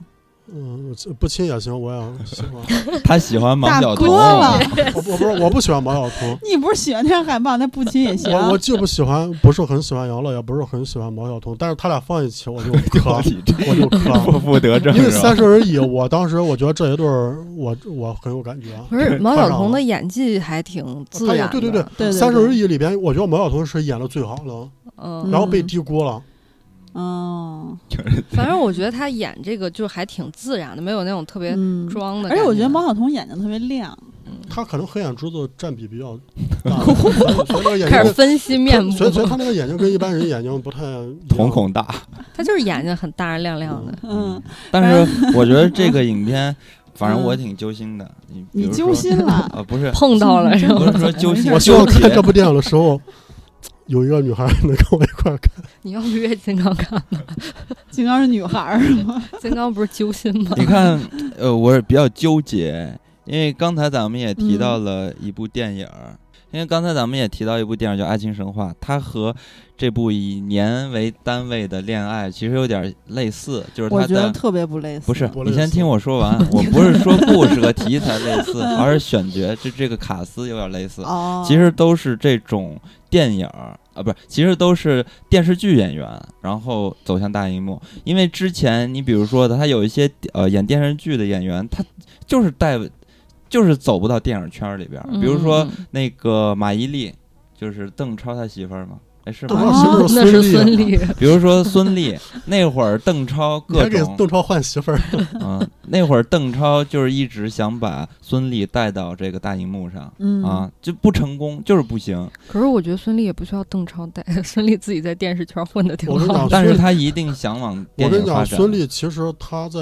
S4: 嗯，不亲也行，我也 喜欢。
S2: 他喜欢
S1: 大
S2: 盲啊角
S1: 哥
S2: 头，
S1: 了，
S4: 我我不是我不喜欢马晓彤，
S1: 你不是喜欢那海报，那不亲也 行。
S4: 我我既不喜欢，不是很喜欢杨乐，也不是很喜欢毛晓彤，但是他俩放一起我就磕，
S2: 啊
S4: 我就
S2: 负
S4: 磕。
S2: 负得啊正
S4: 因为
S2: 是吧
S4: 三？十而已，我当时我觉得这一对儿，我我很有感觉。啊
S3: 不是毛晓彤的演技还挺自然的，
S4: 对对对
S1: 对对
S4: 三十而已里边，我觉得毛晓彤是演的最好的，
S3: 嗯，
S4: 然后被低估了。
S1: 嗯，
S3: 反正我觉得他演这个就还挺自然的，没有那种特别
S1: 嗯，
S3: 装的
S1: 而
S3: 感。
S1: 且我觉得毛晓彤眼睛特别亮，
S4: 他可能黑眼珠子占比比较大， 所以所以那个眼
S3: 开始
S4: 睛
S3: 分析面
S4: 跟，
S3: 部，
S4: 所以所以他那个眼睛跟一般人眼睛不太一样
S2: 瞳。孔大，
S3: 他就是眼睛很大而亮亮的。
S1: 嗯，
S2: 但是我觉得这个影 片，反正我挺揪心的。你比
S1: 你
S2: 如
S1: 揪
S2: 说
S1: 心了，
S2: 啊？不是，
S3: 碰到了，然 后
S2: 不是说揪心，
S4: 我希望
S2: 纠结
S4: 看这部电影的时候，有一个女孩能跟我一块儿看。
S3: 你要不约金刚 看？
S1: 金刚是女孩儿是吗？
S3: 金刚不是揪心吗？
S2: 你看，呃，我比较纠结，因为刚才咱们也提到
S1: 嗯
S2: 了一部电影儿，因为刚才咱们也提到一部电影叫《爱情神话》，它和这部以年为单位的恋爱其实有点类似，就是
S1: 我
S2: 它
S1: 觉得
S2: 的。
S1: 特别不类似。
S2: 不是，
S4: 不
S2: 你
S4: 类
S2: 先
S4: 似
S2: 听我说完。我不是说故事和题材类似，而是选角，就这个卡斯有点类似。
S1: 哦，
S2: 其实都是这种电影儿啊，不是，其实都是电视剧演员，然后走向大荧幕。因为之前你比如说的，他有一些呃演电视剧的演员，他就是带就是走不到电影圈儿里边
S3: 嗯
S2: 儿。比如说那个马伊琍，就是邓超他媳妇儿嘛，哎是
S4: 邓
S2: 吗？
S4: 超是不
S3: 哦
S4: 是
S3: 那是孙
S4: 孙
S3: 俪，
S2: 比如说孙俪，那会儿邓超
S4: 你还
S2: 各
S4: 给
S2: 种
S4: 邓超换媳妇儿，
S2: 嗯，那会儿邓超就是一直想把孙俪带到这个大荧幕上。
S1: 嗯
S2: 啊，就不成功，就是不行。
S4: 哦
S3: 可是我觉得孙俪也不需要邓超带，孙俪自己在电视圈混的挺
S4: 我跟你
S3: 好
S4: 讲
S3: 的。
S2: 但是
S4: 孙
S2: 他一定想往
S4: 我
S2: 电
S4: 跟
S2: 影
S4: 你
S2: 发
S4: 讲，啊
S2: 展。
S4: 孙俪其实她在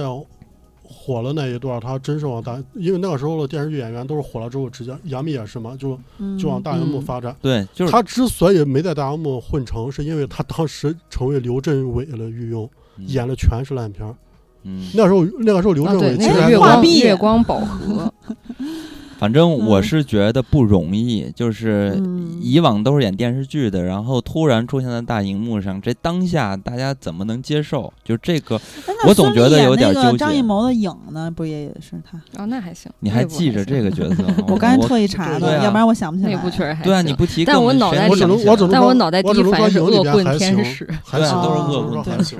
S4: 火了那一段，她真是往大，因为那个时候的电视剧演员都是火了之后直接，杨幂也是嘛，就就往大荧幕
S3: 嗯
S4: 发展。
S2: 对，就是
S4: 她之所以没在大荧幕混成，是因为她当时成为刘镇伟了御用，
S2: 嗯
S4: 演的全是烂片儿。
S2: 嗯，
S4: 那时候，那个时候刘
S3: 啊，
S4: 镇
S3: 对，
S4: 伟其
S3: 那
S4: 实
S3: 个
S4: 还
S3: 月
S4: 没
S1: 画
S3: 光
S1: 壁
S3: 月光宝盒，
S2: 反正我
S1: 嗯
S2: 是觉得不容易，就是
S1: 嗯
S2: 以往都是演电视剧的，然后突然出现在大荧幕上，这当下大家怎么能接受？就这个，
S1: 哎那
S2: 我
S1: 孙
S2: 总
S1: 俪
S2: 觉得
S1: 演
S2: 有点
S1: 那个
S2: 纠
S1: 张艺
S2: 结
S1: 谋的影呢，不也是他？？
S3: 哦，那还行。
S2: 你还
S3: 内部
S2: 记着
S3: 行
S2: 这个角色吗
S1: 我刚才特意
S4: 对
S1: 查
S2: 对
S1: 的，
S2: 啊
S1: 要不然我想不起来。
S3: 内部确实还行。
S2: 对啊，你不提
S3: 但
S2: 更
S3: 我
S2: 没
S3: 脑
S2: 谁
S3: 袋
S2: 能
S4: 我只
S2: 想
S4: 能
S2: 起来
S4: 我只能
S3: 但
S4: 说
S3: 我脑袋
S4: 我
S3: 第
S4: 只
S3: 一
S4: 能
S3: 反应
S4: 说
S3: 是
S4: 影里
S3: 恶
S4: 边
S3: 棍
S4: 还
S3: 天
S4: 行
S3: 使，
S4: 还
S2: 对
S4: 行，
S1: 啊都是恶
S4: 只能说
S2: 棍
S4: 还
S2: 天
S4: 行。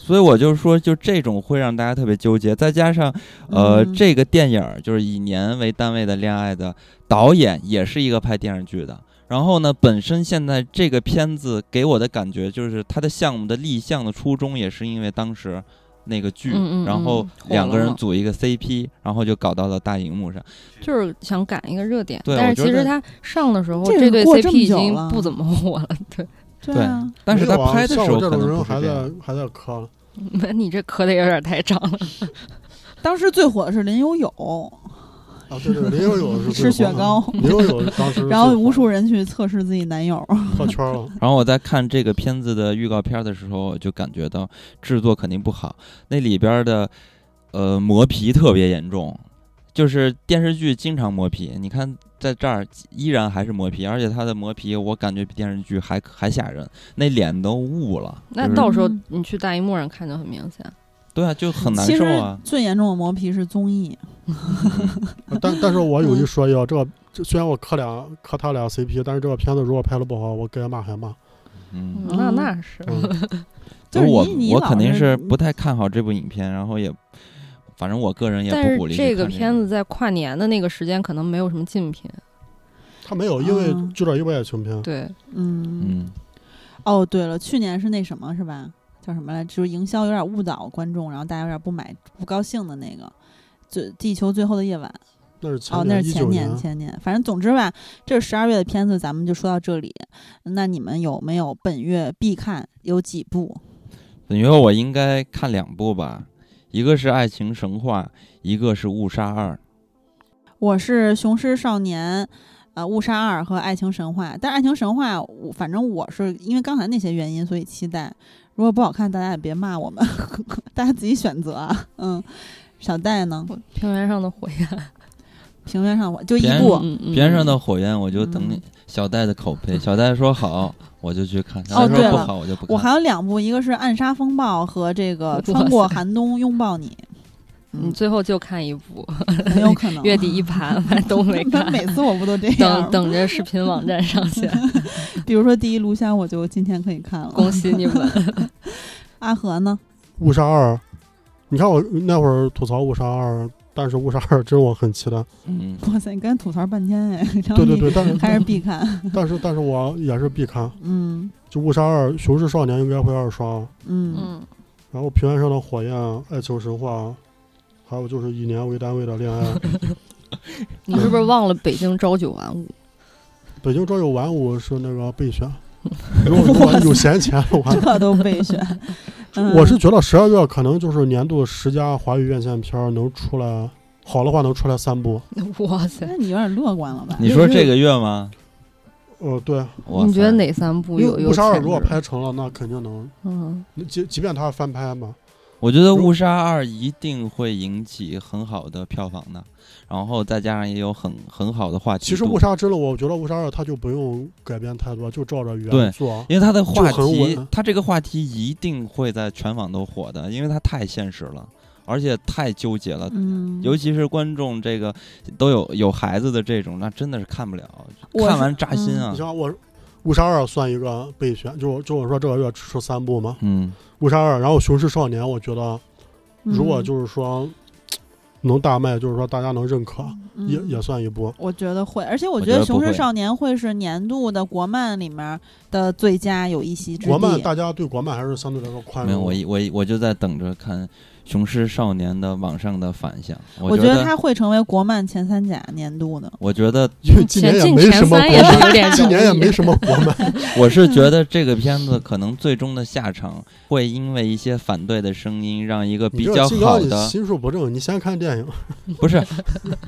S2: 所以我就说，就这种会让大家特别纠结，再加上呃，
S1: 嗯
S2: 这个电影儿就是以年为单位的恋爱的导演也是一个拍电视剧的。然后呢，本身现在这个片子给我的感觉就是它的项目的立项的初衷也是因为当时那个剧，
S3: 嗯嗯
S2: 然后
S3: 嗯火
S2: 两个
S3: 了
S2: 人
S3: 嘛
S2: 组一个 CP，然后就搞到了大荧幕上。
S3: 就是想赶一个热点。
S2: 对
S3: 但
S2: 我
S3: 是
S2: 觉
S3: 其
S2: 得
S3: 实他上的时候，
S1: 这个
S3: 这对
S1: 过这
S3: CP
S1: 么
S3: 已
S1: 久
S3: 经
S1: 了
S3: 不怎么火了。 对，
S1: 对
S2: 对
S1: 啊，
S2: 但是
S4: 没
S2: 他
S4: 有啊
S2: 拍的时
S4: 像
S2: 候
S4: 我
S2: 可
S4: 这种
S2: 能不
S4: 人
S2: 是
S4: 还
S2: 这样
S4: 在还在 磕了，
S3: 你这磕的有点太长了。
S1: 当时最火的是林有有
S4: 啊，对对，林有有是啊
S1: 吃
S4: 最
S1: 雪
S4: 火的
S1: 糕，
S4: 林有有 当时
S1: 然后
S4: 最火
S1: 无数人去测试自己男友。
S4: 破圈了，
S2: 然后我在看这个片子的预告片的时候，我就感觉到制作肯定不好，那里边的呃磨皮特别严重，就是电视剧经常磨皮，你看在这儿依然还是磨皮，而且它的磨皮我感觉比电视剧还还吓人，那脸都雾了，
S3: 那
S2: 就是
S3: 到时候
S1: 嗯
S3: 你去大荧幕上看就很明显。
S2: 对啊，就很难
S1: 其
S2: 受
S1: 实
S2: 啊。
S1: 最严重的磨皮是综艺，
S4: 但但是我有
S1: 嗯
S4: 一说一啊，这个这虽然我磕俩磕他俩 CP，但是这个片子如果拍的不好，我该骂还骂。
S2: 嗯，
S1: 嗯
S3: 那那是
S4: 嗯，
S1: 就是
S2: 我
S1: 你你
S2: 我
S1: 老
S2: 肯定
S1: 是
S2: 是不太看好这部影片，然后也反正我个人也
S3: 但
S2: 不鼓励
S3: 是
S2: 去看这
S3: 这个片子在跨年的那个时间可能没有什么竞品，
S4: 他没有，因为
S1: 嗯
S4: 就这一部爱情片，
S3: 对，
S1: 嗯
S2: 嗯，
S1: 哦，对了，去年是那什么是吧？叫什么来？就是营销有点误导观众，然后大家有点不买不高兴的那个。最地球最后的夜晚
S4: 那是前
S1: 哦，那是
S4: 一
S1: 前
S4: 九
S1: 年前年，反正总之吧，这十二月的片子咱们就说到这里。那你们有没有本月必看？有几部？
S2: 等于说我应该看两部吧，一个是《爱情神话》，一个是《误杀二》。
S1: 嗯我是《雄狮少年》、呃，《误杀二》和《爱情神话》，但《爱情神话》我反正我是因为刚才那些原因，所以期待。如果不好看，大家也别骂我们， 大家自己选择啊。嗯，小戴呢？
S3: 《平原上的火焰》
S1: 平原上我就一
S2: 别人
S1: 部。
S3: 嗯嗯
S2: 边上的火焰，我就等你
S1: 嗯
S2: 小戴的口碑。小戴说好，我就去看；
S1: 哦
S2: 小戴说
S1: 对
S2: 不
S1: 了
S2: 好，我就不
S1: 我还
S2: 看。
S1: 有两部，一个是《暗杀风暴》和这个
S3: 哇
S1: 《穿过
S3: 塞
S1: 寒冬拥抱你》，
S3: 嗯你最后就看一部，
S1: 很有可能啊
S3: 月底一盘还 都没看，
S1: 每次我不都这样吗
S3: 等等着视频网站上线，
S1: 比如说第一炉香，我就今天可以看了。
S3: 恭喜你们！
S1: 阿和呢？
S4: 误杀二，你看我那会儿吐槽误杀二，但是误杀二真我很期待。
S2: 嗯，
S1: 哇塞，你刚才吐槽半天哎，然后
S4: 对对
S1: 你
S4: 对，但是
S1: 还是必看。
S4: 但是但是我也是必看，
S1: 嗯
S4: 就误杀二，雄狮少年应该会二刷，
S1: 嗯，
S3: 嗯，
S4: 然后平原上的火焰、爱情神话，还有就是以年为单位的恋爱。
S3: 你是不是忘了北京朝九晚五？
S4: 北京朝有晚舞是那个备选，如果如果有闲钱 的话，
S1: 这都备选。嗯
S4: 我是觉得十二月可能就是年度十佳华语院线片儿能出来，好的话能出来三部。
S3: 哇塞！
S1: 那你有点乐观了吧？
S2: 你说这个月吗？
S4: 呃，对，
S2: 哇塞
S3: 你觉得？哪三部有有
S4: 误杀二
S3: 潜
S4: 如果
S3: 质
S4: 拍成了，那肯定能。
S3: 嗯，
S4: 即即便它翻拍嘛，
S2: 我觉得《误杀二》一定会引起很好的票房的，然后再加上也有很很好的话题度。
S4: 其实误杀真的，我觉得误杀二它就不用改编太多，就照着
S2: 对
S4: 原作。
S2: 因为它的话
S4: 就很啊
S2: 题
S4: 稳，
S2: 它这个话题一定会在全网都火的，因为它太现实了，而且太纠结了。
S1: 嗯，
S2: 尤其是观众这个都有有孩子的这种，那真的是看不了，
S1: 我
S2: 看
S1: 是
S2: 完扎心啊
S4: 你。像我，误杀二算一个备选，就就我说这个月出三部嘛，
S2: 嗯，
S4: 误杀二，然后雄狮少年，我觉得如果
S1: 嗯
S4: 就是说能大卖，就是说大家能认可，
S1: 嗯
S4: 也也算一部。
S1: 我觉得会，而且我
S2: 我
S1: 觉
S2: 觉
S1: 得《
S2: 得
S1: 雄
S2: 不
S1: 狮
S2: 会
S1: 少年》会是年度的国漫里面的最佳，有一席之地。
S4: 国漫大家对国漫还是相对来说宽
S2: 嗯没有，
S4: 容。
S2: 我一我一我就在等着看《雄狮少年》的网上的反响。
S1: 我
S2: 觉
S1: 觉得它会成为国漫前三甲年度的。
S2: 我觉得
S4: 因为今年
S3: 嗯前
S4: 也
S3: 进
S4: 没
S3: 前
S4: 什么
S3: 三
S4: 国
S3: 也是有
S4: 漫，
S3: 点
S4: 今年也
S3: 容易
S4: 没什么国 漫。
S2: 我是觉得这个片子可能最终的下场会因为一些反对的声音，让一个
S4: 你
S2: 比
S4: 这
S2: 较
S4: 金
S2: 好
S4: 刚你
S2: 的
S4: 心术不正，你先看电影，
S2: 不 是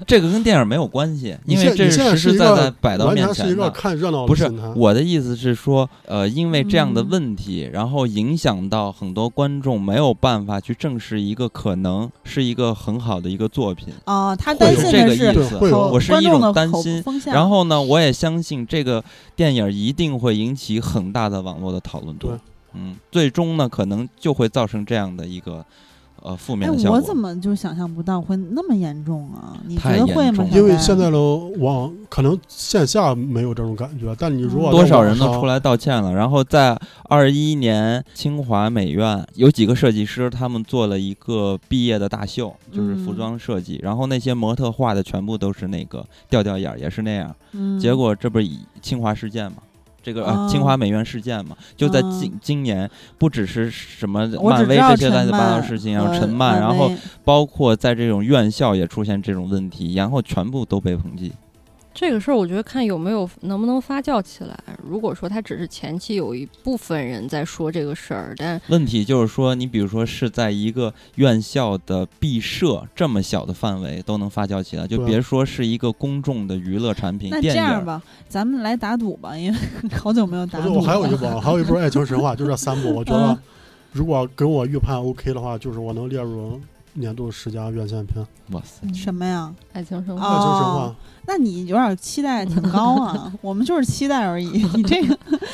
S2: 这个跟电影没有关系，
S4: 你
S2: 因
S4: 现
S2: 为这
S4: 你现在
S2: 实
S4: 是
S2: 实
S4: 一
S2: 在在
S4: 个
S2: 摆到
S4: 完
S2: 面
S4: 全是一
S2: 前
S4: 个
S2: 的。
S4: 看热闹
S2: 不
S4: 的
S2: 是
S4: 心态。
S2: 我的意思是说，呃，因为这样的
S1: 嗯
S2: 问题，然后影响到很多观众没有办法去正视一一个可能是一个很好的一个作品，
S1: 哦，他
S2: 会
S1: 担
S2: 有
S1: 心
S2: 这
S1: 的
S2: 个
S1: 是
S2: 意
S4: 对会
S2: 思。
S4: 有
S1: 口
S2: 我是
S1: 观
S2: 一
S1: 众
S2: 种
S1: 的
S2: 担
S1: 口
S2: 心
S1: 风向。
S2: 然后呢，我也相信这个电影一定会引起很大的网络的讨论度
S4: 对。
S2: 嗯，最终呢，可能就会造成这样的一个呃负
S1: 哎，
S2: 面的效果。
S1: 我怎么就想象不到会那么严重啊？你觉
S2: 太
S1: 得
S2: 严
S1: 会吗
S2: 重？了
S1: 小
S4: 因为
S1: 戴
S4: 现在的网可能线下没有这种感觉，但你如果
S1: 啊
S2: 多少
S4: 在网
S2: 人都
S4: 上
S2: 出来道歉了。然后在二一年清华美院有几个设计师，他们做了一个毕业的大秀，就是服
S1: 嗯
S2: 装设计。然后那些模特画的全部都是那个吊吊眼儿，也是那样。
S1: 嗯
S2: 结果这不是以清华事件嘛？这个、
S1: 哦
S2: 啊、清华美院事件嘛，就在今、
S1: 嗯
S2: 今年，不只是什么
S1: 我只
S2: 漫
S1: 知
S2: 威
S1: 道
S2: 这些
S1: 陈
S2: 乱七八糟
S1: 漫
S2: 事情，然后
S1: 和
S2: 陈漫，然
S1: 漫
S2: 后
S1: 威
S2: 包括在这种院校也出现这种问题，然后全部都被抨击。
S3: 这个事儿，我觉得看有没有能不能发酵起来。如果说他只是前期有一部分人在说这个事儿，但
S2: 问题就是说，你比如说是在一个院校的毕设这么小的范围都能发酵起来，就
S4: 对
S2: 别说是一个公众的娱乐产品
S1: 那这
S2: 电影
S1: 样
S2: 儿。
S1: 吧，咱们来打赌吧，因为 好久没有打
S4: 我
S1: 赌
S4: 觉
S1: 了。
S4: 得我还有一部，还有一部《爱情神话》，就这三部，我觉得
S1: 嗯
S4: 如果跟我预判 OK 的话，就是我能列入年度十佳院线片，《
S2: 哇塞，
S1: 什么呀？
S3: 嗯爱情生活、
S4: 爱情神话
S1: 哦》那你有点期待挺高啊，我们就是期待而已。你这个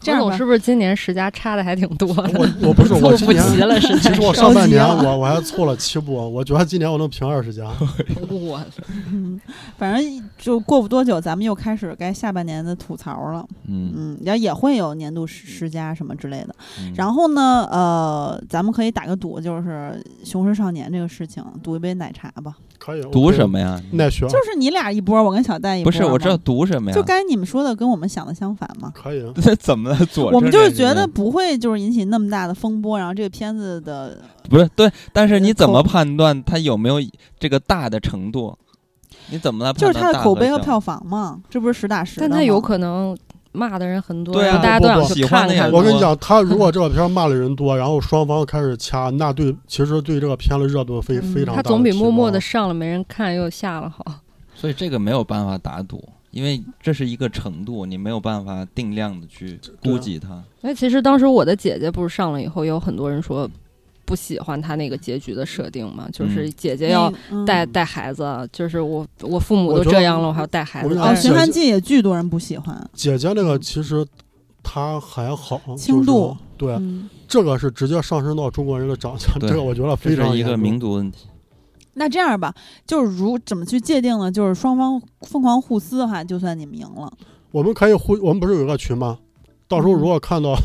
S1: 这
S3: 这
S1: 样
S3: 总
S1: 吧
S3: 是，不是今年十佳差的还挺多的？
S4: 我我不是
S3: 凑
S4: 我今
S3: 不
S4: 年，
S3: 齐了， 是
S4: 其实我
S1: 啊着
S4: 上半
S1: 急啊
S4: 年
S1: 了
S4: 我我还凑了七部，我觉得今年我能评二十佳。
S3: 我
S1: 嗯，反正就过不多久，咱们又开始该下半年的吐槽了。
S2: 嗯，
S1: 嗯，然后也会有年度十十佳什么之类的。
S2: 嗯
S1: 然后呢，呃，咱们可以打个赌，就是《雄狮少年》这个事情，赌一杯奶茶吧。
S4: 可以，
S2: 读什
S4: 么？
S2: 么呀？
S4: 奈雪
S1: 就，是你俩一波，我跟小戴一波
S2: 不
S1: 嘛。
S2: 是，我知道读什么呀？
S1: 就该你们说的跟我们想的相反嘛。
S4: 可以，
S2: 这 怎么了？左
S1: 我们就是
S2: 这
S1: 觉
S2: 人
S1: 得不会就是引起那么大的风波，然后这个片子的
S2: 不是对，但是
S1: 呃
S2: 你怎么
S1: 口
S2: 判断它有没有这个大的程度？你怎么来判
S1: 就
S2: 断
S1: 是它的
S2: 大
S1: 口碑和
S2: 小
S1: 票房嘛，这不是实打实的
S3: 但
S1: 吗。
S3: 他有可能骂的人很多，
S2: 对啊
S3: 然后大家都想去
S2: 喜欢
S3: 看
S2: 的
S3: 看
S2: 也。
S4: 我跟你
S2: 多
S4: 讲，他如果这个片儿骂的人多，然后双方开始掐，那对其实对这个片的热度非非
S1: 嗯
S4: 常大
S3: 他
S4: 的提高。
S3: 总比默默的上了没人看又下了好。
S2: 所以这个没有办法打赌，因为这是一个程度，你没有办法定量的去估计它。
S3: 那其实当时我的姐姐不是上了以后，有很多人说不喜欢她那个结局的设定嘛，就是
S2: 嗯
S3: 姐姐
S1: 那
S3: 要
S1: 个嗯
S3: 带带孩子，就是我我父母
S4: 我
S3: 都
S4: 觉
S3: 这
S4: 得
S3: 样了，我还要带孩
S4: 我
S3: 子
S4: 跟。你
S1: 哦，《
S3: 但
S4: 讲
S3: 是
S1: 寻汉记》也巨多人不喜欢，
S4: 姐姐那个其实他还好，就是
S1: 轻度
S4: 对，
S1: 嗯，
S4: 这个是直接上升到中国人的长相，
S2: 对
S4: 这个我觉得
S2: 这
S4: 非常
S2: 是一
S4: 严
S2: 个
S4: 重
S2: 民族问题。
S1: 那这样吧，就是如怎么去界定呢？就是双方疯狂互撕的话，就算你们赢了。
S4: 我们可以互，我们不是有个群吗？到
S3: 嗯
S4: 时候如果看到、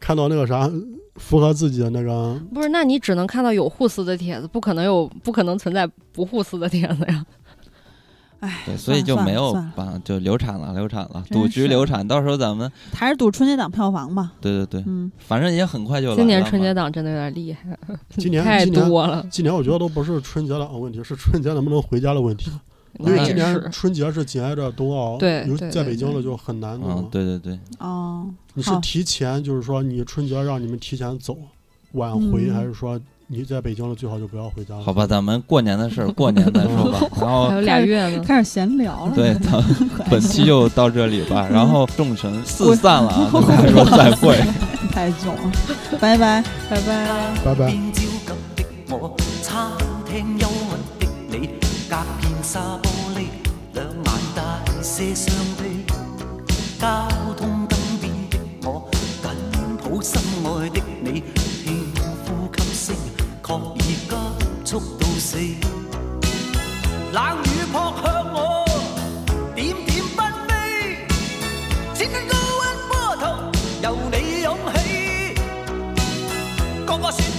S4: 看到那个啥符合自己的 那个，
S3: 不是，那你只能看到有互撕的帖子，不可能有，不可能存在不互撕的帖子呀。
S1: 哎，
S2: 对，所以
S1: 算
S2: 就
S1: 了
S2: 没有
S1: 算了
S2: 办法，就流产了，流产了，
S1: 真
S2: 赌局
S1: 是
S2: 流产。到时候咱们，
S1: 还是赌春节档票房吧。
S2: 对对对，
S1: 嗯，
S2: 反正也很快就来了嘛。
S3: 今年春节档真的有点厉害，
S4: 今年
S3: 太
S4: 今年
S3: 多了，
S4: 今年我觉得都不是春节档的问题，是春节能不能回家的问题。因
S3: 那
S4: 为
S3: 嗯也
S4: 今年
S3: 是。
S4: 春节是紧挨着冬奥，
S3: 对
S4: 尤
S3: 对
S4: 在
S3: 对
S4: 北京
S3: 对
S4: 的就很难弄
S2: 嗯
S4: 了，。
S2: 对对对，
S1: 哦，
S4: 你是
S1: 好
S4: 提前，就是说你春节让你们提前走，晚回，
S1: 嗯
S4: 还是说你在北京了最好就不要回家了？
S2: 好吧，咱们过年的 事儿过年再说吧。然后
S3: 还有俩月呢，
S1: 开始闲聊了。
S2: 对，咱们
S1: 可爱
S2: 本期就到这里吧。然后众神四散了 啊，跟大家说再会。
S1: 太囧了，拜拜。
S3: 拜拜。
S4: 拜拜。
S6: 偏焦急的我，餐廳幽默的你，隔片沙玻璃，兩眼帶些傷悲。交通燈邊的我，緊抱心愛的你，聽呼吸聲，確已急促到死。冷雨撲向我，點點紛飛，千斤高溫波濤，有你湧起。個個説